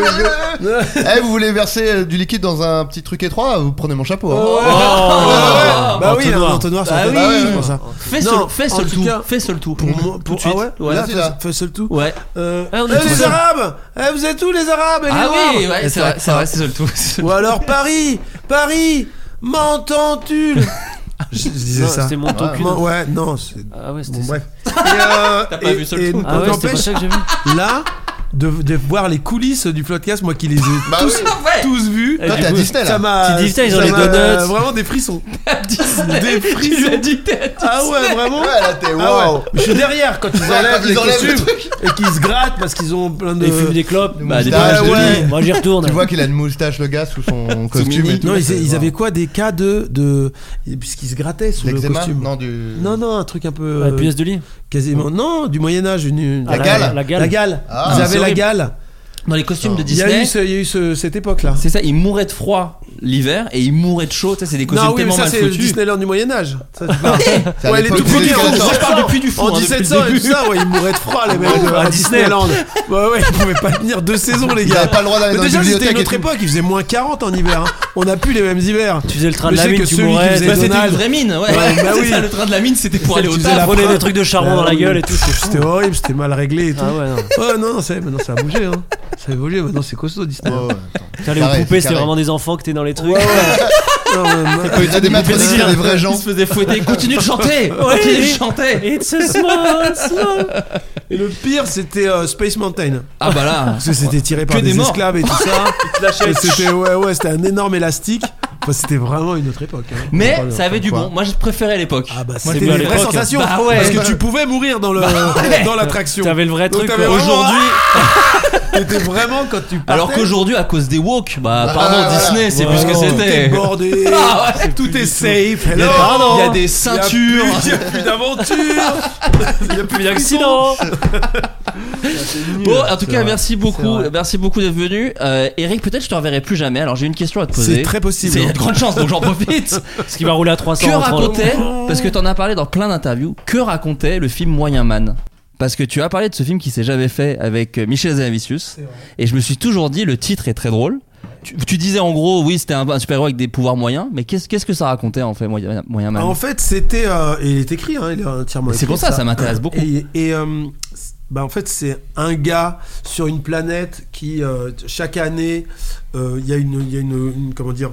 le jeu. Eh, vous voulez verser euh, du liquide dans un petit truc étroit Vous prenez mon chapeau. hein. Oh. Oh. Bah oui il y a un Entonnoir. entonnoir sur Bah la tête. oui. Ah ouais, je pense hein. ça. Fais Non, seul, fais en seul tout tout. cas, fais seul tout. Pour moi- tout pour- de Ah suite. ouais Ouais. Là, Vas-y, fais- là. Fais seul tout Ouais. Euh, Ah, on est eh, tous les ensemble. Arabes Eh, Vous êtes où les Arabes et les Ah Noirs oui, ouais, c'est vrai, c'est vrai, c'est seul tout. C'est- Ou alors Paris Paris M'entends-tu Je je disais ça. C'était mon ton Ouais. cul. Moi, Ouais, non, c'est. Ah ouais, c'était Bon, ça. bref. Et, euh, pas et- vu seul et tout. donc, Ah ouais, c'était pas n'empêche, ça que j'ai vu. là, de, de voir les coulisses du podcast, moi qui les ai Bah tous, oui. Ouais. tous vus, Et Toi, du t'es à coup, Disney ça là. m'a. Eh, Tu dis, putain, ils ont ça les m'a, donuts. euh, Vraiment des frissons. Disney, Des frissons. tu l'as dit, t'es à Disney. Ah ouais, vraiment Ouais, là, t'es Ah waouh. ouais. Je suis derrière quand ils Ouais, enlèvent quand les ils enlèvent le costumes et qu'ils se grattent parce qu'ils ont plein de. Ils fument des clopes. Bah, des moustaches, Ah des ouais. lunettes. Moi, j'y retourne. Tu vois qu'il a une moustache le gars sous son costume mini. et tout. Non, ils, C'est- ils avaient quoi Des cas de. de... Puisqu'ils se grattaient sous le L'eczéma costume. Non, du. non, non, un truc un peu. Ah, euh, punaise de lit. Quasiment. Non, du Moyen-Âge. Une... La gale La gale. La gale. Ah, Ils Ah, c'est avaient la horrible. gale. Dans les costumes de Ah. Il y a Disney. eu, ce- il y a eu ce- cette époque-là. C'est ça, ils mouraient de froid l'hiver et ils mouraient de chaud. Tu sais, C'est des costumes Non, oui, mais tellement ça, mal c'est le foutus. Disneyland du Moyen-Âge. Ça, tu parles. C'est à Ouais, les l'époque tout du premiers, Disneyland. gros, Moi, je parle depuis du fond. En hein, depuis le 1700 et début. tout ça, ouais, ils mouraient de froid, les mecs, à Disneyland. Ouais, ouais, ils pouvaient pas tenir deux saisons, les Ils gars. avaient pas le droit d'aller Mais dans les déjà, c'était bibliothèques une et autre tout. époque, il faisait moins 40 en hiver. hein. On n'a plus les mêmes hivers. Tu faisais le train de Mais la je sais mine, que tu celui qui mourais. faisait Bah, c'était Donald. une vraie mine. Ouais, Ouais, bah C'est oui. ça, le train de la mine, c'était pour aller au faisait la taf. Prenez frappe. des trucs de charbon dans la gueule et tout. C'était horrible, c'était mal réglé et tout. Ah ouais, non. Oh non, non, ça, maintenant ça a bougé. Hein. Ça a évolué, maintenant c'est costaud Disney. Ouais, ouais. Putain, les Carré, poupées, c'est c'était carré. vraiment des enfants que t'es dans les trucs. Non, mais- mais- Il y a des maîtresses, il y a des vrais gens. Ils se faisaient fouetter. Continue de chanter. Continue de chanter. It's a small, small. Et le pire, c'était euh, Space Mountain. Ah bah là. Parce que c'était tiré par Que des, des morts. esclaves et tout ça. Et c'était ouais, ouais, c'était un énorme élastique. Enfin, c'était vraiment une autre époque. hein. On Mais parle- ça avait du quoi. bon. Moi, je préférais l'époque. Ah bah Moi, j'ai c'était vu à des vraies l'époque. sensations Bah ouais. Bah, parce que tu pouvais mourir dans le ouais. dans l'attraction. T'avais le vrai Donc, truc. t'avais quoi. vraiment- Aujourd'hui, T'étais vraiment quand tu partais, Alors qu'aujourd'hui, à cause des woke, bah pardon, voilà. Disney, c'est Ouais, plus ce que non, t'es c'était. bordé. Ah ouais, tout est safe. Il y a hello. des- il y a des Il y a ceintures. plus- Il y a plus d'aventure. Il y a plus accident. Bon, en tout cas, merci beaucoup, vrai. merci beaucoup d'être venu. Euh, Eric, peut-être je te reverrai plus jamais. Alors j'ai une question à te poser. C'est très possible. hein. C'est- Il y a de grandes chances, donc j'en profite. Ce qui va rouler à 300. que en trente. racontait, parce que t'en as parlé dans plein d'interviews, que racontait le film Moyen Man Parce que tu as parlé de ce film qui s'est jamais fait avec euh, Michel Zanavicius. Et je me suis toujours dit, le titre est très drôle. Tu, tu disais en gros, oui, c'était un, un super-héros avec des pouvoirs moyens, mais qu'est-ce qu'est-ce que ça racontait en fait, Moyen, Moyen Man Bah, En fait, c'était. euh, il est écrit, hein, il est entièrement Mais c'est écrit, pour ça, ça m'intéresse beaucoup. Et, et, euh, c'est- bah, en fait, c'est un gars sur une planète qui, euh, chaque année, euh, il y a, une, il y a une, une- Comment dire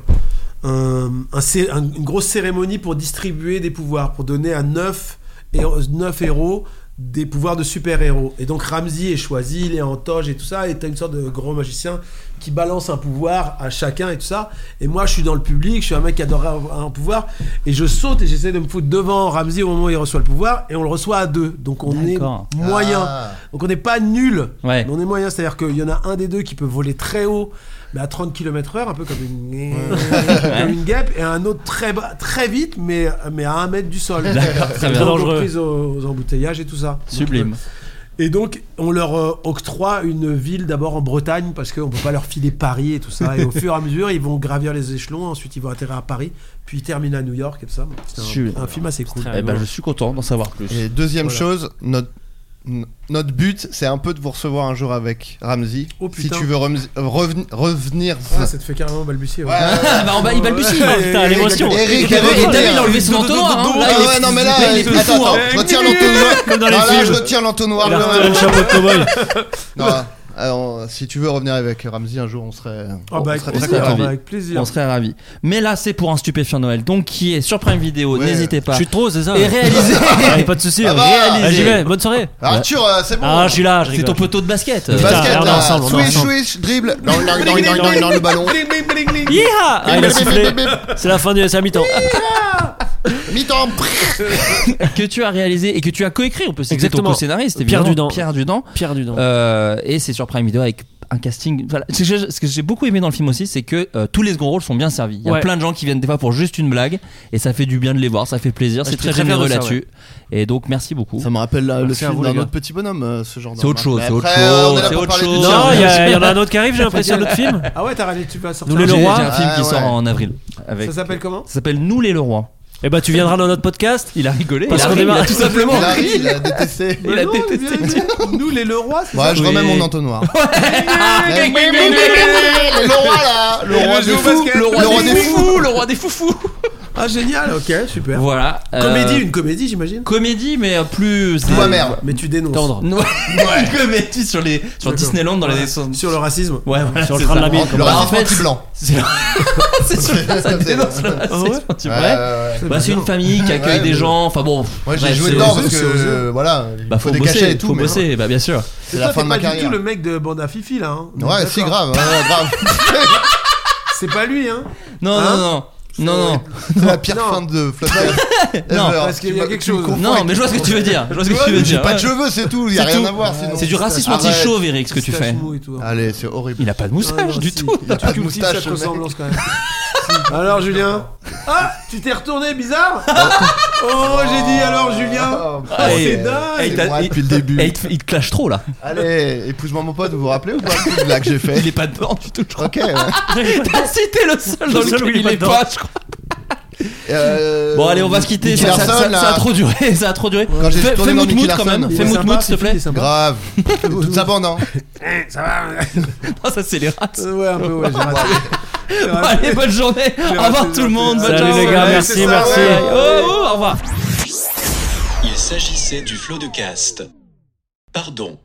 un- un cé- un- Une grosse cérémonie pour distribuer des pouvoirs, pour donner à neuf héros, neuf héros des pouvoirs de super-héros. Et donc Ramsey est choisi, il est en toge et tout ça, et t'as une sorte de grand magicien qui balance un pouvoir à chacun et tout ça. Et moi, je suis dans le public, je suis un mec qui adore avoir un pouvoir, et je saute et j'essaie de me foutre devant Ramsey au moment où il reçoit le pouvoir, et on le reçoit à deux. Donc on est D'accord. moyen. Ah. Donc on n'est pas nul, Ouais. mais on est moyen. C'est-à-dire qu'il y en a un des deux qui peut voler très haut, mais à 30 km/h, un peu comme une, comme une guêpe, et un autre très, bas, très vite, mais, mais à un mètre du sol. D'accord, très bien. Donc, Dangereux. prise aux, aux embouteillages et tout ça. Donc, Sublime. et donc, on leur euh, octroie une ville d'abord en Bretagne parce qu'on peut pas leur filer Paris et tout ça. Et au fur et à mesure, ils vont gravir les échelons. Ensuite, ils vont atterrir à Paris, puis ils terminent à New York et tout ça. Donc, C'est Super. un, un film assez cool. Ah, Eh ben, je suis content d'en savoir plus. Et deuxième Voilà. chose, notre, n- notre but, c'est un peu de vous recevoir un jour avec Ramsey. Oh, si putain. tu veux remzi- euh, reven- revenir. Ah, ça te fait carrément balbucier. ouais. Ah, bah, on ba- il balbutie. Ah, putain, l'émotion. Eric, T'as vu, Eric, t'as vu, il a Eric. enlevé son entonnoir. hein. Là, Ah il est- ouais, non, mais là, il est attends, plus fou, attends, hein. je retire l'entonnoir. Comme dans les Ah, là, je films. retire l'entonnoir. Il a quand retourné même. le chapeau de cowboy. Non, là, alors, si tu veux revenir avec Ramsey un jour, on serait, Ah, on bah, avec serait plaisir, très content. bah, avec plaisir. On serait ravis. Mais là, c'est pour un stupéfiant Noël. Donc, qui est sur Prime Vidéo, Ouais. n'hésitez pas. Je suis trop, c'est ça. Et réalisé. Ah, y a Pas de soucis. Ah bah, Ah, J'y vais. Bonne soirée. Arthur, euh, c'est bon. Ah, je suis là. je C'est ton rigole. poteau de basket. Le Euh, basket, on est là, ensemble, on est swish, ensemble. swish, dribble. Non, non, non, non, non, non, le ballon. Yeeha Ah, il a Bip, bip, sifflé. bip, bip, C'est la fin de sa mi-temps. bip. Mi-temps. que tu as réalisé et que tu as coécrit. On peut citer Exactement. ton co-scénariste. Pierre évidemment, Dudan. Pierre Dudan. Pierre Dudan. Euh, et c'est sur Prime Video avec un casting. voilà. C'est que j'ai- Ce que j'ai beaucoup aimé dans le film aussi, c'est que euh, tous les seconds rôles sont bien servis. Il y a Ouais. plein de gens qui viennent des fois pour juste une blague et ça fait du bien de les voir, ça fait plaisir, Ouais, c'est j'étais très très généreux fier de ça, là-dessus. Et donc merci beaucoup. Ça me rappelle là, le Merci à film vous, les d'un gars. autre petit bonhomme, euh, ce genre C'est d'arbre. autre chose, Mais c'est autre après, euh, on est là chose, pour c'est parler du autre chose. tien. Non, il y, a- il y en a un autre qui arrive, j'ai l'impression, l'autre film. Ah ouais, t'as réalisé, tu vas sortir. Nous, les un J'ai- film. Leroy. J'ai un film Ah, qui sort ouais. en avril. Avec... Ça s'appelle comment Ça s'appelle Nous les Leroy. Eh bah, tu viendras dans notre podcast. Il a rigolé. Parce il, a qu'on ri, il a démarre- tout simplement Il a ri, ri. il a détesté. Il a détesté. Nous, les Leroy, c'est Ouais, je Oui. remets mon entonnoir. Ah, Ouais. Le roi là, le roi joue des au fous, basket. le roi des fous. le roi des foufous. ça Ah, génial, ok, super. Voilà. euh, Comédie, une comédie, j'imagine comédie, mais euh, plus. Ou amer. Mais tu dénonces. Tendre. Ouais. Une comédie sur les sur D'accord. Disneyland dans les Voilà. années 60. Sur le racisme. Ouais, voilà, Sur le c'est train de ça. la mine, Le Bah, en raciste fait, anti-blanc. C'est c'est sur ça C'est- dénonce le Ah racisme ouais anti- Ouais, ouais. ouais, ouais. Bah, c'est une famille qui accueille Ouais, des mais- gens. Enfin bon. Moi j'ai bref, joué c'est- dedans aux parce yeux, que c'est aux yeux. euh, voilà, Bah, il faut, faut des bosser, cachets et tout. faut mais- bosser, bah bien sûr. C'est la Toi, fin t'es de ma pas du tout carrière. le mec de Bande à Fifi là. hein. Ouais, D'accord. c'est grave, ouais, ouais, grave. C'est pas lui, hein. Non, Hein non, non. Non, non. C'est la pire Non. fin de Flutterby. Non, parce qu'il y a quelque chose. Non, mais je vois ce que tu veux dire. Je vois ce que tu veux Ouais, J'ai dire. pas de ouais. cheveux, c'est tout, y a C'est rien tout. à voir sinon. C'est du racisme Arrête. anti-chauve, Eric, ce que tu Moustache fais. mou et tout, hein. Allez, c'est horrible. Il a pas de moustache Ah, non, du si. tout. Il a pas de une petite Ah, moustache, ressemblance quand même. Alors Julien Ah Tu t'es retourné bizarre Oh j'ai dit alors Julien Oh, Ah, Eh, c'est eh, dingue. eh, il t'a- C'est moi il- depuis le début. eh, il, te, il te clash trop là. Allez, épouse-moi mon pote, vous vous rappelez ou pas le blague que j'ai fait Il est pas dedans du tout, je crois. Ok. hein. ouais. T'as cité le seul dans Le seul où il lequel est il pas est dedans. pas, je crois. Euh, Bon, allez, on va se quitter. Nicky Ça, ça- Larson, ça- là. ça a trop duré. Ça a trop duré. Quand j'ai Fais, tourné fais dans Nicky moutmout quand Larson, même. il Fais est sympa, moutmout, s'il te c'est plaît. fini, ça va. Grave. Tout ça bon, non Eh, Ça va Non, Oh, ça, c'est les rats. Euh, Ouais un peu ouais j'ai raté. J'ai Ah, Bon, raté. allez, bonne journée. Au revoir raté, tout le j'ai monde. raté. Bonne Salut journée. les gars, Ouais, merci, c'est ça, merci. ouais. Oh, oh, au revoir. Il s'agissait du flot de caste. Pardon.